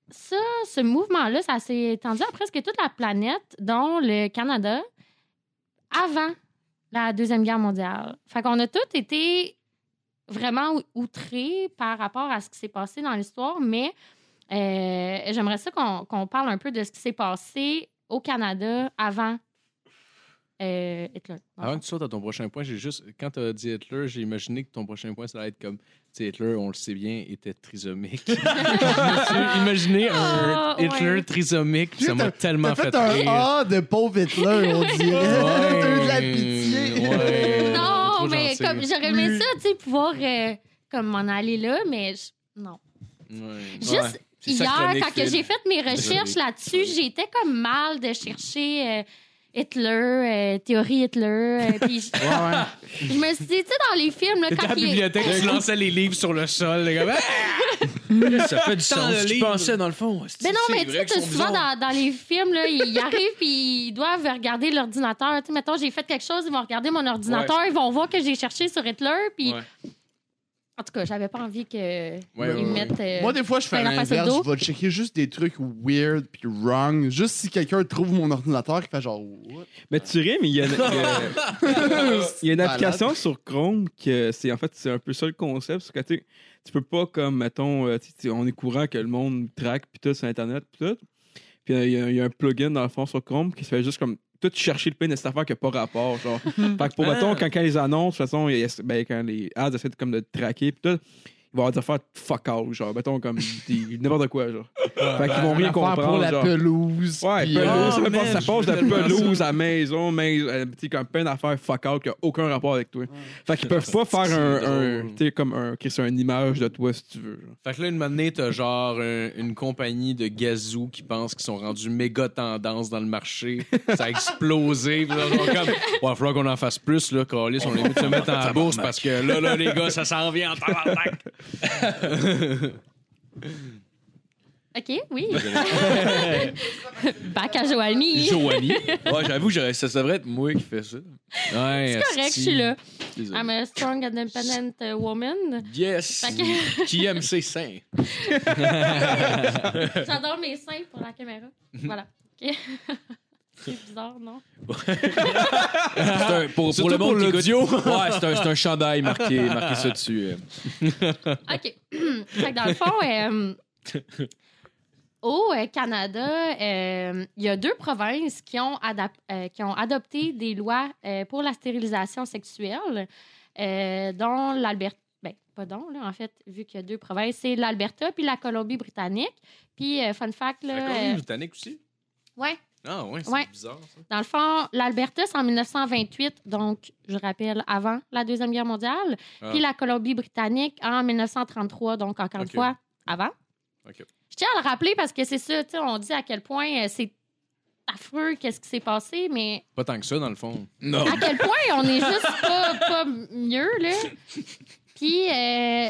[SPEAKER 6] ça, ce mouvement-là, ça s'est étendu à presque toute la planète, dont le Canada, avant la Deuxième Guerre mondiale. Fait qu'on a tous été vraiment ou- outrés par rapport à ce qui s'est passé dans l'histoire, mais euh, j'aimerais ça qu'on qu'on parle un peu de ce qui s'est passé au Canada avant euh, Hitler. dans le
[SPEAKER 4] Avant
[SPEAKER 6] fond.
[SPEAKER 4] que tu sautes à ton prochain point, j'ai juste. Quand tu as dit Hitler, j'ai imaginé que ton prochain point, ça allait être comme. Tu sais, Hitler, on le sait bien, était
[SPEAKER 6] <laughs>
[SPEAKER 4] trisomique. Je me suis imaginé un
[SPEAKER 6] Ah, ouais.
[SPEAKER 4] Hitler trisomique, puis ça
[SPEAKER 5] T'as-
[SPEAKER 4] m'a tellement
[SPEAKER 5] T'as
[SPEAKER 4] fait,
[SPEAKER 5] fait un
[SPEAKER 4] rire.
[SPEAKER 5] A de pauvre Hitler, on dirait. <laughs> T'as eu de la pitié.
[SPEAKER 4] Ouais.
[SPEAKER 6] Non,
[SPEAKER 4] Trop
[SPEAKER 6] mais
[SPEAKER 4] gentil.
[SPEAKER 6] comme j'aurais aimé ça, tu sais, pouvoir euh, comme m'en aller là, mais je- non.
[SPEAKER 4] Ouais.
[SPEAKER 6] Juste
[SPEAKER 2] Ouais. C'est ça,
[SPEAKER 6] hier,
[SPEAKER 2] chronique,
[SPEAKER 6] quand que
[SPEAKER 2] Phil.
[SPEAKER 6] j'ai fait mes recherches
[SPEAKER 2] Désolé.
[SPEAKER 6] là-dessus, j'étais comme mal de chercher euh, Hitler, euh, théorie Hitler. euh, puis je, <laughs> je me suis dit, tu sais, dans les films, là,
[SPEAKER 4] T'étais à
[SPEAKER 6] quand
[SPEAKER 4] la
[SPEAKER 6] il est-
[SPEAKER 4] bibliothèque, tu lançais les livres sur le sol. les gars.
[SPEAKER 2] Ça fait du
[SPEAKER 4] Dans le
[SPEAKER 2] sens. Tu
[SPEAKER 4] livre.
[SPEAKER 2] pensais, dans le fond. esti,
[SPEAKER 6] Ben non,
[SPEAKER 2] c'est
[SPEAKER 6] mais tu
[SPEAKER 2] vrai
[SPEAKER 6] sais,
[SPEAKER 2] qu'ils sont
[SPEAKER 6] souvent
[SPEAKER 2] bizarres.
[SPEAKER 6] dans, dans les films, là, ils arrivent puis ils doivent regarder l'ordinateur. Tu sais, mettons, j'ai fait quelque chose, ils vont regarder mon ordinateur, ils vont voir que j'ai cherché sur Hitler, puis...
[SPEAKER 4] Ouais.
[SPEAKER 6] En tout cas, j'avais pas envie qu'ils
[SPEAKER 4] ouais, ouais.
[SPEAKER 6] mettent... euh,
[SPEAKER 5] Moi, des fois, je fais
[SPEAKER 6] Faire la face au
[SPEAKER 5] l'inverse.
[SPEAKER 6] dos.
[SPEAKER 5] Je vais checker juste des trucs weird puis wrong. Juste si quelqu'un trouve mon ordinateur qui fait genre. What?
[SPEAKER 3] Mais tu ris, mais il y a, il y a- <laughs> il y a une
[SPEAKER 5] Malade.
[SPEAKER 3] application sur Chrome que c'est en fait c'est un peu ça le concept, c'est que tu sais, tu peux pas comme mettons euh, tu sais, on est courant que le monde traque puis tout sur internet puis tout. Puis euh, il y, a- il y a un plugin dans le fond sur Chrome qui se fait juste comme tout chercher le pin de cette affaire qui a pas rapport genre. fait que pour mettons quand, quand les annonces de toute façon il y a- ben, quand les ads essaient de, comme de te traquer puis tout ils vont avoir des affaires fuck out genre mettons comme des- <laughs> n'importe quoi genre. Fait qu'ils vont
[SPEAKER 2] Ben,
[SPEAKER 3] rien
[SPEAKER 5] L'affaire pour
[SPEAKER 3] comprendre
[SPEAKER 5] la
[SPEAKER 3] genre.
[SPEAKER 5] pelouse.
[SPEAKER 3] Ouais,
[SPEAKER 5] puis,
[SPEAKER 3] pelouse,
[SPEAKER 5] euh,
[SPEAKER 3] ça,
[SPEAKER 4] oh,
[SPEAKER 3] fait
[SPEAKER 4] man,
[SPEAKER 3] pas- ça
[SPEAKER 4] je
[SPEAKER 3] passe de
[SPEAKER 4] voulais faire
[SPEAKER 3] pelouse à maison, maison euh, tu sais, comme plein d'affaires fuck out qui a aucun rapport avec toi. Fait qu'ils peuvent pas faire un, un
[SPEAKER 4] drôle.
[SPEAKER 3] tu sais, comme un, créer une image de toi si tu veux. genre.
[SPEAKER 4] Fait que là, une matinée, t'as genre un- une compagnie de gazou qui pense qu'ils sont rendus méga tendance dans le marché. Ça a explosé. Puis là, ils sont comme, ouais, il faudra qu'on en fasse plus, là, Carlis. On les veut se mettre en bourse parce que là, là, les gars, ça s'en vient en tabarnak.
[SPEAKER 6] OK, oui. <laughs> Bac à Joanie.
[SPEAKER 2] Joanie. Ouais, j'avoue, j'aurais- ça devrait être moi qui fais ça.
[SPEAKER 4] Ouais,
[SPEAKER 6] C'est correct, je suis là.
[SPEAKER 2] Désolé.
[SPEAKER 6] I'm a strong, independent euh,
[SPEAKER 4] <laughs>
[SPEAKER 6] woman.
[SPEAKER 2] Yes.
[SPEAKER 6] Fait que- <laughs>
[SPEAKER 2] Qui aime ses seins?
[SPEAKER 6] J'adore mes seins pour la caméra. Voilà. OK. C'est bizarre, non?
[SPEAKER 2] C'est un- pour, pour le
[SPEAKER 4] Ah, Surtout
[SPEAKER 2] monde
[SPEAKER 4] pour
[SPEAKER 2] qui écoute- Ouais, c'est un, c'est un chandail marqué, marqué ça dessus. euh.
[SPEAKER 6] OK. <clears throat> fait que dans le fond, euh, au euh, Canada, euh, il y a deux provinces qui ont, adap- euh, qui ont adopté des lois euh, pour la stérilisation sexuelle, euh, dont l'Alberta. Ben, pas dont, là, en fait, vu qu'il y a deux provinces, c'est l'Alberta puis la Colombie-Britannique. Puis, euh, fun fact, là. euh,
[SPEAKER 4] britannique aussi?
[SPEAKER 6] ouais,
[SPEAKER 4] Ah, ouais, c'est
[SPEAKER 6] Ouais.
[SPEAKER 4] bizarre, ça.
[SPEAKER 6] Dans le fond, l'Alberta, c'est en 1928, donc je rappelle avant la Deuxième Guerre mondiale,
[SPEAKER 4] Ah.
[SPEAKER 6] puis la Colombie-Britannique en 1933, donc encore une
[SPEAKER 4] Ok.
[SPEAKER 6] fois avant.
[SPEAKER 4] Ok.
[SPEAKER 6] Je tiens à le rappeler parce que c'est ça, tu sais, on dit à quel point euh, c'est affreux qu'est-ce qui s'est passé, mais
[SPEAKER 4] Pas tant que ça, dans le fond.
[SPEAKER 2] Non.
[SPEAKER 6] à quel point on est juste pas, pas mieux, là. Puis euh,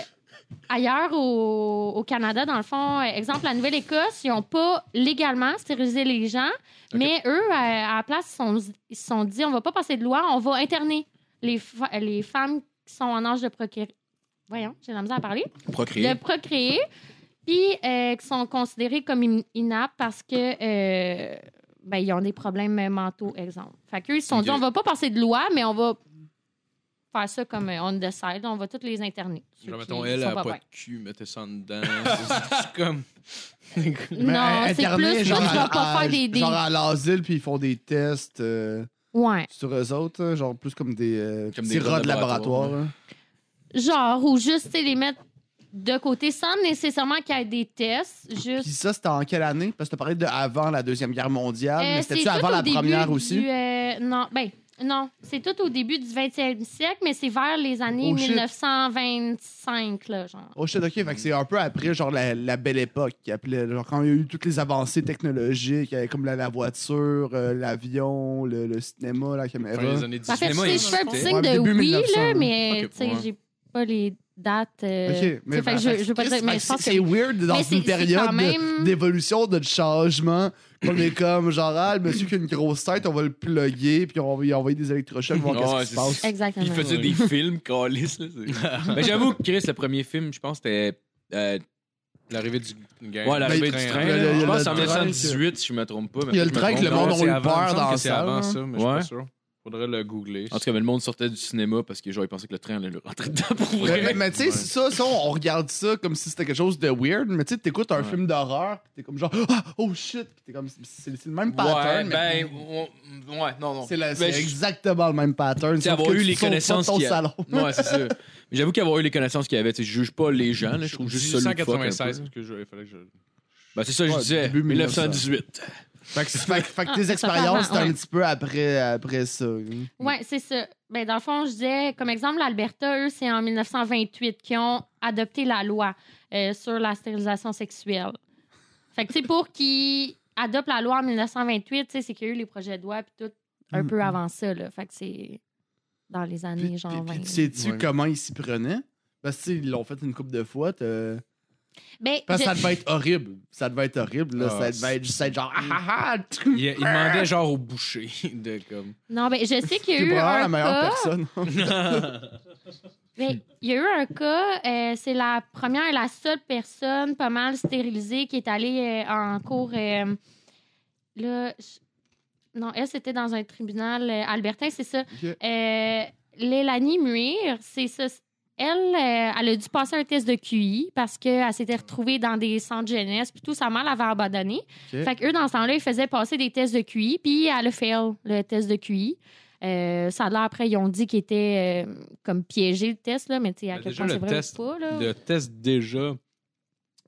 [SPEAKER 6] ailleurs au, au Canada, dans le fond, euh, exemple, la Nouvelle-Écosse, ils n'ont pas légalement stérilisé les gens, mais eux, euh, à la place, ils se sont, ils se sont dit on va pas passer de loi, on va interner les, fa- les femmes qui sont en âge de procurer. Voyons, j'ai de la misère à parler
[SPEAKER 4] Procréer.
[SPEAKER 6] de procréer, puis euh, qui sont considérés comme in- inaptes parce que euh, ben, ils ont des problèmes euh, mentaux, exemple. Fait qu'eux, ils se sont dit,
[SPEAKER 4] Ok.
[SPEAKER 6] on va pas passer de loi, mais on va faire ça comme euh, on the side, on va toutes les interner. Ceux
[SPEAKER 4] Genre,
[SPEAKER 6] qui
[SPEAKER 4] mettons, elle,
[SPEAKER 6] sont
[SPEAKER 4] elle a
[SPEAKER 6] pas
[SPEAKER 4] pas
[SPEAKER 6] bien.
[SPEAKER 4] de cul, mettez ça en dedans. C'est- c'est comme.
[SPEAKER 5] Mais
[SPEAKER 6] Non, c'est
[SPEAKER 5] interner,
[SPEAKER 6] plus,
[SPEAKER 5] genre,
[SPEAKER 6] genre, tu vas
[SPEAKER 5] à-
[SPEAKER 6] pas
[SPEAKER 5] à-
[SPEAKER 6] faire des... des-
[SPEAKER 5] Genre à l'asile, puis ils font des tests euh,
[SPEAKER 6] Ouais.
[SPEAKER 5] sur eux autres, hein, genre plus comme des euh,
[SPEAKER 2] Comme
[SPEAKER 5] petits
[SPEAKER 2] des
[SPEAKER 5] rats de laboratoire.
[SPEAKER 2] laboratoire,
[SPEAKER 5] hein.
[SPEAKER 6] Genre, ou juste, tu sais, les mettre de côté sans nécessairement qu'il y ait des
[SPEAKER 4] Ah,
[SPEAKER 6] tests,
[SPEAKER 5] Puis
[SPEAKER 6] juste...
[SPEAKER 5] ça, c'était en quelle année? Parce que t'as parlé de avant la Deuxième Guerre mondiale,
[SPEAKER 6] Euh,
[SPEAKER 5] Ah, mais
[SPEAKER 6] c'est
[SPEAKER 5] c'était-tu
[SPEAKER 6] tout
[SPEAKER 5] avant
[SPEAKER 6] au
[SPEAKER 5] la
[SPEAKER 6] début
[SPEAKER 5] Première
[SPEAKER 6] du,
[SPEAKER 5] aussi?
[SPEAKER 6] euh, non, ben, non. C'est tout au début du 20e siècle, mais c'est vers les années
[SPEAKER 5] Oh, shit.
[SPEAKER 6] 1925, là, genre.
[SPEAKER 5] Oh shit, ok, fait que c'est un peu après genre la, la belle époque qui appelait, genre quand il y a eu toutes les avancées technologiques, euh, comme la, la voiture, euh, l'avion, le, le cinéma, la caméra.
[SPEAKER 4] Fin des années
[SPEAKER 6] Ça fait, tu
[SPEAKER 4] 19,
[SPEAKER 6] sais,
[SPEAKER 4] ils
[SPEAKER 6] je fais un
[SPEAKER 4] sortaient.
[SPEAKER 6] petit
[SPEAKER 5] hein. Ouais,
[SPEAKER 6] signe de
[SPEAKER 5] début
[SPEAKER 6] oui,
[SPEAKER 5] 1900,
[SPEAKER 6] là,
[SPEAKER 5] là.
[SPEAKER 6] mais,
[SPEAKER 4] Ok,
[SPEAKER 6] tu sais,
[SPEAKER 4] ouais.
[SPEAKER 6] j'ai pas les dates. euh,
[SPEAKER 5] hein. Ok,
[SPEAKER 6] tu sais, fait
[SPEAKER 5] ben,
[SPEAKER 6] que je, je veux pas
[SPEAKER 5] Chris,
[SPEAKER 6] dire,
[SPEAKER 5] fait
[SPEAKER 6] mais
[SPEAKER 5] que
[SPEAKER 6] je pense
[SPEAKER 5] c'est
[SPEAKER 6] que...
[SPEAKER 5] weird dans
[SPEAKER 6] Mais c'est-
[SPEAKER 5] une
[SPEAKER 6] c'est quand
[SPEAKER 5] période de-
[SPEAKER 6] même-
[SPEAKER 5] d'évolution, de changement, qu'on est comme genre, ah, le monsieur qui a une grosse tête, on va le plugger, puis on va lui envoyer des électrochocs, voir
[SPEAKER 2] Ouais,
[SPEAKER 5] qu'est-ce
[SPEAKER 2] c'est-
[SPEAKER 5] qui se passe.
[SPEAKER 2] Puis Il
[SPEAKER 6] Exactement.
[SPEAKER 2] faisait des films, Calis. Mais Ben, j'avoue que Chris, le premier film, je pense, c'était. euh,
[SPEAKER 4] L'arrivée du gang.
[SPEAKER 2] ouais, l'arrivée
[SPEAKER 5] Ben,
[SPEAKER 2] du
[SPEAKER 5] il-
[SPEAKER 2] train.
[SPEAKER 5] il y a-
[SPEAKER 2] là.
[SPEAKER 5] il y a
[SPEAKER 2] Je pense
[SPEAKER 5] le
[SPEAKER 2] en
[SPEAKER 5] train
[SPEAKER 2] 1918, si je me trompe pas. mais
[SPEAKER 5] Il y a le
[SPEAKER 2] peut-être
[SPEAKER 5] train
[SPEAKER 2] que
[SPEAKER 5] que
[SPEAKER 2] je
[SPEAKER 5] le
[SPEAKER 2] me
[SPEAKER 5] monde
[SPEAKER 2] trompe.
[SPEAKER 5] a eu
[SPEAKER 4] avant, il me
[SPEAKER 5] peur
[SPEAKER 4] semble
[SPEAKER 5] dans
[SPEAKER 4] que
[SPEAKER 5] la
[SPEAKER 4] c'est
[SPEAKER 5] salle,
[SPEAKER 4] avant
[SPEAKER 5] hein.
[SPEAKER 4] ça, mais je suis
[SPEAKER 2] Ouais.
[SPEAKER 4] pas sûr. Faudrait le googler.
[SPEAKER 2] En tout cas, mais le monde sortait du cinéma parce que genre, ils pensaient que le train allait le rentrer <laughs> dedans pour
[SPEAKER 5] Mais, mais-
[SPEAKER 2] vrai.
[SPEAKER 5] mais tu sais, ça, ça, on regarde ça comme si c'était quelque chose de weird, mais tu sais, t'écoutes un film d'horreur, pis t'es comme genre, ah, oh shit, pis t'es comme, c'est c'est le même
[SPEAKER 2] Ouais,
[SPEAKER 5] pattern. mais
[SPEAKER 2] ben, on- ouais, non, non.
[SPEAKER 5] c'est la- c'est
[SPEAKER 2] Ben, je-
[SPEAKER 5] exactement le même pattern.
[SPEAKER 2] sais,
[SPEAKER 5] sauf
[SPEAKER 2] avoir
[SPEAKER 5] que
[SPEAKER 2] eu
[SPEAKER 5] tu
[SPEAKER 2] les
[SPEAKER 5] sautes pas de
[SPEAKER 2] connaissances
[SPEAKER 5] ton
[SPEAKER 2] qu'il y a.
[SPEAKER 5] salon.
[SPEAKER 2] Ouais, c'est ça. Mais j'avoue qu'avoir eu les connaissances qu'il y avait, tu sais, je juge pas les gens, là, je trouve juste ça loufoque un peu.
[SPEAKER 4] 196, parce que je- il fallait que je.
[SPEAKER 2] Ben, c'est ça que je
[SPEAKER 5] Ouais,
[SPEAKER 2] disais.
[SPEAKER 5] début
[SPEAKER 2] 1918.
[SPEAKER 5] <laughs> Fait que, fait que- fait que tes
[SPEAKER 6] Ah,
[SPEAKER 5] expériences,
[SPEAKER 6] totalement,
[SPEAKER 5] c'était un
[SPEAKER 6] ouais.
[SPEAKER 5] petit peu après, après ça. hein.
[SPEAKER 6] Oui, c'est ça. Ben, dans le fond, je disais, comme exemple, l'Alberta, eux, c'est en 1928 qu'ils ont adopté la loi euh, sur la stérilisation sexuelle. Fait que, tu sais, pour qu'ils adoptent la loi en 1928, tu sais, c'est qu'il y a eu les projets de loi puis tout un
[SPEAKER 5] Mm.
[SPEAKER 6] peu avant ça, là. Fait que c'est dans les années,
[SPEAKER 5] Puis,
[SPEAKER 6] genre,
[SPEAKER 5] puis- puis
[SPEAKER 6] 20.
[SPEAKER 5] tu sais-tu
[SPEAKER 4] Ouais.
[SPEAKER 5] comment ils s'y prenaient? Parce que tu sais, ils l'ont fait une couple de fois. t'as-
[SPEAKER 6] Ben, <laughs>
[SPEAKER 5] Parce que ça
[SPEAKER 6] je-
[SPEAKER 5] devait être horrible. Ça devait être horrible. Là. ça devait être juste être genre, ah ah ah, tu
[SPEAKER 4] Il, il demandait genre au boucher de comme.
[SPEAKER 6] Non, ben, je sais qu'il y a
[SPEAKER 5] es
[SPEAKER 6] eu
[SPEAKER 5] vraiment
[SPEAKER 6] un
[SPEAKER 5] la meilleure
[SPEAKER 6] cas-
[SPEAKER 5] personne. <laughs>
[SPEAKER 6] Ben, il y a eu un cas, euh, c'est la première et la seule personne pas mal stérilisée qui est allée euh, en cours. euh, là, je- Non, elle, c'était dans un tribunal euh, albertain, c'est ça. Euh, Lélanie Muir, c'est ça. Elle, euh, elle a dû passer un test de QI parce qu'elle s'était retrouvée dans des centres jeunesse, puis tout sa mère l'avait abandonnée.
[SPEAKER 5] OK.
[SPEAKER 6] Fait qu'eux, dans ce temps-là, ils faisaient passer des tests de QI, puis elle a fail le test de QI. Euh, ça a l'air, après, ils ont dit qu'il était euh, comme piégé le test, là, mais tu sais, à
[SPEAKER 4] Ben,
[SPEAKER 6] quel
[SPEAKER 4] déjà,
[SPEAKER 6] point
[SPEAKER 4] le
[SPEAKER 6] c'est vrai
[SPEAKER 4] test
[SPEAKER 6] ou pas, là.
[SPEAKER 4] Le test déjà,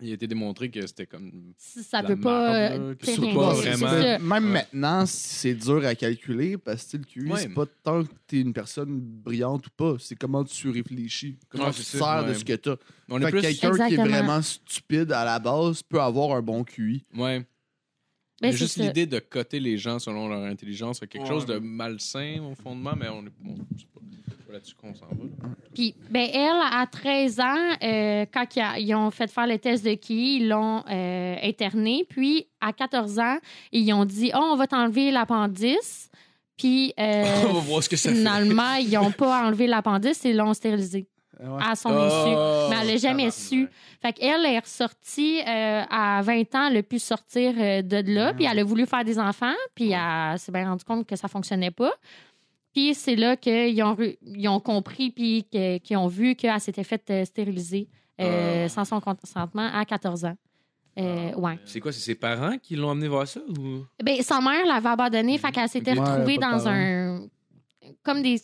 [SPEAKER 4] il a été démontré que c'était comme.
[SPEAKER 6] Si ça
[SPEAKER 4] la
[SPEAKER 6] veut pas.
[SPEAKER 4] marde,
[SPEAKER 6] euh,
[SPEAKER 4] là, que
[SPEAKER 6] t'sais,
[SPEAKER 4] c'est
[SPEAKER 6] rien
[SPEAKER 4] pas
[SPEAKER 6] dire, c'est
[SPEAKER 4] vraiment-
[SPEAKER 6] ça. Ben,
[SPEAKER 5] Même
[SPEAKER 4] Ouais.
[SPEAKER 5] maintenant, c'est dur à calculer parce que tu sais, le QI,
[SPEAKER 4] Ouais.
[SPEAKER 5] c'est pas tant que t'es une personne brillante ou pas, c'est comment tu réfléchis, comment
[SPEAKER 4] Ouais,
[SPEAKER 5] tu
[SPEAKER 4] c'est
[SPEAKER 5] te
[SPEAKER 4] ça,
[SPEAKER 5] sers de
[SPEAKER 4] ouais.
[SPEAKER 5] ce que t'as.
[SPEAKER 4] On
[SPEAKER 5] Fait
[SPEAKER 4] est
[SPEAKER 5] que
[SPEAKER 4] plus.
[SPEAKER 5] quelqu'un qui est
[SPEAKER 6] Exactement.
[SPEAKER 5] vraiment stupide à la base peut avoir un bon QI.
[SPEAKER 4] Ouais.
[SPEAKER 6] Ben,
[SPEAKER 4] Mais
[SPEAKER 6] c'est
[SPEAKER 4] juste
[SPEAKER 6] ça.
[SPEAKER 4] l'idée de coter les gens selon leur intelligence, c'est quelque chose de malsain au fondement, mais on est. on- c'est pas- c'est pas là-dessus qu'on s'en va. là.
[SPEAKER 6] Puis, ben, elle, à 13 ans, euh, quand ils a- ils ont fait faire le test de QI, ils l'ont euh, internée. Puis, à 14 ans, ils ont dit Oh, on va t'enlever l'appendice. Puis, euh,
[SPEAKER 2] <laughs> On va voir ce que ça fait.
[SPEAKER 6] finalement, ils n'ont pas enlevé l'appendice, ils l'ont stérilisé
[SPEAKER 5] Ah ouais.
[SPEAKER 6] à son insu.
[SPEAKER 2] Oh,
[SPEAKER 6] Mais elle l'a jamais
[SPEAKER 2] tabarnak.
[SPEAKER 6] su. Fait qu'elle est ressortie euh, à 20 ans, elle a pu sortir euh, de
[SPEAKER 2] Ah.
[SPEAKER 6] là, puis elle a voulu faire des enfants, puis elle s'est bien rendue compte que ça fonctionnait pas. Puis c'est là qu'ils ont, ru- ils ont compris, puis que- qu'ils ont vu qu'elle s'était faite euh, stériliser euh,
[SPEAKER 2] Ah.
[SPEAKER 6] sans son consentement à 14 ans. Euh, ouais.
[SPEAKER 2] C'est quoi, c'est ses parents qui l'ont amené voir ça ou.
[SPEAKER 6] Ben, sa mère l'avait abandonnée, fait qu'elle s'était
[SPEAKER 5] Ouais,
[SPEAKER 6] retrouvée
[SPEAKER 5] pas de
[SPEAKER 6] dans un. comme des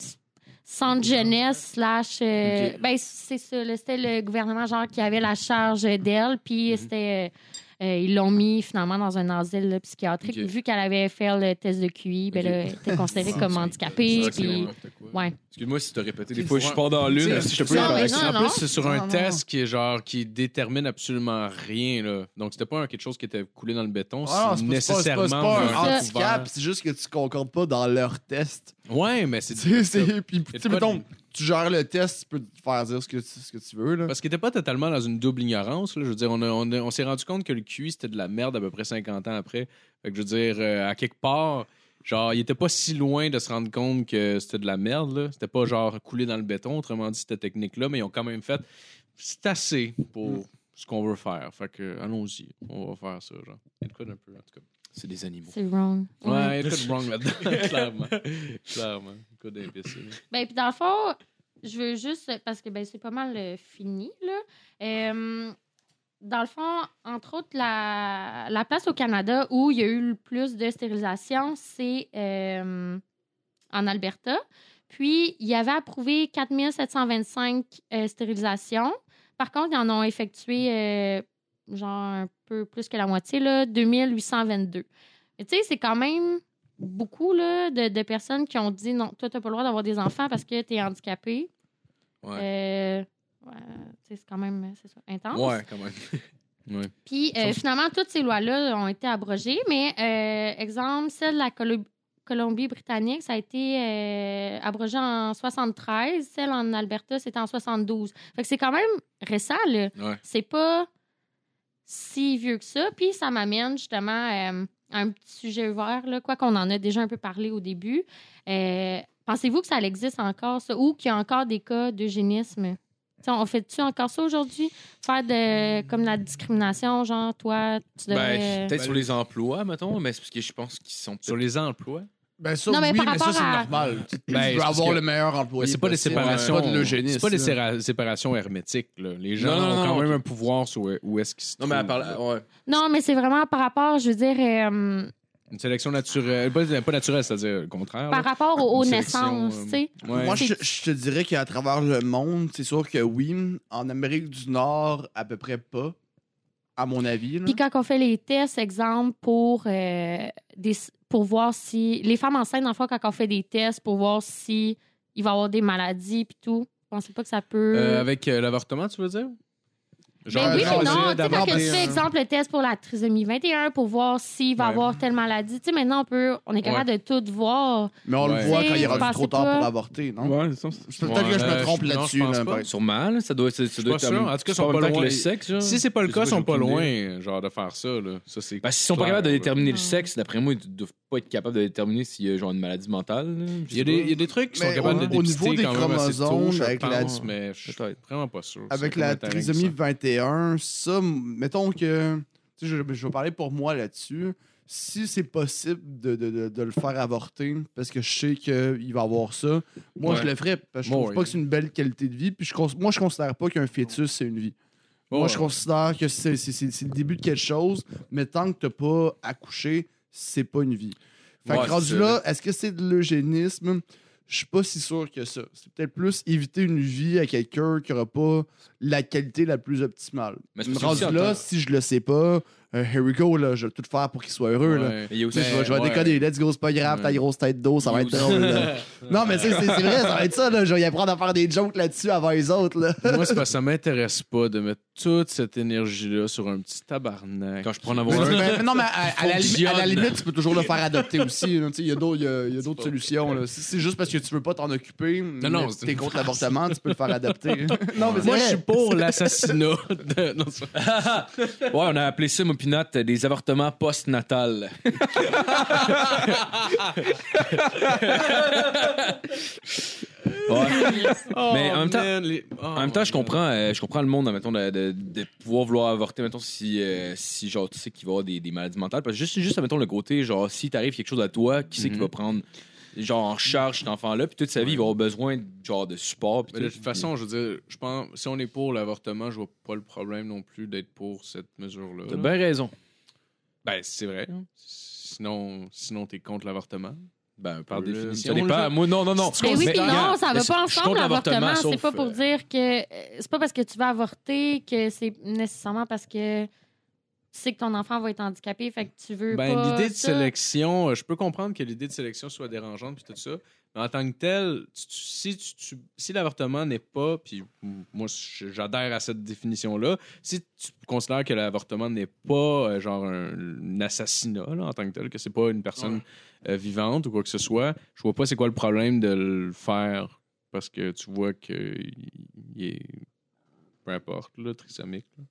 [SPEAKER 6] centres jeunesse, slash. euh,
[SPEAKER 2] Ok.
[SPEAKER 6] Ben, c'est ça, là, c'était le gouvernement, genre, qui avait la charge d'elle, puis c'était. euh, euh, ils l'ont mis finalement dans un asile là, psychiatrique.
[SPEAKER 2] Ok.
[SPEAKER 6] Vu qu'elle avait fait le test de QI, ben,
[SPEAKER 2] Ok.
[SPEAKER 6] là, elle était considérée comme handicapée.
[SPEAKER 4] C'est
[SPEAKER 6] puis-
[SPEAKER 4] n'importe quoi.
[SPEAKER 6] Ouais.
[SPEAKER 2] Excuse-moi si tu as répété. Des fois, je suis pas dans
[SPEAKER 4] Tu
[SPEAKER 2] l'une.
[SPEAKER 4] sais,
[SPEAKER 2] Si je te peux
[SPEAKER 4] peux
[SPEAKER 6] Non,
[SPEAKER 4] par
[SPEAKER 6] mais
[SPEAKER 4] accident.
[SPEAKER 6] non,
[SPEAKER 4] en
[SPEAKER 6] non.
[SPEAKER 4] plus, c'est sur
[SPEAKER 7] Non,
[SPEAKER 4] un
[SPEAKER 7] non,
[SPEAKER 4] test qui est genre qui détermine absolument rien là. Donc c'était pas un, quelque chose qui était coulé dans le béton,
[SPEAKER 5] Ah,
[SPEAKER 4] c'est
[SPEAKER 5] non, c'est pas- c'est pas-
[SPEAKER 4] nécessairement
[SPEAKER 5] c'est pas un
[SPEAKER 4] un
[SPEAKER 5] handicap, c'est juste que tu concordes pas dans leur test.
[SPEAKER 4] couvert. Ouais, mais c'est
[SPEAKER 5] Tu sais, <laughs> c'est- puis, tu
[SPEAKER 4] Et
[SPEAKER 5] sais,
[SPEAKER 4] pas-
[SPEAKER 5] mettons, tu gères le test, tu peux te faire dire ce que tu, ce que tu veux. Là.
[SPEAKER 4] parce qu'il était pas totalement dans une double ignorance. Là. Je veux dire, on, a- on a- on s'est rendu compte que le QI, c'était de la merde à peu près 50 ans après. Fait que je veux dire, euh, à quelque part, genre, il était pas si loin de se rendre compte que c'était de la merde. là. C'était pas genre coulé dans le béton, autrement dit, cette technique-là, mais ils ont quand même fait. C'est assez pour
[SPEAKER 2] Mm.
[SPEAKER 4] ce qu'on veut faire. Fait que, euh, allons-y, on va faire ça. Genre. Il y a de quoi d'un peu, en tout cas.
[SPEAKER 2] C'est des animaux.
[SPEAKER 6] C'est wrong.
[SPEAKER 4] Ouais, il y a de quoi de wrong là-dedans, <laughs> clairement. clairement. Il y a de quoi d'imbécile.
[SPEAKER 6] Ben, puis dans le fond, je veux juste, parce que ben, c'est pas mal euh, fini, là. Euh, dans le fond, entre autres, la, la place au Canada où il y a eu le plus de stérilisation, c'est euh, en Alberta. Puis, il y avait approuvé 4725 euh, stérilisations. Par contre, ils en ont effectué euh, genre un peu plus que la moitié, là, 2822. Mais tu sais, c'est quand même beaucoup là, de, de personnes qui ont dit non, toi, t'as pas le droit d'avoir des enfants parce que t'es handicapé. Euh, ouais, tu sais, c'est quand même c'est ça, intense.
[SPEAKER 4] Ouais, quand même.
[SPEAKER 6] Puis euh, finalement, toutes ces lois-là ont été abrogées, mais euh, exemple, celle de la Colo- Colombie-Britannique, ça a été euh, abrogé en 73. Celle en Alberta, c'était en 72. Fait que c'est quand même récent, là.
[SPEAKER 4] Ouais.
[SPEAKER 6] C'est pas si vieux que ça. Puis ça m'amène justement euh, à un petit sujet ouvert, là, quoi qu'on en a déjà un peu parlé au début. Euh, Pensez-vous que ça existe encore, ça, ou qu'il y a encore des cas d'eugénisme? Tu sais, on fait-tu encore ça aujourd'hui? Faire de, comme la discrimination, genre, toi, tu devrais...
[SPEAKER 2] Ben, peut-être sur les emplois, mettons, mais c'est parce que je pense qu'ils sont
[SPEAKER 4] Sur les emplois.
[SPEAKER 5] Ben ça,
[SPEAKER 6] Non, mais
[SPEAKER 5] oui,
[SPEAKER 6] par
[SPEAKER 5] mais ça,
[SPEAKER 6] rapport
[SPEAKER 5] c'est
[SPEAKER 6] à-
[SPEAKER 5] normal. Tu-
[SPEAKER 4] Ben,
[SPEAKER 5] tu
[SPEAKER 4] c'est
[SPEAKER 5] veux
[SPEAKER 4] parce
[SPEAKER 5] avoir
[SPEAKER 4] que-
[SPEAKER 5] le meilleur
[SPEAKER 4] Mais
[SPEAKER 5] employé
[SPEAKER 4] Ben, c'est pas des
[SPEAKER 5] possible. hein.
[SPEAKER 4] séparations.
[SPEAKER 5] C'est pas de l'eugénisme.
[SPEAKER 4] C'est pas des
[SPEAKER 5] là.
[SPEAKER 4] séra- séparations hermétiques. là. Les gens
[SPEAKER 2] Non, non,
[SPEAKER 4] ont
[SPEAKER 2] non,
[SPEAKER 4] quand
[SPEAKER 2] non,
[SPEAKER 4] même
[SPEAKER 2] ok.
[SPEAKER 4] un pouvoir sur où- où est-ce qu'ils se
[SPEAKER 2] Non, mais elle
[SPEAKER 4] trouvent,
[SPEAKER 2] parle.
[SPEAKER 4] là.
[SPEAKER 2] Ouais.
[SPEAKER 6] Non, mais c'est vraiment par rapport, je veux dire, euh,
[SPEAKER 4] Une sélection naturelle. Pas, pas naturelle, c'est-à-dire le contraire.
[SPEAKER 6] par
[SPEAKER 4] là.
[SPEAKER 6] rapport aux, aux
[SPEAKER 4] Une sélection,
[SPEAKER 6] naissances,
[SPEAKER 4] euh,
[SPEAKER 6] tu sais.
[SPEAKER 4] Ouais.
[SPEAKER 5] Moi, je, je te dirais qu'à travers le monde, c'est sûr que oui, en Amérique du Nord, à peu près pas, à mon avis. là.
[SPEAKER 6] Puis quand on fait les tests, exemple, pour, euh, des, pour voir si... Les femmes enceintes, dans le fond, quand on fait des tests pour voir si il va y avoir des maladies puis tout, pensez pas que ça peut...
[SPEAKER 4] Euh, avec euh, l'avortement, tu veux dire?
[SPEAKER 6] Ben oui,
[SPEAKER 5] genre,
[SPEAKER 6] mais non,
[SPEAKER 5] essayer
[SPEAKER 6] tu sais, quand
[SPEAKER 5] d'avoir
[SPEAKER 6] tu
[SPEAKER 5] des,
[SPEAKER 6] fais,
[SPEAKER 5] euh,
[SPEAKER 6] exemple, le test pour la trisomie 21 pour voir s'il va
[SPEAKER 4] Ouais.
[SPEAKER 6] avoir telle maladie, tu sais, maintenant, on, peut, on est capable de tout voir.
[SPEAKER 5] Mais on
[SPEAKER 4] Ouais.
[SPEAKER 5] le voit quand il est
[SPEAKER 6] Vous
[SPEAKER 5] rendu trop
[SPEAKER 6] pensez
[SPEAKER 5] tard
[SPEAKER 6] pas?
[SPEAKER 5] pour avorter, non?
[SPEAKER 3] Ouais, ça, c'est-
[SPEAKER 5] Peut-être
[SPEAKER 4] Ouais,
[SPEAKER 5] que je
[SPEAKER 4] euh,
[SPEAKER 5] me trompe
[SPEAKER 4] je- non,
[SPEAKER 5] là-dessus.
[SPEAKER 4] je pense
[SPEAKER 5] là, ben,
[SPEAKER 4] pas.
[SPEAKER 5] par exemple.
[SPEAKER 2] Sûrement, là, ça doit être. Ça doit
[SPEAKER 4] pas
[SPEAKER 2] être
[SPEAKER 4] sûr. En tout cas, ils sont
[SPEAKER 2] en
[SPEAKER 4] pas
[SPEAKER 2] même temps que
[SPEAKER 4] loin.
[SPEAKER 2] le sexe, genre.
[SPEAKER 4] Si c'est pas le
[SPEAKER 2] Je
[SPEAKER 4] cas,
[SPEAKER 2] sais
[SPEAKER 4] ils sont pas
[SPEAKER 2] j'ai aucune idée.
[SPEAKER 4] loin, genre, de faire ça, là. Ça, c'est.
[SPEAKER 2] Ben, s'ils sont pas
[SPEAKER 4] clair,
[SPEAKER 2] capables de
[SPEAKER 4] là.
[SPEAKER 2] déterminer
[SPEAKER 6] Ah.
[SPEAKER 2] le sexe, d'après moi, ils ne doivent pas être capables de déterminer s'il y a genre une maladie mentale. là. Je
[SPEAKER 4] Il y,
[SPEAKER 2] sais
[SPEAKER 4] a des,
[SPEAKER 2] pas.
[SPEAKER 4] il y a des trucs qui sont
[SPEAKER 5] Mais
[SPEAKER 4] capables
[SPEAKER 5] au-
[SPEAKER 4] de
[SPEAKER 5] au niveau
[SPEAKER 4] dépister
[SPEAKER 5] des
[SPEAKER 4] quand même assez tôt,
[SPEAKER 5] chromosomes,
[SPEAKER 4] je
[SPEAKER 5] avec la-
[SPEAKER 4] pense, mais je suis
[SPEAKER 2] Peut-être.
[SPEAKER 4] vraiment pas sûr.
[SPEAKER 5] Avec
[SPEAKER 4] C'est
[SPEAKER 5] la
[SPEAKER 4] comme un terrain
[SPEAKER 5] trisomie
[SPEAKER 4] glissant.
[SPEAKER 5] 21, ça, m- mettons que. Tu sais, je, je vais parler pour moi là-dessus. Si c'est possible de, de- de- de le faire avorter, parce que je sais qu'il va avoir ça, moi,
[SPEAKER 2] Ouais.
[SPEAKER 5] je le ferais. Parce que je
[SPEAKER 4] Bon,
[SPEAKER 5] trouve
[SPEAKER 4] ouais.
[SPEAKER 5] pas que c'est une belle qualité de vie. Puis je, cons- moi, je considère pas qu'un fœtus, c'est une vie.
[SPEAKER 4] Bon,
[SPEAKER 5] Moi,
[SPEAKER 4] ouais.
[SPEAKER 5] je considère que c'est c'est- c'est- c'est le début de quelque chose, mais tant que t'as pas accouché, c'est pas une vie. Fait
[SPEAKER 2] Ouais,
[SPEAKER 5] que rendu
[SPEAKER 2] c'est
[SPEAKER 5] là, est-ce que c'est de l'eugénisme? Je suis pas si sûr que ça. C'est peut-être plus éviter une vie à quelqu'un qui aura pas la qualité la plus optimale.
[SPEAKER 2] Mais c'est parce que
[SPEAKER 5] rendu
[SPEAKER 2] aussi,
[SPEAKER 5] là,
[SPEAKER 2] attends.
[SPEAKER 5] si je le sais pas, euh, here we go, là, je vais tout faire pour qu'il soit heureux. Là.
[SPEAKER 4] Ouais.
[SPEAKER 2] Mais il y a aussi.
[SPEAKER 5] Tu sais, je vais, je vais
[SPEAKER 2] ouais.
[SPEAKER 5] déconner, let's go, c'est pas grave, ta grosse tête d'eau, ça va être drôle. là. non, mais tu sais, c'est c'est vrai, ça va être ça, là, je vais y apprendre à faire des jokes là-dessus avant les autres. Là.
[SPEAKER 4] Moi, c'est parce que ça m'intéresse pas de mettre toute cette énergie-là sur un petit tabarnak.
[SPEAKER 2] Quand je prends en
[SPEAKER 5] Mais
[SPEAKER 2] avoir
[SPEAKER 5] non,
[SPEAKER 2] un.
[SPEAKER 5] mais- non, mais à, à la, limi- à la
[SPEAKER 2] Fonctionne.
[SPEAKER 5] limite, tu peux toujours le faire adopter aussi. là. Tu sais, Il y a d'autres- il y a- il y a d'autres solutions. là. Si c'est juste parce que tu veux pas t'en occuper, mais
[SPEAKER 4] non,
[SPEAKER 5] si
[SPEAKER 4] c'est
[SPEAKER 5] t'es
[SPEAKER 4] une
[SPEAKER 5] contre l'avortement, tu peux le faire adopter. non, mais
[SPEAKER 4] Moi, je
[SPEAKER 5] c'est
[SPEAKER 4] suis
[SPEAKER 5] vrai.
[SPEAKER 4] pour l'assassinat de. Non, c'est pas-
[SPEAKER 2] Ouais, on a appelé ça, mon pinat, des avortements post-natals. ouais. Mais en même temps-
[SPEAKER 4] man, les- oh,
[SPEAKER 3] Ah.
[SPEAKER 2] En même temps, je
[SPEAKER 4] man.
[SPEAKER 2] comprends, euh, je comprends le monde, mettons, de, de- de pouvoir vouloir avorter, mettons, si, euh, si genre, tu sais qu'il va y avoir des, des maladies mentales. Parce que juste, juste, mettons, le côté, genre, si t'arrive quelque chose à toi, qui c'est qui
[SPEAKER 4] Mhm.
[SPEAKER 2] va prendre, genre, en charge cet enfant-là, puis toute sa vie, il va avoir besoin, genre, de support. puis
[SPEAKER 4] Mais de
[SPEAKER 2] tout.
[SPEAKER 4] toute façon, je veux dire, je pense, si on est pour l'avortement, je vois pas le problème non plus d'être pour cette mesure-là.
[SPEAKER 2] T'as
[SPEAKER 4] là.
[SPEAKER 2] bien raison.
[SPEAKER 4] Mm. Ben, c'est vrai. hein. Sinon, sinon t'es contre l'avortement.
[SPEAKER 2] Ben,
[SPEAKER 4] Par
[SPEAKER 2] par
[SPEAKER 4] définition,
[SPEAKER 2] définition.
[SPEAKER 4] on le fait.
[SPEAKER 2] Moi, non, non, non.
[SPEAKER 6] Ben oui, puis non,
[SPEAKER 2] regarde,
[SPEAKER 6] ça
[SPEAKER 2] mais
[SPEAKER 6] va
[SPEAKER 2] je-
[SPEAKER 6] pas
[SPEAKER 2] je suis
[SPEAKER 6] ensemble,
[SPEAKER 2] contre
[SPEAKER 6] l'avortement. C'est
[SPEAKER 2] sauf,
[SPEAKER 6] pas pour
[SPEAKER 2] euh,
[SPEAKER 6] dire que... euh, C'est pas parce que tu vas avorter que c'est nécessairement parce que tu sais que ton enfant va être handicapé, fait que tu veux
[SPEAKER 4] Ben,
[SPEAKER 6] pas.
[SPEAKER 4] l'idée de
[SPEAKER 6] ça.
[SPEAKER 4] sélection, euh, je peux comprendre que l'idée de sélection soit dérangeante puis tout ça. Mais en tant que tel, tu- tu- si, tu- tu- si l'avortement n'est pas, puis m- moi je- j'adhère à cette définition-là, si tu considères que l'avortement n'est pas euh, genre un, un assassinat là, en tant que tel, que c'est pas une personne euh, vivante ou quoi que ce soit, je vois pas c'est quoi le problème de le faire parce que tu vois que il est peu importe là, trisomique. là.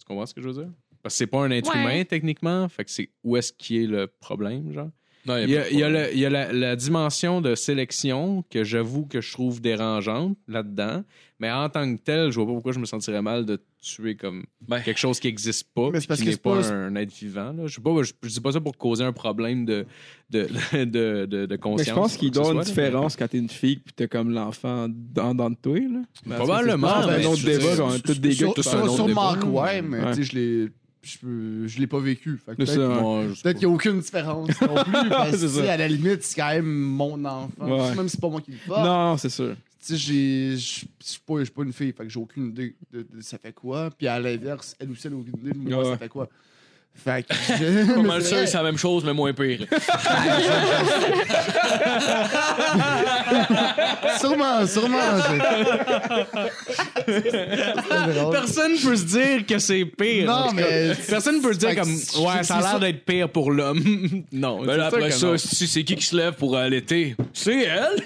[SPEAKER 4] Tu comprends ce que je veux dire? Parce que c'est pas un être
[SPEAKER 6] Ouais.
[SPEAKER 4] humain, techniquement. Fait que c'est où est-ce qu'il est le problème, genre?
[SPEAKER 2] Non,
[SPEAKER 4] Il y a, il y a le- il y a la, la dimension de sélection que j'avoue que je trouve dérangeante là-dedans. Mais en tant que tel, je vois pas pourquoi je me sentirais mal de tuer comme
[SPEAKER 2] Ben.
[SPEAKER 4] quelque chose qui existe pas,
[SPEAKER 5] Mais c'est
[SPEAKER 4] puis
[SPEAKER 5] parce
[SPEAKER 4] qui
[SPEAKER 5] que
[SPEAKER 4] n'est
[SPEAKER 5] c'est pas-
[SPEAKER 4] pas, un être vivant. là. Je, sais pas, je, je dis pas ça pour causer un problème de, de, de, de, de
[SPEAKER 3] Mais
[SPEAKER 4] conscience.
[SPEAKER 3] je pense qu'il
[SPEAKER 4] quoi
[SPEAKER 3] doit
[SPEAKER 4] que ce
[SPEAKER 3] une
[SPEAKER 4] soit, là.
[SPEAKER 3] différence quand t'es une fille puis t'as comme l'enfant dans, dans le toi, là. Parce que
[SPEAKER 4] Probablement,
[SPEAKER 3] C'est
[SPEAKER 5] mais
[SPEAKER 3] un autre
[SPEAKER 5] je-
[SPEAKER 3] débat, genre, tous des gars
[SPEAKER 5] Sur-
[SPEAKER 3] qui
[SPEAKER 4] c'est un
[SPEAKER 5] sur-
[SPEAKER 4] autre
[SPEAKER 5] Sûrement que
[SPEAKER 4] débat.
[SPEAKER 5] ouais, mais
[SPEAKER 3] Ouais.
[SPEAKER 5] tu sais, je l'ai. Je, peux- je l'ai pas vécu. Fait que
[SPEAKER 3] C'est
[SPEAKER 5] Peut-être
[SPEAKER 3] ça.
[SPEAKER 4] Moi, je sais
[SPEAKER 5] peut-être qu'il n'y a aucune différence non
[SPEAKER 3] <laughs>
[SPEAKER 5] plus. Parce que,
[SPEAKER 3] C'est
[SPEAKER 5] tu sais,
[SPEAKER 3] ça.
[SPEAKER 5] à la limite, c'est quand même mon enfant.
[SPEAKER 3] Ouais.
[SPEAKER 5] Même si c'est pas moi qui le porte.
[SPEAKER 3] Non, c'est sûr.
[SPEAKER 5] tu sais, j'ai- je je suis pas, je suis pas une fille, fait que j'ai aucune idée de, de ça fait quoi. Puis à l'inverse, elle aussi, elle a aucune idée de moi,
[SPEAKER 3] Ouais.
[SPEAKER 5] ça fait quoi.
[SPEAKER 3] <laughs>
[SPEAKER 5] Fait que.
[SPEAKER 2] Pas
[SPEAKER 5] je-
[SPEAKER 2] mal sûr que c'est la même chose, mais moins pire.
[SPEAKER 5] Sûrement, sûrement. je-
[SPEAKER 3] <laughs>
[SPEAKER 5] C'est <laughs> drôle.
[SPEAKER 4] <laughs> Personne peut se dire que c'est pire.
[SPEAKER 5] Non,
[SPEAKER 4] en tout cas.
[SPEAKER 5] mais-
[SPEAKER 4] Personne peut se dire
[SPEAKER 5] Fait que
[SPEAKER 4] comme
[SPEAKER 5] c'est-
[SPEAKER 4] ouais, ça a
[SPEAKER 5] c'est ça.
[SPEAKER 4] l'air d'être pire pour l'homme. <laughs> non,
[SPEAKER 2] Ben là,
[SPEAKER 4] c'est sûr
[SPEAKER 2] après
[SPEAKER 4] que
[SPEAKER 2] ça,
[SPEAKER 4] non.
[SPEAKER 2] si c'est qui qui se lève pour allaiter? C'est elle!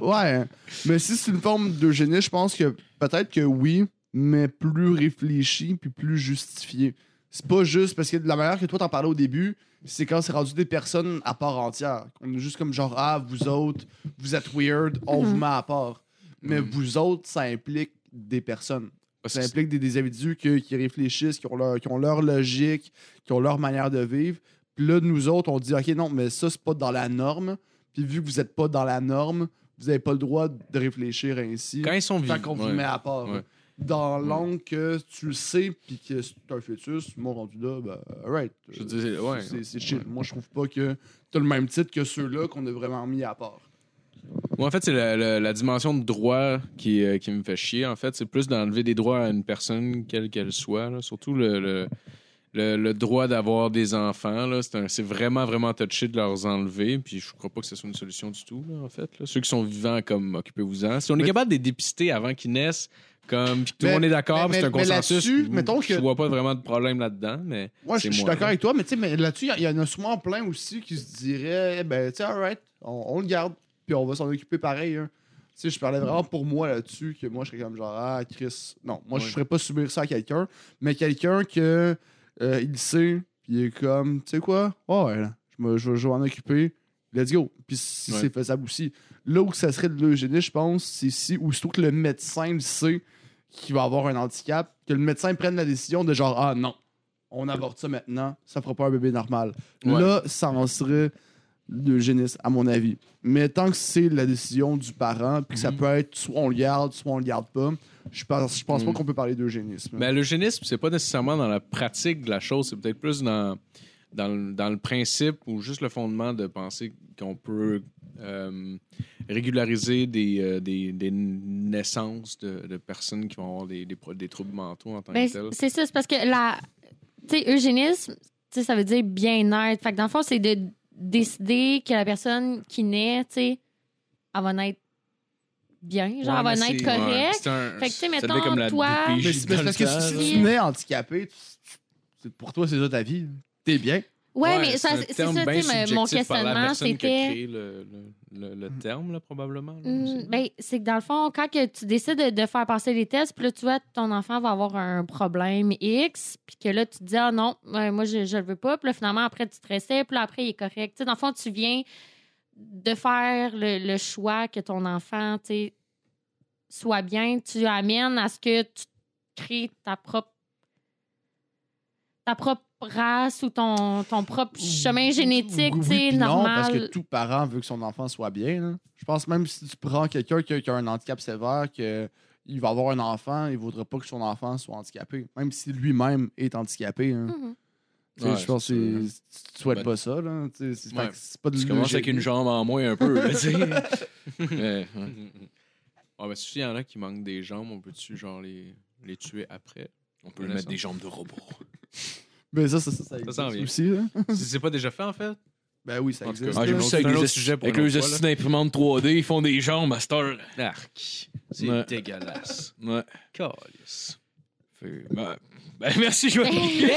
[SPEAKER 5] Ouais. hein. Mais si c'est une forme d'eugénie, je pense que peut-être que oui, mais plus réfléchi puis plus justifié. C'est pas juste parce que de la manière que toi t'en parlais au début, c'est quand c'est rendu des personnes à part entière. On est juste comme genre, ah, vous autres, vous êtes weird, on vous met à part. Mais vous autres, ça implique des personnes.
[SPEAKER 4] Parce
[SPEAKER 5] Ça
[SPEAKER 4] que
[SPEAKER 5] implique des, des individus que- qui réfléchissent, qui ont, leur, qui ont leur logique, qui ont leur manière de vivre. Puis là, nous autres, on dit, OK, non, mais ça, c'est pas dans la norme. Puis vu que vous n'êtes pas dans la norme, vous n'avez pas le droit de réfléchir ainsi.
[SPEAKER 4] quand ils sont
[SPEAKER 5] Tant qu'on
[SPEAKER 4] vivants.
[SPEAKER 5] vous
[SPEAKER 4] ouais.
[SPEAKER 5] met à part.
[SPEAKER 4] Ouais.
[SPEAKER 5] Dans l'angle que tu le sais, puis que c'est un fœtus, mon rendu là, ben, alright.
[SPEAKER 4] Je veux dire, ouais.
[SPEAKER 5] C'est c'est chill. Moi, je trouve pas que t'as le même titre que ceux-là qu'on a vraiment mis à part.
[SPEAKER 4] Moi, en fait, c'est la, la- la dimension de droit qui, euh, qui me fait chier. En fait, c'est plus d'enlever des droits à une personne, quelle qu'elle soit. là. Surtout le, le, le- le droit d'avoir des enfants. là. C'est un- C'est vraiment, vraiment touché de leur enlever. Puis je crois pas que ce soit une solution du tout, là, en fait. là. Ceux qui sont vivants, comme, occupez-vous-en. Si on est
[SPEAKER 5] Mais-
[SPEAKER 4] capable de les dépister avant qu'ils naissent, comme, puis que tout le
[SPEAKER 5] Mais-
[SPEAKER 4] monde est
[SPEAKER 5] mais-
[SPEAKER 4] d'accord, puis c'est un
[SPEAKER 5] mais- mais
[SPEAKER 4] consensus,
[SPEAKER 5] là-dessus,
[SPEAKER 4] je-
[SPEAKER 5] mettons
[SPEAKER 4] je
[SPEAKER 5] que-
[SPEAKER 4] vois pas vraiment de problème là-dedans, mais...
[SPEAKER 5] Moi,
[SPEAKER 4] C'est
[SPEAKER 5] je, je suis
[SPEAKER 4] moi,
[SPEAKER 5] d'accord
[SPEAKER 4] là.
[SPEAKER 5] avec toi, mais, tu sais, mais là-dessus, il y, en a souvent plein aussi qui se diraient, eh ben, tu sais, alright, on, on le garde, puis on va s'en occuper pareil. hein. Tu sais, je parlais
[SPEAKER 4] Mm.
[SPEAKER 5] vraiment pour moi là-dessus, que moi, je serais comme genre, ah, Chris, non, moi, je
[SPEAKER 4] Ouais.
[SPEAKER 5] ferais pas subir ça à quelqu'un, mais quelqu'un que euh, il sait, puis il est comme, tu sais quoi, ouais, là, je, me, je, vais- je vais m'en occuper, let's go. Puis si
[SPEAKER 4] Ouais.
[SPEAKER 5] c'est faisable aussi. Là où ça serait de l'eugénie, je pense, c'est si, ou surtout que le médecin le sait qu'il va avoir un handicap, que le médecin prenne la décision de genre, ah, non on avorte ça maintenant, ça fera pas un bébé normal.
[SPEAKER 4] Ouais.
[SPEAKER 5] Là, ça en serait de génisse, à mon avis. Mais tant que c'est la décision du parent, puis que
[SPEAKER 4] Mhm.
[SPEAKER 5] ça peut être soit on le garde, soit on le garde pas, je pense, je pense pas
[SPEAKER 4] Mhm. Ben,
[SPEAKER 5] qu'on peut parler d'eugénisme.
[SPEAKER 4] Mais l'eugénisme, c'est pas nécessairement dans la pratique de la chose, c'est peut-être plus dans, dans, le- dans le principe ou juste le fondement de penser qu'on peut euh, régulariser des, euh, des, des naissances de, de personnes qui vont avoir des, des, pro- des troubles mentaux en tant
[SPEAKER 6] Ben,
[SPEAKER 4] que tels.
[SPEAKER 6] c'est ça, c'est parce que la. Tu sais, eugénisme, tu sais, ça veut dire bien-être. Fait que dans le fond, c'est de décider que la personne qui naît, tu sais, elle va naître bien, genre, elle va naître correcte. Fait que, tu sais, mettons, toi-
[SPEAKER 5] Mais c'est mais c'est parce que si, si tu nais handicapé, tu- tu- c'est- pour toi, c'est ça ta vie. T'es bien.
[SPEAKER 6] Ouais, mais ça, c'est ça, tu sais, mais mon questionnement, c'était.
[SPEAKER 4] le, le, le, le terme, là, probablement. là,
[SPEAKER 6] Hmm,
[SPEAKER 4] aussi.
[SPEAKER 6] ben, c'est que dans le fond, quand que tu décides de, de faire passer les tests, puis là, tu vois, ton enfant va avoir un problème X, puis que là, tu te dis, ah non, ouais, moi, je, je le veux pas. Puis là, finalement, après, tu te restais, puis là, après, il est correct. Tu sais, dans le fond, tu viens de faire le, le choix que ton enfant, tu sais, soit bien. Tu amènes à ce que tu crées ta propre ta propre race ou ton, ton propre chemin génétique,
[SPEAKER 5] Oui,
[SPEAKER 6] tu
[SPEAKER 5] oui,
[SPEAKER 6] sais,
[SPEAKER 5] puis Non,
[SPEAKER 6] normal.
[SPEAKER 5] parce que tout parent veut que son enfant soit bien. là. Je pense même si tu prends quelqu'un qui, a- qui a un handicap sévère, que il va avoir un enfant, il ne voudrait pas que son enfant soit handicapé, même si lui-même est handicapé. hein.
[SPEAKER 6] Mhm. <laughs>
[SPEAKER 5] Tu sais,
[SPEAKER 4] Ouais,
[SPEAKER 5] je pense que
[SPEAKER 4] c'est
[SPEAKER 5] c'est- tu souhaites
[SPEAKER 2] Ben,
[SPEAKER 5] pas ça. Là. Tu sais, C'est
[SPEAKER 4] ouais.
[SPEAKER 5] fait que c'est pas de
[SPEAKER 2] Tu commences avec une
[SPEAKER 5] l'eugénie.
[SPEAKER 2] jambe en moins un peu, tu <laughs> sais. Ouais, ouais. <laughs>
[SPEAKER 4] Ah ben, s'il y en a qui manquent des jambes, on peut-tu, genre, les, les tuer après?
[SPEAKER 2] On peut lui mettre des jambes de robot.
[SPEAKER 5] Mais Ben, ça, ça, ça, ça existe
[SPEAKER 4] s'en vient.
[SPEAKER 5] aussi. Là.
[SPEAKER 4] C'est pas déjà fait, en fait?
[SPEAKER 5] Ben oui, ça
[SPEAKER 4] En tout cas,
[SPEAKER 5] existe.
[SPEAKER 4] Ah, j'ai
[SPEAKER 5] là.
[SPEAKER 4] vu ça avec
[SPEAKER 2] Avec
[SPEAKER 4] les
[SPEAKER 2] les
[SPEAKER 4] sujets pour
[SPEAKER 2] Avec
[SPEAKER 4] une
[SPEAKER 2] leurs
[SPEAKER 4] autre fois,
[SPEAKER 2] astuces d'imprimantes 3D, ils font des jambes à cette heure.
[SPEAKER 4] là. Arc. C'est
[SPEAKER 2] Ouais.
[SPEAKER 4] <laughs> dégueulasse.
[SPEAKER 2] Ouais.
[SPEAKER 4] Calice.
[SPEAKER 2] Fait- Ben, ben, merci, Joël.
[SPEAKER 6] Écoute,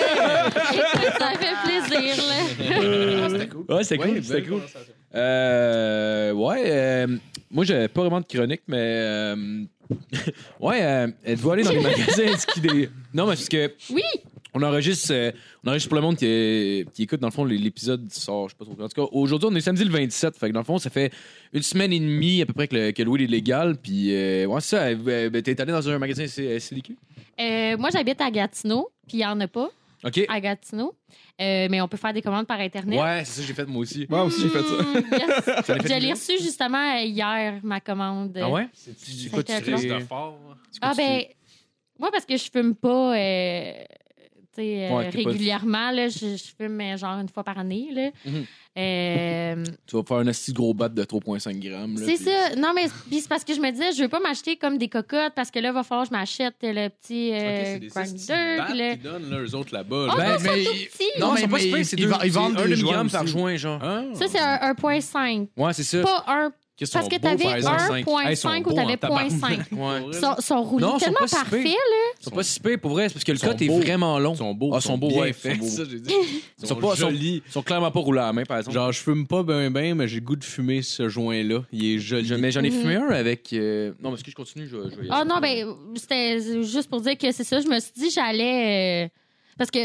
[SPEAKER 6] ça fait plaisir, là.
[SPEAKER 2] Ouais, c'était cool. c'était cool. Euh, ouais, euh, moi, j'avais pas vraiment de chronique, mais. euh, <laughs> ouais, euh, êtes-vous allé dans les magasins de ski des. Non, mais parce que.
[SPEAKER 6] Oui!
[SPEAKER 2] On enregistre, euh, on enregistre pour le monde qui, euh, qui écoute, dans le fond, les- l'épisode sort, je sais pas trop. En tout cas, aujourd'hui, on est samedi le 27. Fait que dans le fond, ça fait une semaine et demie à peu près que, le, que Louis est légal. Puis, euh, ouais, c'est ça. euh, ben, T'es allé dans un magasin C- CDQ?
[SPEAKER 6] Euh, moi, j'habite à Gatineau, puis il n'y en a pas
[SPEAKER 2] OK.
[SPEAKER 6] à Gatineau. Euh, mais on peut faire des commandes par Internet.
[SPEAKER 2] Ouais, c'est ça que j'ai fait moi aussi.
[SPEAKER 3] Moi aussi, j'ai fait ça.
[SPEAKER 6] Mmh,
[SPEAKER 2] <laughs>
[SPEAKER 6] yes.
[SPEAKER 2] Ça l'a fait
[SPEAKER 6] Je
[SPEAKER 2] du
[SPEAKER 6] l'ai
[SPEAKER 2] bien.
[SPEAKER 6] reçu justement euh, hier, ma commande.
[SPEAKER 2] Ah ouais?
[SPEAKER 4] C'est
[SPEAKER 6] quoi, tu Fait que- fais?
[SPEAKER 4] fort.
[SPEAKER 6] Ah ben, moi parce que je fume pas euh, tu sais, euh,
[SPEAKER 2] Ouais, t'es pas-
[SPEAKER 6] régulièrement, là, je, je fume euh, genre une fois par année. Là.
[SPEAKER 2] Mhm. <laughs>
[SPEAKER 6] Euh,
[SPEAKER 2] Tu vas faire un assez gros bat de 3,5 grammes. là,
[SPEAKER 6] c'est
[SPEAKER 2] puis-
[SPEAKER 6] ça. Non, mais c'est- puis c'est parce que je me disais, je veux pas m'acheter comme des cocottes parce que là, va falloir que je m'achète le petit euh, grinder. puis le-
[SPEAKER 4] Ils donnent là, eux autres là-bas.
[SPEAKER 6] Ah,
[SPEAKER 4] là.
[SPEAKER 6] non, c'est tout petit.
[SPEAKER 2] Non, Ben, mais,
[SPEAKER 6] Ça,
[SPEAKER 2] mais
[SPEAKER 5] si pires, c'est
[SPEAKER 2] ils,
[SPEAKER 5] deux-
[SPEAKER 2] vendent- ils
[SPEAKER 5] c'est
[SPEAKER 2] vendent
[SPEAKER 5] un
[SPEAKER 2] des
[SPEAKER 5] demi-gramme
[SPEAKER 2] grammes
[SPEAKER 5] par
[SPEAKER 2] par joint, genre.
[SPEAKER 4] Hein?
[SPEAKER 6] Ça, c'est un 1.5.
[SPEAKER 2] Ouais, c'est ça.
[SPEAKER 6] Pas un.
[SPEAKER 4] Qu'est-ce
[SPEAKER 6] Parce
[SPEAKER 4] qu'ils
[SPEAKER 6] que
[SPEAKER 4] sont beaux,
[SPEAKER 6] t'avais
[SPEAKER 4] par exemple, cinq. Hey, ils sont
[SPEAKER 6] 1.5 ou
[SPEAKER 4] beaux en
[SPEAKER 6] t'avais
[SPEAKER 4] tabarnak.
[SPEAKER 6] 0.5.
[SPEAKER 2] Ouais.
[SPEAKER 6] Ils sont, sont roulés
[SPEAKER 2] Non, ils sont
[SPEAKER 6] tellement
[SPEAKER 2] pas si
[SPEAKER 6] parfait,
[SPEAKER 2] pires.
[SPEAKER 6] là.
[SPEAKER 2] Ils sont pas si pires pour vrai, c'est parce que le
[SPEAKER 4] Ils
[SPEAKER 2] cut
[SPEAKER 4] sont
[SPEAKER 2] est
[SPEAKER 4] beaux.
[SPEAKER 2] vraiment long.
[SPEAKER 4] Ils sont beaux.
[SPEAKER 2] Ah, ils sont beaux,
[SPEAKER 4] bien
[SPEAKER 2] ouais,
[SPEAKER 4] faits.
[SPEAKER 2] ils sont beaux.
[SPEAKER 4] Ça, j'ai dit.
[SPEAKER 2] Ils sont, pas sont-
[SPEAKER 4] jolis.
[SPEAKER 2] Ils sont clairement pas roulés à la main, par exemple.
[SPEAKER 4] Genre, je fume pas ben ben, mais j'ai le goût de fumer ce joint-là. Il est joli.
[SPEAKER 2] Je- mais j'en ai
[SPEAKER 6] Mhm.
[SPEAKER 2] fumé un avec. euh, Non, parce que je continue, je, je vais y
[SPEAKER 6] Ah
[SPEAKER 2] aller.
[SPEAKER 6] non, ben, c'était juste pour dire que c'est ça. Je me suis dit, j'allais. euh, parce que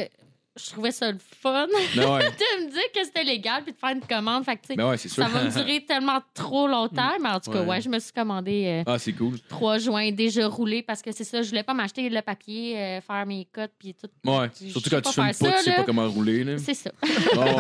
[SPEAKER 6] je trouvais ça le fun <laughs>
[SPEAKER 2] Mais Ben ouais,
[SPEAKER 6] de me dire que c'était légal puis de faire une commande. Fait que, tu sais,
[SPEAKER 2] mais ouais c'est sûr. Mm.
[SPEAKER 6] ça va me durer tellement trop longtemps. Mais en tout cas,
[SPEAKER 2] Ouais.
[SPEAKER 6] ouais, je me suis commandé euh,
[SPEAKER 2] Ah, c'est cool.
[SPEAKER 6] trois joints déjà roulés parce que c'est ça. Je voulais pas m'acheter le papier, euh, faire mes cotes puis tout.
[SPEAKER 2] Ouais.
[SPEAKER 6] Je
[SPEAKER 2] Surtout
[SPEAKER 6] sais
[SPEAKER 2] quand tu
[SPEAKER 6] pas
[SPEAKER 2] fumes pas,
[SPEAKER 6] faire ça,
[SPEAKER 2] tu sais
[SPEAKER 6] là.
[SPEAKER 2] pas comment rouler. Là.
[SPEAKER 6] C'est ça.
[SPEAKER 2] Ah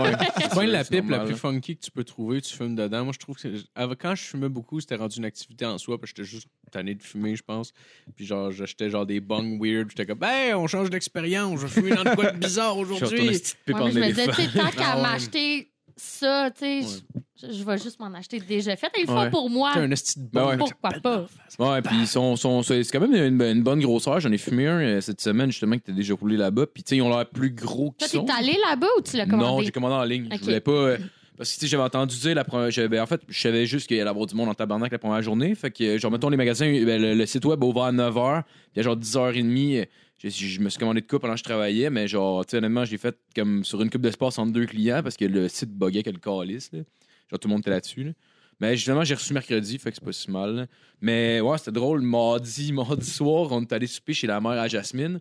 [SPEAKER 2] ouais.
[SPEAKER 4] C'est pas la
[SPEAKER 2] C'est
[SPEAKER 4] pipe la
[SPEAKER 2] normal,
[SPEAKER 4] plus
[SPEAKER 2] hein.
[SPEAKER 4] funky que tu peux trouver, tu fumes dedans. Moi, je trouve que c'est- avant- quand je fumais beaucoup, c'était rendu une activité en soi, parce que j'étais juste tanné de fumer, je pense. Puis genre, j'achetais genre des bongs weird. J'étais comme, hey, on change d'expérience, je vais fumer dans le quoi de bizarre
[SPEAKER 2] Je suis retourné
[SPEAKER 4] aujourd'hui.
[SPEAKER 2] cette petite pipe
[SPEAKER 6] Ouais, mais
[SPEAKER 2] en
[SPEAKER 6] je me disais, tu
[SPEAKER 4] <laughs>
[SPEAKER 2] éléphant.
[SPEAKER 6] sais, tant qu'à
[SPEAKER 4] Ah ouais.
[SPEAKER 6] m'acheter ça, tu sais, je- je vais juste m'en acheter déjà fait. Ils le font
[SPEAKER 2] Ouais.
[SPEAKER 6] pour moi.
[SPEAKER 4] T'as un esti de
[SPEAKER 2] Ben
[SPEAKER 4] bong.
[SPEAKER 2] ouais.
[SPEAKER 6] Pourquoi pas?
[SPEAKER 2] Ouais, puis ils sont, sont- c'est quand même une, une bonne grosseur. J'en ai fumé un euh, cette semaine, justement, que t'as déjà roulé là-bas. Puis, tu sais, ils ont l'air plus gros
[SPEAKER 6] Toi,
[SPEAKER 2] qu'ils sont.
[SPEAKER 6] t'es allé là-bas ou tu l'as
[SPEAKER 2] Non,
[SPEAKER 6] commandé?
[SPEAKER 2] j'ai commandé en ligne.
[SPEAKER 6] Ok.
[SPEAKER 2] Je voulais pas. euh, parce que, tu sais, j'avais entendu dire la première. j'avais- en fait, je savais juste qu'il allait y avoir du monde en tabarnak la première journée. Fait que, euh, genre, mettons, les magasins, euh, ben, le, le site web ouvert à 9h. Puis, à genre 10h30, euh, je, je me suis commandé de quoi pendant que je travaillais. Mais, genre, tu sais, honnêtement, je l'ai fait comme sur une coupe d'espace entre deux clients parce que le site buguait que le calice. là. Genre, tout le monde était là-dessus. là. Mais finalement, j'ai reçu mercredi, fait que c'est pas si mal. là. Mais ouais, c'était drôle. Mardi, <laughs> mardi soir, on est allé souper chez la mère à Jasmine.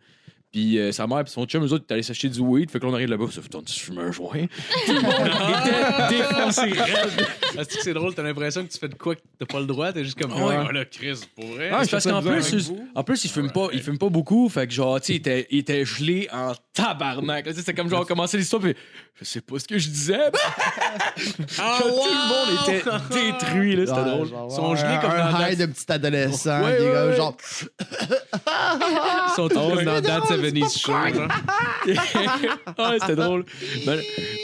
[SPEAKER 2] Puis euh, sa mère puis son chum, eux autres, étaient allés s'acheter du weed. Fait que là, on arrive là-bas, ça fait tant tu fumes un
[SPEAKER 5] <laughs>
[SPEAKER 2] joint.
[SPEAKER 5] Ah,
[SPEAKER 4] Défoncé raide. Est-ce que c'est drôle, t'as l'impression que tu fais de quoi que t'as pas le droit, t'es juste comme,
[SPEAKER 2] Ouais.
[SPEAKER 4] oh là, Chris, pour vrai.
[SPEAKER 2] c'est parce qu'en plus, ils- en plus, ils fument pas, ils fument pas beaucoup. Fait que genre, tu sais, il était, il était gelé en tabarnak. là. Tu sais, C'était comme genre, commencer l'histoire, puis je sais pas ce que je disais. Genre, <laughs> Tout le monde était détruit, là. C'était
[SPEAKER 5] Ah, Ouais,
[SPEAKER 2] drôle.
[SPEAKER 5] genre,
[SPEAKER 4] Ils sont
[SPEAKER 5] ouais,
[SPEAKER 4] gelés comme dans
[SPEAKER 5] un
[SPEAKER 4] la-
[SPEAKER 5] high de petit adolescent.
[SPEAKER 4] Ouais,
[SPEAKER 5] qui est
[SPEAKER 4] ouais,
[SPEAKER 5] comme
[SPEAKER 4] ouais.
[SPEAKER 5] genre,
[SPEAKER 4] Ils sont tous comme dans That 70 Show. genre.
[SPEAKER 5] <laughs>
[SPEAKER 2] ah, c'était drôle. Ben,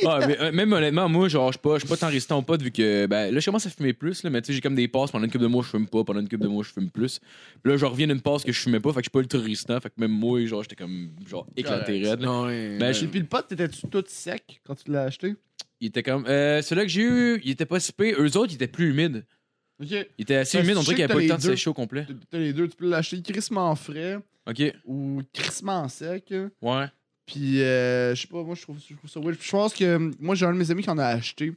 [SPEAKER 2] ah, mais, euh, même honnêtement, moi, genre, je suis pas, je suis pas tant résistant au pot vu que ben, là, je commence à fumer plus, là, mais tu sais, j'ai comme des passes. Pendant une coupe de mois, je fume pas. Pendant une coupe de mois, je fume plus. Puis là, je reviens d'une passe que je fumais pas, fait que je suis pas ultra résistant. Fait que même moi, genre, j'étais comme genre éclaté raide. là.
[SPEAKER 4] Non, ouais.
[SPEAKER 2] Ben,
[SPEAKER 5] J'ai
[SPEAKER 2] j'ai-
[SPEAKER 5] puis le pote, t'étais-tu tout sec quand tu l'as acheté?
[SPEAKER 2] il était comme. Euh, Celui-là que j'ai eu, il était pas si pire. Eux autres, ils étaient plus humides.
[SPEAKER 5] Ok.
[SPEAKER 2] Ils étaient assez
[SPEAKER 5] Ben,
[SPEAKER 2] humides,
[SPEAKER 5] je
[SPEAKER 2] on dirait
[SPEAKER 5] sais
[SPEAKER 2] qu'il y
[SPEAKER 5] que
[SPEAKER 2] avait pas le
[SPEAKER 5] t'as
[SPEAKER 2] temps
[SPEAKER 5] les
[SPEAKER 2] de sécher
[SPEAKER 5] deux.
[SPEAKER 2] au complet.
[SPEAKER 5] T'as- T'as les deux, tu peux l'acheter crissement frais
[SPEAKER 2] Ok, ouais.
[SPEAKER 5] ou crissement sec. hein.
[SPEAKER 2] Ouais,
[SPEAKER 5] Puis, euh, je sais pas, moi, je trouve, je trouve ça weird. Puis Je pense que euh, moi, j'ai un de mes amis qui en a acheté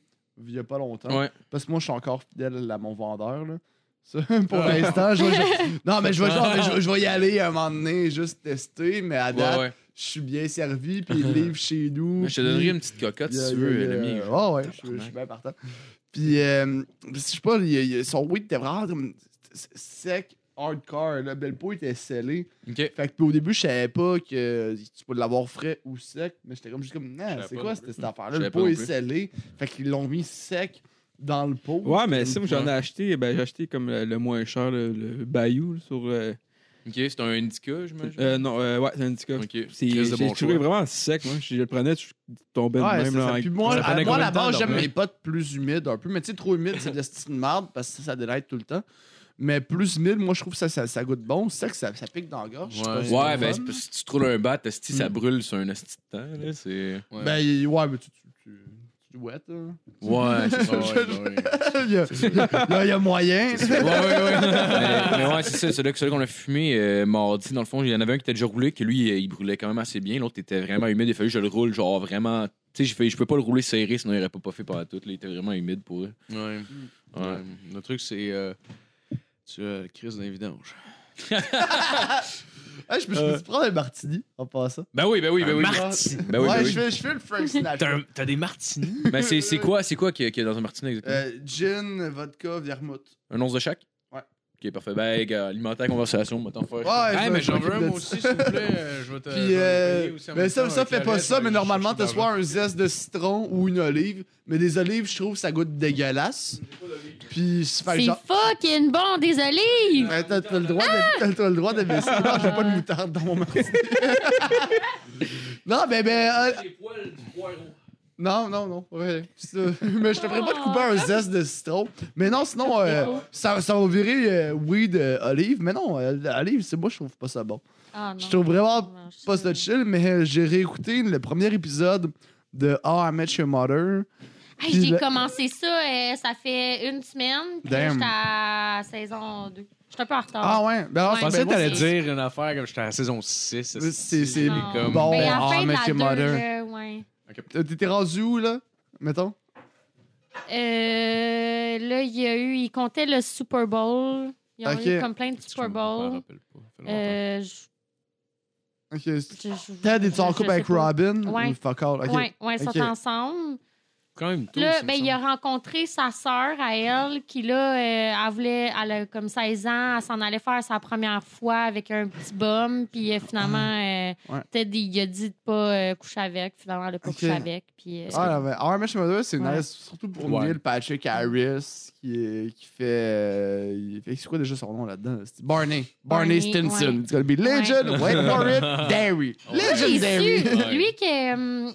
[SPEAKER 5] il y a pas longtemps.
[SPEAKER 2] ouais.
[SPEAKER 5] Parce que moi, je suis encore fidèle à mon vendeur, là. <laughs> Ça, pour l'instant, je
[SPEAKER 2] <laughs>
[SPEAKER 5] vais- je- Non, mais je vais, genre, je, je vais y aller un moment donné, juste tester. Mais à date,
[SPEAKER 2] ouais.
[SPEAKER 5] je suis
[SPEAKER 2] <laughs>
[SPEAKER 5] bien servi, puis il livre chez nous.
[SPEAKER 2] Mais Je te
[SPEAKER 5] puis-
[SPEAKER 2] donnerai une petite cocotte
[SPEAKER 5] Yeah,
[SPEAKER 2] si tu
[SPEAKER 5] yeah,
[SPEAKER 2] veux,
[SPEAKER 5] yeah.
[SPEAKER 2] l'ami.
[SPEAKER 5] Ah ouais, je, je suis bien partant. Puis, euh, je sais pas, il, il- son weed était vraiment comme sec, hardcore. Le belle peau était scellé.
[SPEAKER 2] Ok.
[SPEAKER 5] Fait que puis au début, je savais pas que tu peux l'avoir frais ou sec, mais j'étais comme juste comme, non,
[SPEAKER 4] savais
[SPEAKER 5] c'est
[SPEAKER 4] pas
[SPEAKER 5] quoi
[SPEAKER 4] non
[SPEAKER 5] cette, cette affaire-là?
[SPEAKER 2] savais
[SPEAKER 5] Le
[SPEAKER 2] pas
[SPEAKER 5] pot
[SPEAKER 2] non
[SPEAKER 5] est
[SPEAKER 2] plus.
[SPEAKER 5] scellé. Fait qu'ils l'ont mis sec dans le pot.
[SPEAKER 3] Ouais, mais ça, moi, j'en
[SPEAKER 2] Ouais.
[SPEAKER 3] ai acheté. Ben, j'ai acheté comme euh, le moins cher, le, le Bayou, là, sur. euh,
[SPEAKER 2] Ok, c'est un indica, j'imagine.
[SPEAKER 3] euh, non, euh, ouais, c'est un Indica.
[SPEAKER 2] Ok,
[SPEAKER 3] C'est
[SPEAKER 2] Chris de
[SPEAKER 3] j'ai
[SPEAKER 2] bon
[SPEAKER 3] trouvé
[SPEAKER 2] choix.
[SPEAKER 3] vraiment sec, moi. Je le prenais, tu tombais de
[SPEAKER 5] Ouais,
[SPEAKER 3] même.
[SPEAKER 5] c'est
[SPEAKER 3] là,
[SPEAKER 5] ça.
[SPEAKER 3] en-
[SPEAKER 5] Puis moi,
[SPEAKER 4] ça
[SPEAKER 5] à-
[SPEAKER 4] prenait
[SPEAKER 5] moi, à
[SPEAKER 4] combien
[SPEAKER 5] la
[SPEAKER 4] de temps
[SPEAKER 5] base,
[SPEAKER 4] de
[SPEAKER 5] j'aime
[SPEAKER 4] revenir?
[SPEAKER 5] mes potes plus humides un peu, mais tu sais, trop humide, c'est de la petite merde parce que ça a de l'air tout le temps. Mais plus humide, moi, je trouve que ça, ça, ça goûte bon. C'est ça que ça, ça pique dans la gorge. je sais pas si
[SPEAKER 3] Ouais,
[SPEAKER 5] c'est
[SPEAKER 3] ben, c'est Hmm.
[SPEAKER 5] le fun.
[SPEAKER 3] parce que si tu trouves un bat, esti, ça brûle sur un esti de temps, là. C'est.
[SPEAKER 5] Ben, il- ouais, mais tu. tu, tu... Tu ouettes, hein? <laughs>
[SPEAKER 3] Ouais, c'est
[SPEAKER 4] Ah
[SPEAKER 3] ça. ouais, ouais, ouais.
[SPEAKER 5] il y a, il y a- là, il y a moyen.
[SPEAKER 3] Ouais, ouais, ouais. mais, mais ouais, c'est <laughs> ça. Celui-là celui qu'on a fumé euh, mardi, dans le fond, il y en avait un qui était déjà roulé, que lui, euh, il brûlait quand même assez bien. L'autre était vraiment humide. Il a fallu que je le roule, genre vraiment. Tu sais, j'ai fait, je peux pas le rouler serré, sinon il aurait pas puffé pendant tout. Là, il était vraiment humide pour eux.
[SPEAKER 4] Ouais.
[SPEAKER 3] Ouais.
[SPEAKER 4] Ouais. Le truc, c'est. euh, tu as la crise d'un vidange.
[SPEAKER 8] Ah, je peux
[SPEAKER 4] Euh.
[SPEAKER 8] je peux te prendre un martini en passant.
[SPEAKER 3] Ben oui, ben oui, ben oui. Ben oui,
[SPEAKER 5] ouais,
[SPEAKER 3] ben oui.
[SPEAKER 5] je, fais, je fais le Frank Sinatra.
[SPEAKER 4] T'as des martinis?
[SPEAKER 3] Ben c'est c'est quoi, c'est quoi qu'il y a- qu'il y a dans un martinet exactement?
[SPEAKER 5] Euh, gin, vodka, vermouth.
[SPEAKER 3] Un once de chaque?
[SPEAKER 5] Ouais.
[SPEAKER 3] Ok, parfait. Ben, gars, alimentaire conversation, on va t'en faire.
[SPEAKER 5] Ouais,
[SPEAKER 4] Ah,
[SPEAKER 5] je-
[SPEAKER 4] mais
[SPEAKER 5] je
[SPEAKER 4] j'en veux
[SPEAKER 5] m'occupe
[SPEAKER 4] un,
[SPEAKER 5] de
[SPEAKER 4] moi
[SPEAKER 5] ça.
[SPEAKER 4] aussi, s'il
[SPEAKER 5] <laughs>
[SPEAKER 4] vous plaît. euh, Je vais te. je
[SPEAKER 5] Puis,
[SPEAKER 4] vais
[SPEAKER 5] euh,
[SPEAKER 4] le payer aussi en
[SPEAKER 5] ben
[SPEAKER 4] même
[SPEAKER 5] ça,
[SPEAKER 4] temps,
[SPEAKER 5] ça
[SPEAKER 4] un
[SPEAKER 5] fait pas
[SPEAKER 4] claret,
[SPEAKER 5] ça,
[SPEAKER 4] je
[SPEAKER 5] mais
[SPEAKER 4] vais
[SPEAKER 5] normalement,
[SPEAKER 4] chercher
[SPEAKER 5] t'as soit un zeste de citron ou une olive. Mais des olives, je trouve, ça goûte dégueulasse. Puis, c'est fait que
[SPEAKER 6] C'est
[SPEAKER 5] genre.
[SPEAKER 6] fucking bon, désolé!
[SPEAKER 8] Ouais, t'as- t'as le droit.
[SPEAKER 5] T'as le droit de- T'as t'as le droit d'aimer ça. Non, j'ai pas de moutarde dans mon martini. <laughs> non, ben, ben. euh, Non, non, non. Ouais. C'est ça. Mais je te ferai pas de couper un zeste de citron. Mais non, sinon, euh, ça, ça va virer oui weed euh, olive. Mais non, euh, olive, c'est moi, je trouve pas ça bon.
[SPEAKER 6] Ah, non.
[SPEAKER 5] Je trouve vraiment
[SPEAKER 6] Non, je
[SPEAKER 5] pas
[SPEAKER 6] sais.
[SPEAKER 5] ça chill, mais euh, j'ai réécouté le premier épisode de How I Met Your Mother.
[SPEAKER 6] Hey,
[SPEAKER 5] Puis
[SPEAKER 6] j'ai
[SPEAKER 5] le-
[SPEAKER 6] commencé ça, euh, ça fait une semaine. Puis
[SPEAKER 5] Damn.
[SPEAKER 6] j'étais à saison 2. Je suis un peu en retard.
[SPEAKER 5] Ah ouais? Ben, alors,
[SPEAKER 6] Ouais.
[SPEAKER 4] Je pensais
[SPEAKER 5] ben,
[SPEAKER 4] que
[SPEAKER 5] moi,
[SPEAKER 4] t'allais
[SPEAKER 6] c'est-
[SPEAKER 4] dire une affaire comme j'étais à la saison 6.
[SPEAKER 5] c'est- c'est c'est
[SPEAKER 6] Non.
[SPEAKER 4] comme-
[SPEAKER 5] bon.
[SPEAKER 6] Mais à la
[SPEAKER 5] How
[SPEAKER 6] fin
[SPEAKER 5] I
[SPEAKER 6] de
[SPEAKER 5] Met
[SPEAKER 6] la
[SPEAKER 5] Your
[SPEAKER 6] deux,
[SPEAKER 5] Mother.
[SPEAKER 6] là, ouais.
[SPEAKER 5] T'es- Euh, T'étais rendu où, là? Mettons.
[SPEAKER 6] Euh, là, il y a eu... Ils comptaient le Super Bowl. Ils ont
[SPEAKER 5] Ok.
[SPEAKER 6] eu comme plein de Super Bowl. Euh, je-
[SPEAKER 5] Ok. Ted,
[SPEAKER 6] je- je-
[SPEAKER 5] es-tu en
[SPEAKER 6] je- je
[SPEAKER 5] couple avec
[SPEAKER 6] sais pas.
[SPEAKER 5] Robin?
[SPEAKER 6] Ouais.
[SPEAKER 5] Ou fuck all? Ok.
[SPEAKER 6] Ouais, ouais, ils
[SPEAKER 5] Ok.
[SPEAKER 6] sont ensemble.
[SPEAKER 4] Quand même, tout.
[SPEAKER 6] Là, ben, il a rencontré sa sœur à elle, qui là, euh, elle voulait, elle a comme 16 ans, elle s'en allait faire sa première fois avec un petit bum, puis euh, finalement, euh,
[SPEAKER 5] Ah. Ouais.
[SPEAKER 6] Ted, il a dit de pas euh, coucher avec, finalement, elle a pas
[SPEAKER 5] Ok.
[SPEAKER 6] couché avec, puis... euh,
[SPEAKER 5] Ah, là, ben, How I Met Your Mother, c'est
[SPEAKER 6] Ouais.
[SPEAKER 5] nice, surtout pour
[SPEAKER 4] Ouais.
[SPEAKER 5] Neil Patrick Harris, qui, est- qui fait. euh, il fait c'est quoi déjà son nom là-dedans? C'est Barney. Barney,
[SPEAKER 6] Barney,
[SPEAKER 5] Stinson.
[SPEAKER 6] ouais.
[SPEAKER 5] It's gonna be legend, wait for it,
[SPEAKER 4] <laughs>
[SPEAKER 5] Derry.
[SPEAKER 6] Lui, il est
[SPEAKER 5] Legendary.
[SPEAKER 6] su- lui qui est, hum,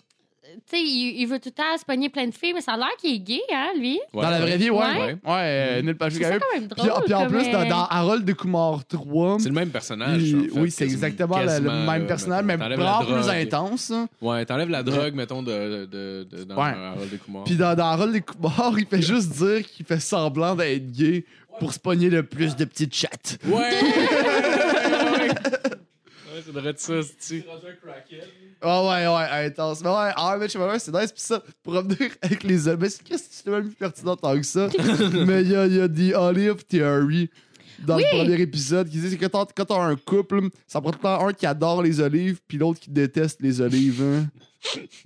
[SPEAKER 6] tu sais, il, il veut tout le temps se pogner plein de filles, mais ça a l'air qu'il est gay, hein, lui?
[SPEAKER 5] Dans la vraie vie, ouais.
[SPEAKER 6] Ouais.
[SPEAKER 5] Ouais, euh, Neil
[SPEAKER 6] C'est
[SPEAKER 5] Patrick Harris.
[SPEAKER 6] quand même drôle.
[SPEAKER 5] Puis, en- puis en
[SPEAKER 6] comme,
[SPEAKER 5] plus, dans,
[SPEAKER 6] euh,
[SPEAKER 5] dans Harold de Kumar 3,
[SPEAKER 4] C'est le même personnage.
[SPEAKER 5] il-
[SPEAKER 4] en fait,
[SPEAKER 5] oui, c'est
[SPEAKER 4] quasiment-
[SPEAKER 5] exactement le- le,
[SPEAKER 4] quasiment,
[SPEAKER 3] euh,
[SPEAKER 5] même
[SPEAKER 4] là,
[SPEAKER 5] personnage, mais
[SPEAKER 4] mettons. T'enlèves la
[SPEAKER 5] vraiment plus
[SPEAKER 4] drogue.
[SPEAKER 5] intense. hein.
[SPEAKER 4] Ouais, t'enlèves la drogue, mettons, de, de, de, dans
[SPEAKER 5] Ouais.
[SPEAKER 4] Harold et Kumar.
[SPEAKER 5] Puis dans, dans Harold de Kumar, il fait juste dire qu'il fait semblant d'être gay pour se pogner le plus de petites chattes.
[SPEAKER 4] Ouais! ouais, ça devrait être ça, c'est-tu.
[SPEAKER 5] Ah ouais, ouais, intense. Mais ouais, ah, mais je sais pas, ouais, c'est nice. Puis ça, pour revenir avec les hommes, c'est que c'est même plus pertinent tant que
[SPEAKER 4] <laughs>
[SPEAKER 5] ça. mais il y a, il y a The Olive Theory dans
[SPEAKER 6] Oui.
[SPEAKER 5] le premier épisode qui dit c'est que quand quand t'as un couple, ça prend tout le temps un qui adore les olives, puis l'autre qui déteste les olives. hein.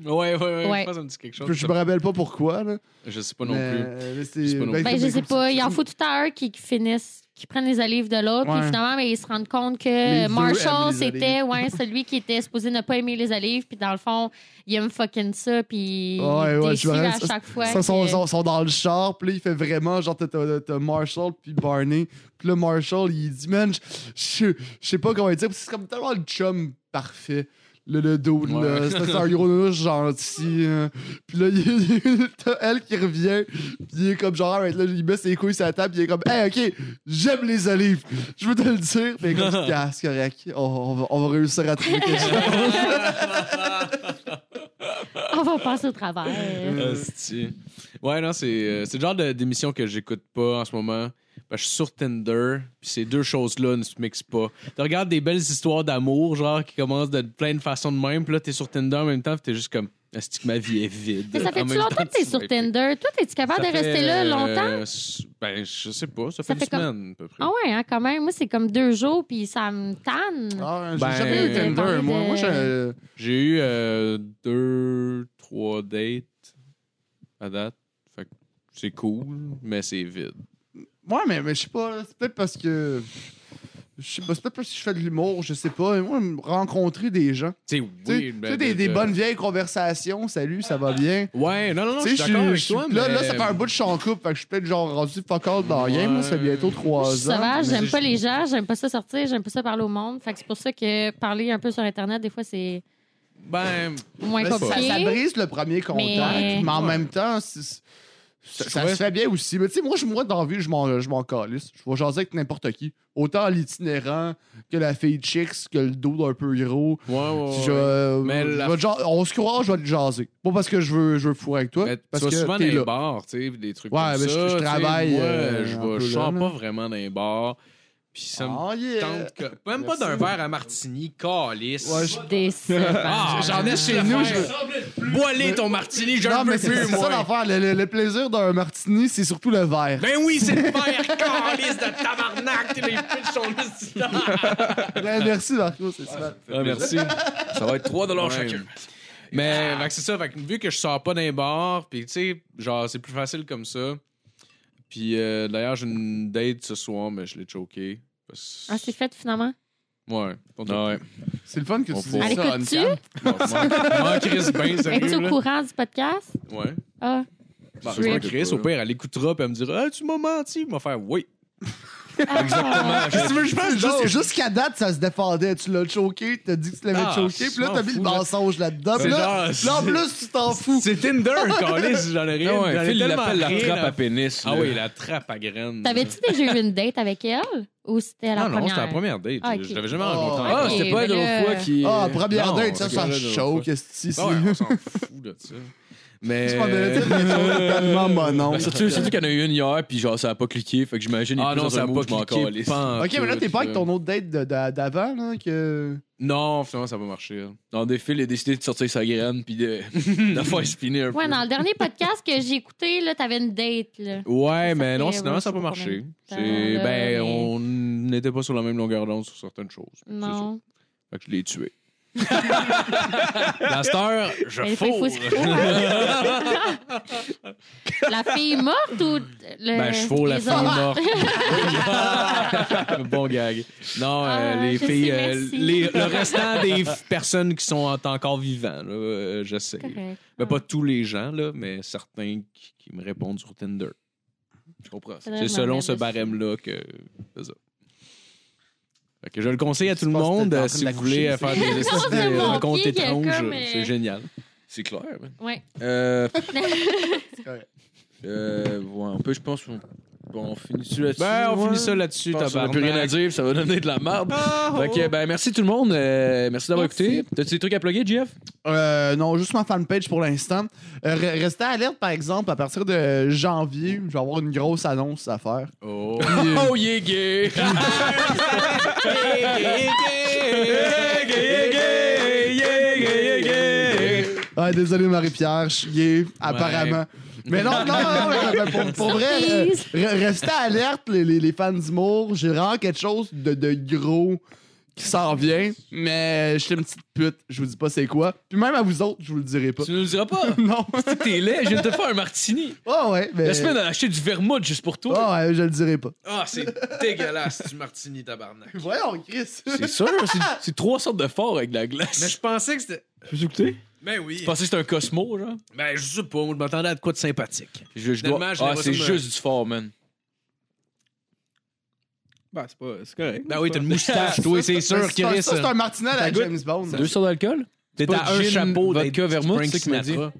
[SPEAKER 4] Ouais, ouais, ouais,
[SPEAKER 6] Ouais.
[SPEAKER 4] Je pense que ça me dit quelque chose.
[SPEAKER 5] Puis je me rappelle pas pourquoi, là.
[SPEAKER 4] Je sais pas non
[SPEAKER 5] mais,
[SPEAKER 4] plus.
[SPEAKER 5] euh, mais
[SPEAKER 4] Je sais pas non
[SPEAKER 5] c'est-
[SPEAKER 6] Ben, je sais pas. Il en faut tout à un qui, qui finissent, qui prennent les olives de l'autre.
[SPEAKER 5] Ouais.
[SPEAKER 6] Puis finalement, ben, ils se rendent compte
[SPEAKER 5] Les
[SPEAKER 6] que
[SPEAKER 5] deux aiment
[SPEAKER 6] Marshall,
[SPEAKER 5] les
[SPEAKER 6] c'était ouais, celui qui était supposé ne pas aimer les olives. Puis dans le fond, il aime fucking ça. Puis il
[SPEAKER 5] Ouais, ouais,
[SPEAKER 6] est
[SPEAKER 5] je
[SPEAKER 6] déçu
[SPEAKER 5] me
[SPEAKER 6] à
[SPEAKER 5] rappelle,
[SPEAKER 6] chaque fois.
[SPEAKER 5] Ça, sont,
[SPEAKER 6] que-
[SPEAKER 5] sont, sont dans le char, puis là, il fait vraiment genre, t'as- t'as t'as Marshall puis Barney. Puis là, Marshall, il dit, man, je- je je sais pas comment dire, parce que c'est comme tellement le chum parfait. Le, le dude,
[SPEAKER 4] Ouais.
[SPEAKER 5] là, c'est c'est un gros nounours gentil. hein. Puis là, <laughs> il, il- t'as elle qui revient, puis il est comme genre, Alright, là, il met ses couilles sur la table, puis il est comme, hey, ok, j'aime les olives, je veux te le dire, mais
[SPEAKER 4] <laughs>
[SPEAKER 5] comme, Ah, c'est correct, on, on va, on va réussir à trouver quelque chose.
[SPEAKER 6] On va passer au travers.
[SPEAKER 5] Euh,
[SPEAKER 4] Ah, c'est-tu. Ouais, non, c'est euh, c'est le genre de- d'émission que j'écoute pas en ce moment. Ben, je suis sur Tinder, puis ces deux choses-là ne se mixent pas. Tu regardes des belles histoires d'amour, genre, qui commencent de plein de façons de même, puis là, t'es sur Tinder en même temps, puis t'es juste comme, est-ce que ma vie est vide?
[SPEAKER 6] Mais ça fait
[SPEAKER 4] En
[SPEAKER 6] tu
[SPEAKER 4] même
[SPEAKER 6] longtemps
[SPEAKER 4] temps
[SPEAKER 6] que t'es
[SPEAKER 4] tu
[SPEAKER 6] sur
[SPEAKER 4] swipes.
[SPEAKER 6] Tinder? Toi, es-tu capable
[SPEAKER 4] Ça
[SPEAKER 6] de rester
[SPEAKER 4] fait,
[SPEAKER 6] là
[SPEAKER 4] euh,
[SPEAKER 6] longtemps?
[SPEAKER 4] s- ben, je sais pas, ça fait
[SPEAKER 6] Ça
[SPEAKER 4] une
[SPEAKER 6] fait comme-
[SPEAKER 4] semaine, à peu près.
[SPEAKER 6] Ah ouais, hein, quand même. Moi, c'est comme deux jours, puis ça me tanne.
[SPEAKER 5] Ah, j'ai
[SPEAKER 4] Ben,
[SPEAKER 5] jamais eu Tinder,
[SPEAKER 6] parler
[SPEAKER 5] moi,
[SPEAKER 6] de-
[SPEAKER 5] moi, j'ai-
[SPEAKER 4] J'ai eu euh, deux, trois dates à date. Fait que c'est cool, mais c'est vide.
[SPEAKER 5] Ouais, mais, mais je sais pas, c'est peut-être parce que. Je sais pas, c'est peut-être parce que je fais de l'humour, je sais pas. Et Moi, me rencontrer des gens.
[SPEAKER 4] C'est
[SPEAKER 5] Tu sais,
[SPEAKER 4] weird.
[SPEAKER 5] tu sais, des, des bonnes vieilles conversations, salut, ça va bien.
[SPEAKER 4] Ouais, non, non, non,
[SPEAKER 5] Tu
[SPEAKER 4] je suis
[SPEAKER 5] sais,
[SPEAKER 4] d'accord
[SPEAKER 5] je
[SPEAKER 4] avec
[SPEAKER 5] suis-
[SPEAKER 4] toi,
[SPEAKER 5] là,
[SPEAKER 4] mais...
[SPEAKER 5] là, ça fait un bout de champ coupe, fait que je suis peut-être genre rendu fuck all dans rien. Moi, ça fait bientôt
[SPEAKER 6] Je
[SPEAKER 5] trois ans.
[SPEAKER 6] suis sauvage,
[SPEAKER 4] mais
[SPEAKER 6] j'aime
[SPEAKER 4] c'est
[SPEAKER 6] pas
[SPEAKER 4] juste-
[SPEAKER 6] les gens, j'aime pas ça sortir, j'aime pas ça parler au monde. Fait que c'est pour ça que parler un peu sur Internet, des fois, c'est
[SPEAKER 4] Ben,
[SPEAKER 6] moins
[SPEAKER 5] Mais ça,
[SPEAKER 6] compliqué.
[SPEAKER 5] ça brise le premier contact, mais,
[SPEAKER 6] Mais-
[SPEAKER 5] en même temps, c'est- Ça, ça se fait bien aussi. Mais tu sais, moi, je- moi, dans la vie, je m'en, je m'en calisse. Je vais jaser avec n'importe qui. Autant l'itinérant que la fille de chicks, que le dos d'un peu gros.
[SPEAKER 4] Ouais, ouais, Oh, ouais.
[SPEAKER 5] Je- euh,
[SPEAKER 4] Mais
[SPEAKER 5] je
[SPEAKER 4] la-
[SPEAKER 5] vais te jan- on se croit, je vais te jaser. Pas parce que je veux, je veux fourrer avec toi.
[SPEAKER 4] Mais Ben, tu
[SPEAKER 5] parce
[SPEAKER 4] vas
[SPEAKER 5] que
[SPEAKER 4] souvent dans
[SPEAKER 5] t'es
[SPEAKER 4] les
[SPEAKER 5] là.
[SPEAKER 4] bars, tu sais, des trucs
[SPEAKER 5] Ouais,
[SPEAKER 4] comme
[SPEAKER 5] mais je-
[SPEAKER 4] ça.
[SPEAKER 5] je
[SPEAKER 4] tu sais,
[SPEAKER 5] travaille,
[SPEAKER 4] Moi,
[SPEAKER 5] euh,
[SPEAKER 4] je
[SPEAKER 5] un
[SPEAKER 4] vais-
[SPEAKER 5] peu
[SPEAKER 4] je sors
[SPEAKER 5] là,
[SPEAKER 4] pas
[SPEAKER 5] là.
[SPEAKER 4] vraiment dans les bars. Puis ça me
[SPEAKER 5] Oh, yeah.
[SPEAKER 4] tente que- Même pas
[SPEAKER 5] Merci.
[SPEAKER 4] d'un verre à martini, calice.
[SPEAKER 5] Ouais,
[SPEAKER 4] Ah,
[SPEAKER 6] Décevant.
[SPEAKER 4] j'en ai chez nous. Je... Boiler ton martini,
[SPEAKER 5] Non,
[SPEAKER 4] j'en
[SPEAKER 5] mais
[SPEAKER 4] peux
[SPEAKER 5] c'est
[SPEAKER 4] plus,
[SPEAKER 5] c'est ça
[SPEAKER 4] moi.
[SPEAKER 5] l'affaire. Le, le- le plaisir d'un martini, c'est surtout le
[SPEAKER 4] <laughs>
[SPEAKER 5] verre.
[SPEAKER 4] Ben oui, c'est le verre, calice de tabarnak. Les pitchs
[SPEAKER 5] <laughs>
[SPEAKER 4] sont juste
[SPEAKER 5] Ben, merci, Marco, c'est ça.
[SPEAKER 4] Ah, merci.
[SPEAKER 2] Ça va être 3
[SPEAKER 4] Ouais.
[SPEAKER 2] chacun.
[SPEAKER 4] Mais
[SPEAKER 6] Ah.
[SPEAKER 4] fait que c'est ça, fait que vu que je sors pas d'un bar, puis tu sais, genre c'est plus facile comme ça. Puis euh, d'ailleurs, j'ai une date ce soir, mais je l'ai choqué. Parce...
[SPEAKER 6] Ah, c'est fait finalement.
[SPEAKER 4] Ouais. Ouais.
[SPEAKER 5] C'est le fun que
[SPEAKER 4] On
[SPEAKER 5] tu
[SPEAKER 4] faut-
[SPEAKER 5] dis
[SPEAKER 6] Elle
[SPEAKER 5] ça.
[SPEAKER 6] écoute-tu?
[SPEAKER 5] on cam.
[SPEAKER 4] Bon, moi, Chris,
[SPEAKER 6] <laughs>
[SPEAKER 4] ben
[SPEAKER 6] Es-tu
[SPEAKER 4] sérieux.
[SPEAKER 6] au
[SPEAKER 4] là.
[SPEAKER 6] courant du podcast?
[SPEAKER 4] Ouais. <laughs>
[SPEAKER 6] Ah,
[SPEAKER 4] Bah,
[SPEAKER 6] Rip.
[SPEAKER 4] moi, Chris, au pire, elle écoutera, puis elle me dira Ah, tu m'as menti. Elle m'a faire Oui.
[SPEAKER 6] Exactement.
[SPEAKER 5] Qu'est-ce que tu veux que je fasse?
[SPEAKER 9] Non.
[SPEAKER 5] Jus- Jusqu'à date, ça se défendait. Tu l'as choqué, t'as dit que tu l'avais
[SPEAKER 4] Ah,
[SPEAKER 5] choqué, puis là,
[SPEAKER 4] je
[SPEAKER 5] t'as
[SPEAKER 4] m'en
[SPEAKER 5] mis le
[SPEAKER 4] fous, là.
[SPEAKER 5] mensonge là-dedans.
[SPEAKER 4] C'est
[SPEAKER 5] Puis là,
[SPEAKER 4] genre-
[SPEAKER 5] là, en plus, tu t'en fous.
[SPEAKER 4] C'est Tinder,
[SPEAKER 6] <laughs>
[SPEAKER 4] calice, j'en ai rien.
[SPEAKER 2] Ah ouais,
[SPEAKER 4] j'en ai
[SPEAKER 2] Phil
[SPEAKER 4] tellement
[SPEAKER 2] l'appelle la
[SPEAKER 4] rien
[SPEAKER 2] trappe
[SPEAKER 4] à-
[SPEAKER 2] à pénis.
[SPEAKER 4] Ah
[SPEAKER 2] là.
[SPEAKER 4] oui, la trappe à graines.
[SPEAKER 6] T'avais-tu déjà eu une date avec elle? Ou c'était la
[SPEAKER 4] Non,
[SPEAKER 6] Ah, première?
[SPEAKER 4] non, c'était la première date.
[SPEAKER 6] Ah, ok.
[SPEAKER 4] Je l'avais jamais
[SPEAKER 5] Oh.
[SPEAKER 4] rencontré.
[SPEAKER 2] Ah,
[SPEAKER 6] Ok,
[SPEAKER 2] c'était pas
[SPEAKER 6] mais là-
[SPEAKER 2] l'autre fois qui.
[SPEAKER 5] Ah, première
[SPEAKER 4] non,
[SPEAKER 5] date, ça,
[SPEAKER 4] c'est
[SPEAKER 5] ça
[SPEAKER 4] là,
[SPEAKER 5] choke. Est-ce que
[SPEAKER 4] Ah ouais, on s'en fout de
[SPEAKER 5] <laughs>
[SPEAKER 4] ça. Mais.
[SPEAKER 5] Tu m'en avais dit
[SPEAKER 4] <laughs>
[SPEAKER 5] quelque chose de tellement
[SPEAKER 2] Ben,
[SPEAKER 5] monon.
[SPEAKER 2] Surtout, surtout qu'il y en a eu une hier, puis genre, ça a pas cliqué. Fait que j'imagine. il y a
[SPEAKER 4] Ah non,
[SPEAKER 2] plusieurs
[SPEAKER 4] ça a
[SPEAKER 2] mots,
[SPEAKER 4] pas
[SPEAKER 2] je m'en
[SPEAKER 4] cliqué.
[SPEAKER 2] calisse.
[SPEAKER 4] pan-
[SPEAKER 5] Ok, mais là, t'es pas avec ton autre date de- de- d'avant, là, que.
[SPEAKER 4] Non, finalement, ça va marcher.
[SPEAKER 2] Dans des fils, il a décidé de sortir sa graine, puis de, de
[SPEAKER 4] <laughs>
[SPEAKER 2] faire spinner un peu.
[SPEAKER 6] Ouais, dans le dernier podcast que j'ai écouté, là, t'avais une date, là.
[SPEAKER 4] Ouais, mais
[SPEAKER 6] fait,
[SPEAKER 4] non,
[SPEAKER 6] ouais,
[SPEAKER 4] finalement, ça
[SPEAKER 6] je
[SPEAKER 4] n'a pas
[SPEAKER 6] sais pas
[SPEAKER 4] marché.
[SPEAKER 6] combien de
[SPEAKER 4] C'est-
[SPEAKER 6] temps, là,
[SPEAKER 4] Ben,
[SPEAKER 6] mais-
[SPEAKER 4] on n'était pas sur la même longueur d'onde sur certaines choses. C'est ça.
[SPEAKER 6] Non.
[SPEAKER 4] Fait que je l'ai tué. Dans cette heure, je
[SPEAKER 6] Mais il faut- il faut
[SPEAKER 4] fourre.
[SPEAKER 6] se
[SPEAKER 4] <laughs>
[SPEAKER 6] La fille morte ou le.
[SPEAKER 4] Ben, je fous la
[SPEAKER 6] les
[SPEAKER 4] fille
[SPEAKER 6] autres? <laughs>
[SPEAKER 4] morte. <laughs> bon gag. Non,
[SPEAKER 6] Ah,
[SPEAKER 4] euh, les
[SPEAKER 6] je
[SPEAKER 4] filles,
[SPEAKER 6] sais,
[SPEAKER 4] euh,
[SPEAKER 6] merci.
[SPEAKER 4] les- le restant des f- personnes qui sont en- encore vivantes, là, euh, j'essaie.
[SPEAKER 6] Correct.
[SPEAKER 4] Mais pas tous les gens, là, mais certains qui, qui me répondent sur Tinder. Je comprends.
[SPEAKER 6] Faudrait
[SPEAKER 4] C'est
[SPEAKER 6] m'en
[SPEAKER 4] selon
[SPEAKER 6] mettre
[SPEAKER 4] ce
[SPEAKER 6] dessus.
[SPEAKER 4] barème-là que c'est ça. Fait que je le conseille à tout
[SPEAKER 5] Je
[SPEAKER 4] le
[SPEAKER 5] pense que
[SPEAKER 4] monde
[SPEAKER 5] t'es en
[SPEAKER 4] euh,
[SPEAKER 5] train
[SPEAKER 4] si
[SPEAKER 5] de
[SPEAKER 4] vous voulez faire
[SPEAKER 6] <laughs>
[SPEAKER 5] l'accoucher,
[SPEAKER 4] des espèces de
[SPEAKER 6] Mon
[SPEAKER 4] rencontres
[SPEAKER 6] pied qui est
[SPEAKER 4] étranges.
[SPEAKER 6] comme, euh,
[SPEAKER 4] C'est génial.
[SPEAKER 2] C'est clair, man.
[SPEAKER 6] Ouais.
[SPEAKER 2] Euh.
[SPEAKER 5] correct.
[SPEAKER 2] euh, ouais, on peut, je pense. on- Bon, on finit-tu là-dessus?
[SPEAKER 4] Ben, on
[SPEAKER 2] ouais?
[SPEAKER 4] finit ça là-dessus,
[SPEAKER 2] Je pense qu'on a plus rien à dire,
[SPEAKER 4] tabarnak.
[SPEAKER 2] puis ça va donner de la merde. Fait que, ben, merci tout le monde. euh, merci d'avoir
[SPEAKER 6] Merci.
[SPEAKER 2] écouté. T'as-tu des trucs à plugger, Jeff?
[SPEAKER 5] Euh, non, juste ma fanpage pour l'instant. Euh, re- restez alerte, par exemple, à partir de janvier, je vais avoir une grosse annonce à faire.
[SPEAKER 4] Oh.
[SPEAKER 2] Oh, yeah,
[SPEAKER 4] <laughs>
[SPEAKER 2] gay!
[SPEAKER 5] Ah, désolé, Marie-Pierre, je suis gay, <laughs> apparemment. Mais non, non, non, non, mais pour, pour vrai, euh,
[SPEAKER 6] Surprise!
[SPEAKER 5] re- restez alerte, les, les, les fans d'humour. J'ai vraiment quelque chose de, de gros qui s'en vient, mais je suis une petite pute. Je vous dis pas c'est quoi. Puis même à vous autres, je vous le dirai pas.
[SPEAKER 2] tu nous le diras pas?
[SPEAKER 5] <laughs> Non.
[SPEAKER 2] T'es laid, je viens de te faire un martini.
[SPEAKER 5] Ah ouais, mais.
[SPEAKER 2] La semaine, elle a acheté du vermouth juste pour toi.
[SPEAKER 5] Ah ouais, je le dirai pas.
[SPEAKER 4] Ah, c'est dégueulasse, du martini, tabarnak.
[SPEAKER 5] Voyons, Chris.
[SPEAKER 2] Ah, C'est sûr, c'est- c'est trois sortes de forts avec de la glace.
[SPEAKER 4] Mais je pensais que c'était.
[SPEAKER 3] Je vous écouter?
[SPEAKER 4] Ben oui.
[SPEAKER 2] Je pensais que c'était un Cosmo, genre.
[SPEAKER 4] Ben, je sais pas, moi, je m'attendais à de quoi de sympathique.
[SPEAKER 2] Je, je dois-
[SPEAKER 4] Finalement, j'ai
[SPEAKER 2] Ah,
[SPEAKER 4] l'impression
[SPEAKER 2] c'est
[SPEAKER 4] de-
[SPEAKER 2] juste du fort, man.
[SPEAKER 3] Ben, c'est pas. C'est correct.
[SPEAKER 4] Ben oui, t'as une <laughs> moustache, toi, c'est
[SPEAKER 5] Ben,
[SPEAKER 4] sûr,
[SPEAKER 5] c'est pas- <laughs>
[SPEAKER 4] Chris.
[SPEAKER 5] Ça, c'est un martinet à la
[SPEAKER 2] goûte-
[SPEAKER 5] James Bond.
[SPEAKER 2] Deux sortes d'alcool?
[SPEAKER 4] T'es
[SPEAKER 2] pas
[SPEAKER 4] à un
[SPEAKER 2] gin,
[SPEAKER 4] chapeau
[SPEAKER 2] vodka,
[SPEAKER 4] d'être du
[SPEAKER 2] vermouth,
[SPEAKER 4] Frank
[SPEAKER 2] c'est ce qu'il m'a dit.
[SPEAKER 4] Sinatra.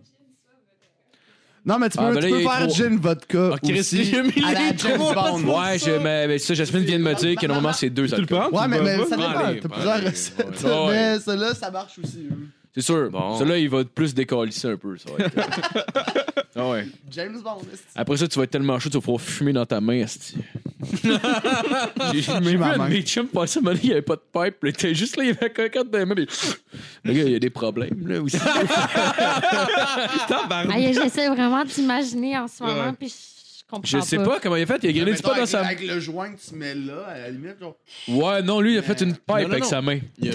[SPEAKER 5] Non, mais tu peux,
[SPEAKER 2] Ah, ben
[SPEAKER 5] tu
[SPEAKER 2] là,
[SPEAKER 5] peux
[SPEAKER 2] il y a
[SPEAKER 5] faire
[SPEAKER 2] trois.
[SPEAKER 5] gin vodka.
[SPEAKER 4] Ah, Chris,
[SPEAKER 5] aussi,
[SPEAKER 4] j'ai mis
[SPEAKER 5] à la
[SPEAKER 4] les
[SPEAKER 5] James
[SPEAKER 4] trois.
[SPEAKER 5] Bond.
[SPEAKER 2] Ouais, je, mais, mais ça, Jasmine vient de me dire qu'à un moment, c'est deux
[SPEAKER 3] Tu le
[SPEAKER 2] alcools.
[SPEAKER 3] prends?
[SPEAKER 5] Ouais,
[SPEAKER 3] Tu
[SPEAKER 5] mais,
[SPEAKER 3] le
[SPEAKER 5] mais
[SPEAKER 3] prends
[SPEAKER 5] ça
[SPEAKER 3] pas?
[SPEAKER 5] dépend.
[SPEAKER 4] Allez,
[SPEAKER 5] T'as plusieurs
[SPEAKER 4] allez,
[SPEAKER 5] recettes.
[SPEAKER 2] ouais.
[SPEAKER 5] Mais celle-là, ça marche aussi. hein.
[SPEAKER 2] C'est sûr.
[SPEAKER 4] Bon.
[SPEAKER 2] Celui-là, il va plus décalisser un peu, ça va être- Ah ouais.
[SPEAKER 5] James Bond. est-ce que-
[SPEAKER 2] Après ça, tu vas être tellement chaud, tu vas pouvoir fumer dans ta main, esti. J'ai fumé
[SPEAKER 5] ma
[SPEAKER 2] ma
[SPEAKER 5] main.
[SPEAKER 2] main. Mes chums passaient, il n'y avait pas de pipe. Il était juste là, il avait un cocotte dans les mains. puis- Le gars, il y a des problèmes, là, aussi.
[SPEAKER 6] <laughs>
[SPEAKER 3] Ah,
[SPEAKER 6] Aïe, J'essaie vraiment d'imaginer en ce moment, puis je je comprends
[SPEAKER 2] Je
[SPEAKER 6] pas.
[SPEAKER 2] sais pas comment il a fait. Il a grillé du
[SPEAKER 5] Mettons,
[SPEAKER 2] pot dans
[SPEAKER 5] avec,
[SPEAKER 2] sa
[SPEAKER 5] avec le joint que tu mets là, à la limite, genre.
[SPEAKER 2] Ouais, non, lui, il a fait une pipe
[SPEAKER 4] Euh, non, non.
[SPEAKER 2] avec sa main. <laughs>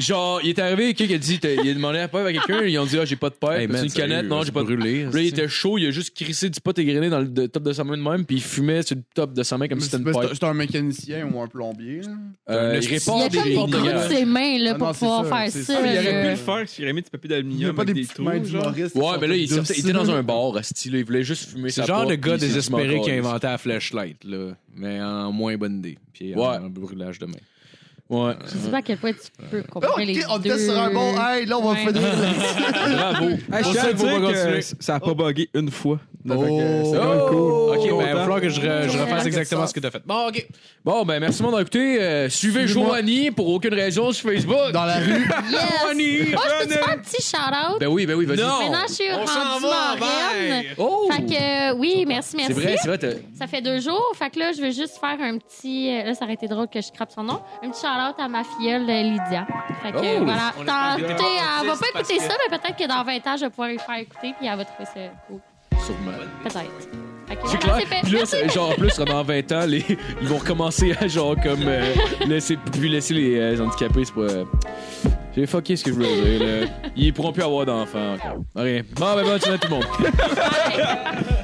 [SPEAKER 2] Genre, il est arrivé, quelqu'un qui a dit, t'as- il a demandé la pipe à quelqu'un, ils ont dit, ah, j'ai pas de pipe,
[SPEAKER 4] Hey, man,
[SPEAKER 2] c'est une
[SPEAKER 4] sérieux,
[SPEAKER 2] canette, non,
[SPEAKER 4] c'est
[SPEAKER 2] j'ai pas de
[SPEAKER 4] brûlé,
[SPEAKER 2] Puis Là, il
[SPEAKER 4] c'est-
[SPEAKER 2] était chaud, il a juste crissé du pot égrené dans le de- top de sa main de même, puis il fumait sur le top de sa main comme si
[SPEAKER 5] C'est
[SPEAKER 2] c'était une
[SPEAKER 5] pas-
[SPEAKER 2] pipe.
[SPEAKER 5] c'est un mécanicien ou un plombier. là.
[SPEAKER 2] Euh,
[SPEAKER 4] Il
[SPEAKER 2] il
[SPEAKER 4] a
[SPEAKER 6] Il y
[SPEAKER 2] répare
[SPEAKER 6] a
[SPEAKER 2] des
[SPEAKER 6] comme
[SPEAKER 2] lignes
[SPEAKER 6] des
[SPEAKER 2] de
[SPEAKER 6] trous
[SPEAKER 2] gaz.
[SPEAKER 6] de ses mains là,
[SPEAKER 5] Ah
[SPEAKER 6] pour
[SPEAKER 5] non, c'est
[SPEAKER 6] pouvoir
[SPEAKER 5] ça,
[SPEAKER 6] faire
[SPEAKER 5] c'est
[SPEAKER 6] ça.
[SPEAKER 5] ça.
[SPEAKER 3] Ah, mais il
[SPEAKER 6] là.
[SPEAKER 3] aurait pu le faire s'il aurait mis du papier
[SPEAKER 5] Il n'y a
[SPEAKER 3] d'aluminium.
[SPEAKER 5] pas des
[SPEAKER 3] avec
[SPEAKER 5] petites
[SPEAKER 3] trous,
[SPEAKER 5] mains
[SPEAKER 3] genre.
[SPEAKER 5] d'humoristes.
[SPEAKER 2] Ouais, mais là, il, sortait- il était dans un bar, asti, là, il voulait juste fumer
[SPEAKER 4] C'est
[SPEAKER 2] sa
[SPEAKER 4] le genre
[SPEAKER 2] porte,
[SPEAKER 4] de gars
[SPEAKER 2] puis il s'est dit,
[SPEAKER 4] désespéré
[SPEAKER 2] m'en
[SPEAKER 4] qui a
[SPEAKER 2] calisse.
[SPEAKER 4] inventé la flashlight, là. Mais en moins bonne idée. Puis en,
[SPEAKER 2] Ouais.
[SPEAKER 4] en brûlage de main. Ouais.
[SPEAKER 6] Je sais pas à quel point tu peux
[SPEAKER 7] Ah,
[SPEAKER 6] comparer
[SPEAKER 7] ok,
[SPEAKER 6] les
[SPEAKER 7] on
[SPEAKER 6] deux.
[SPEAKER 7] était sur un bon. Hey, là, on va
[SPEAKER 6] Ouais.
[SPEAKER 7] finir.
[SPEAKER 2] Bravo.
[SPEAKER 3] Hey, Ah, je
[SPEAKER 4] On
[SPEAKER 3] tiens à
[SPEAKER 4] sait qu'il faut
[SPEAKER 3] dire
[SPEAKER 4] pas
[SPEAKER 3] que
[SPEAKER 4] continuer.
[SPEAKER 3] ça a pas bugué une fois.
[SPEAKER 7] Oh.
[SPEAKER 3] Fait que C'est quand même cool.
[SPEAKER 4] Ok, ben, il va
[SPEAKER 3] Content.
[SPEAKER 4] falloir que je, re- je refasse
[SPEAKER 6] Ouais.
[SPEAKER 4] exactement ce que t'as fait. Bon, ok.
[SPEAKER 2] Bon, ben merci, mon écouté. Euh, suivez
[SPEAKER 7] Suivez-moi.
[SPEAKER 2] Joanie pour aucune raison sur Facebook.
[SPEAKER 7] Dans la rue.
[SPEAKER 6] Yes! Moi, Ah, je peux te faire un petit shout-out?
[SPEAKER 2] Ben oui, ben oui, vas-y.
[SPEAKER 6] Maintenant, je suis
[SPEAKER 4] On s'en
[SPEAKER 6] rendue
[SPEAKER 4] va,
[SPEAKER 6] marraine.
[SPEAKER 4] bye!
[SPEAKER 2] Oh!
[SPEAKER 6] Fait que, euh, oui, merci, merci. Ah,
[SPEAKER 2] C'est vrai, c'est vrai. t'as-
[SPEAKER 6] Ça fait deux jours. Fait que là, je veux juste faire un petit. euh, Là, ça aurait été drôle que je crappe son nom. Un petit shout-out à ma filleule euh, Lydia. Fait que euh,
[SPEAKER 2] Oh!
[SPEAKER 6] voilà.
[SPEAKER 4] On espère
[SPEAKER 6] Tentez.
[SPEAKER 4] que t'es
[SPEAKER 6] Elle va
[SPEAKER 4] autiste
[SPEAKER 6] pas
[SPEAKER 4] parce
[SPEAKER 6] écouter
[SPEAKER 4] que-
[SPEAKER 6] ça, mais peut-être que dans 20 ans, je vais pouvoir lui faire écouter puis elle va trouver ça cool.
[SPEAKER 2] Sûrement.
[SPEAKER 6] Peut-être. Fait que
[SPEAKER 2] C'est
[SPEAKER 6] voilà,
[SPEAKER 2] clair.
[SPEAKER 6] c'est fait.
[SPEAKER 2] Puis là, c'est- genre, en plus, dans 20 ans, les, ils vont recommencer à, genre, comme, euh, laisser, plus laisser les euh, handicapés, c'est pas. euh, J'ai fucké ce que je voulais dire, là. Ils pourront plus avoir d'enfants. encore. Rien. Bon, ben, bon, tu vas tout le monde.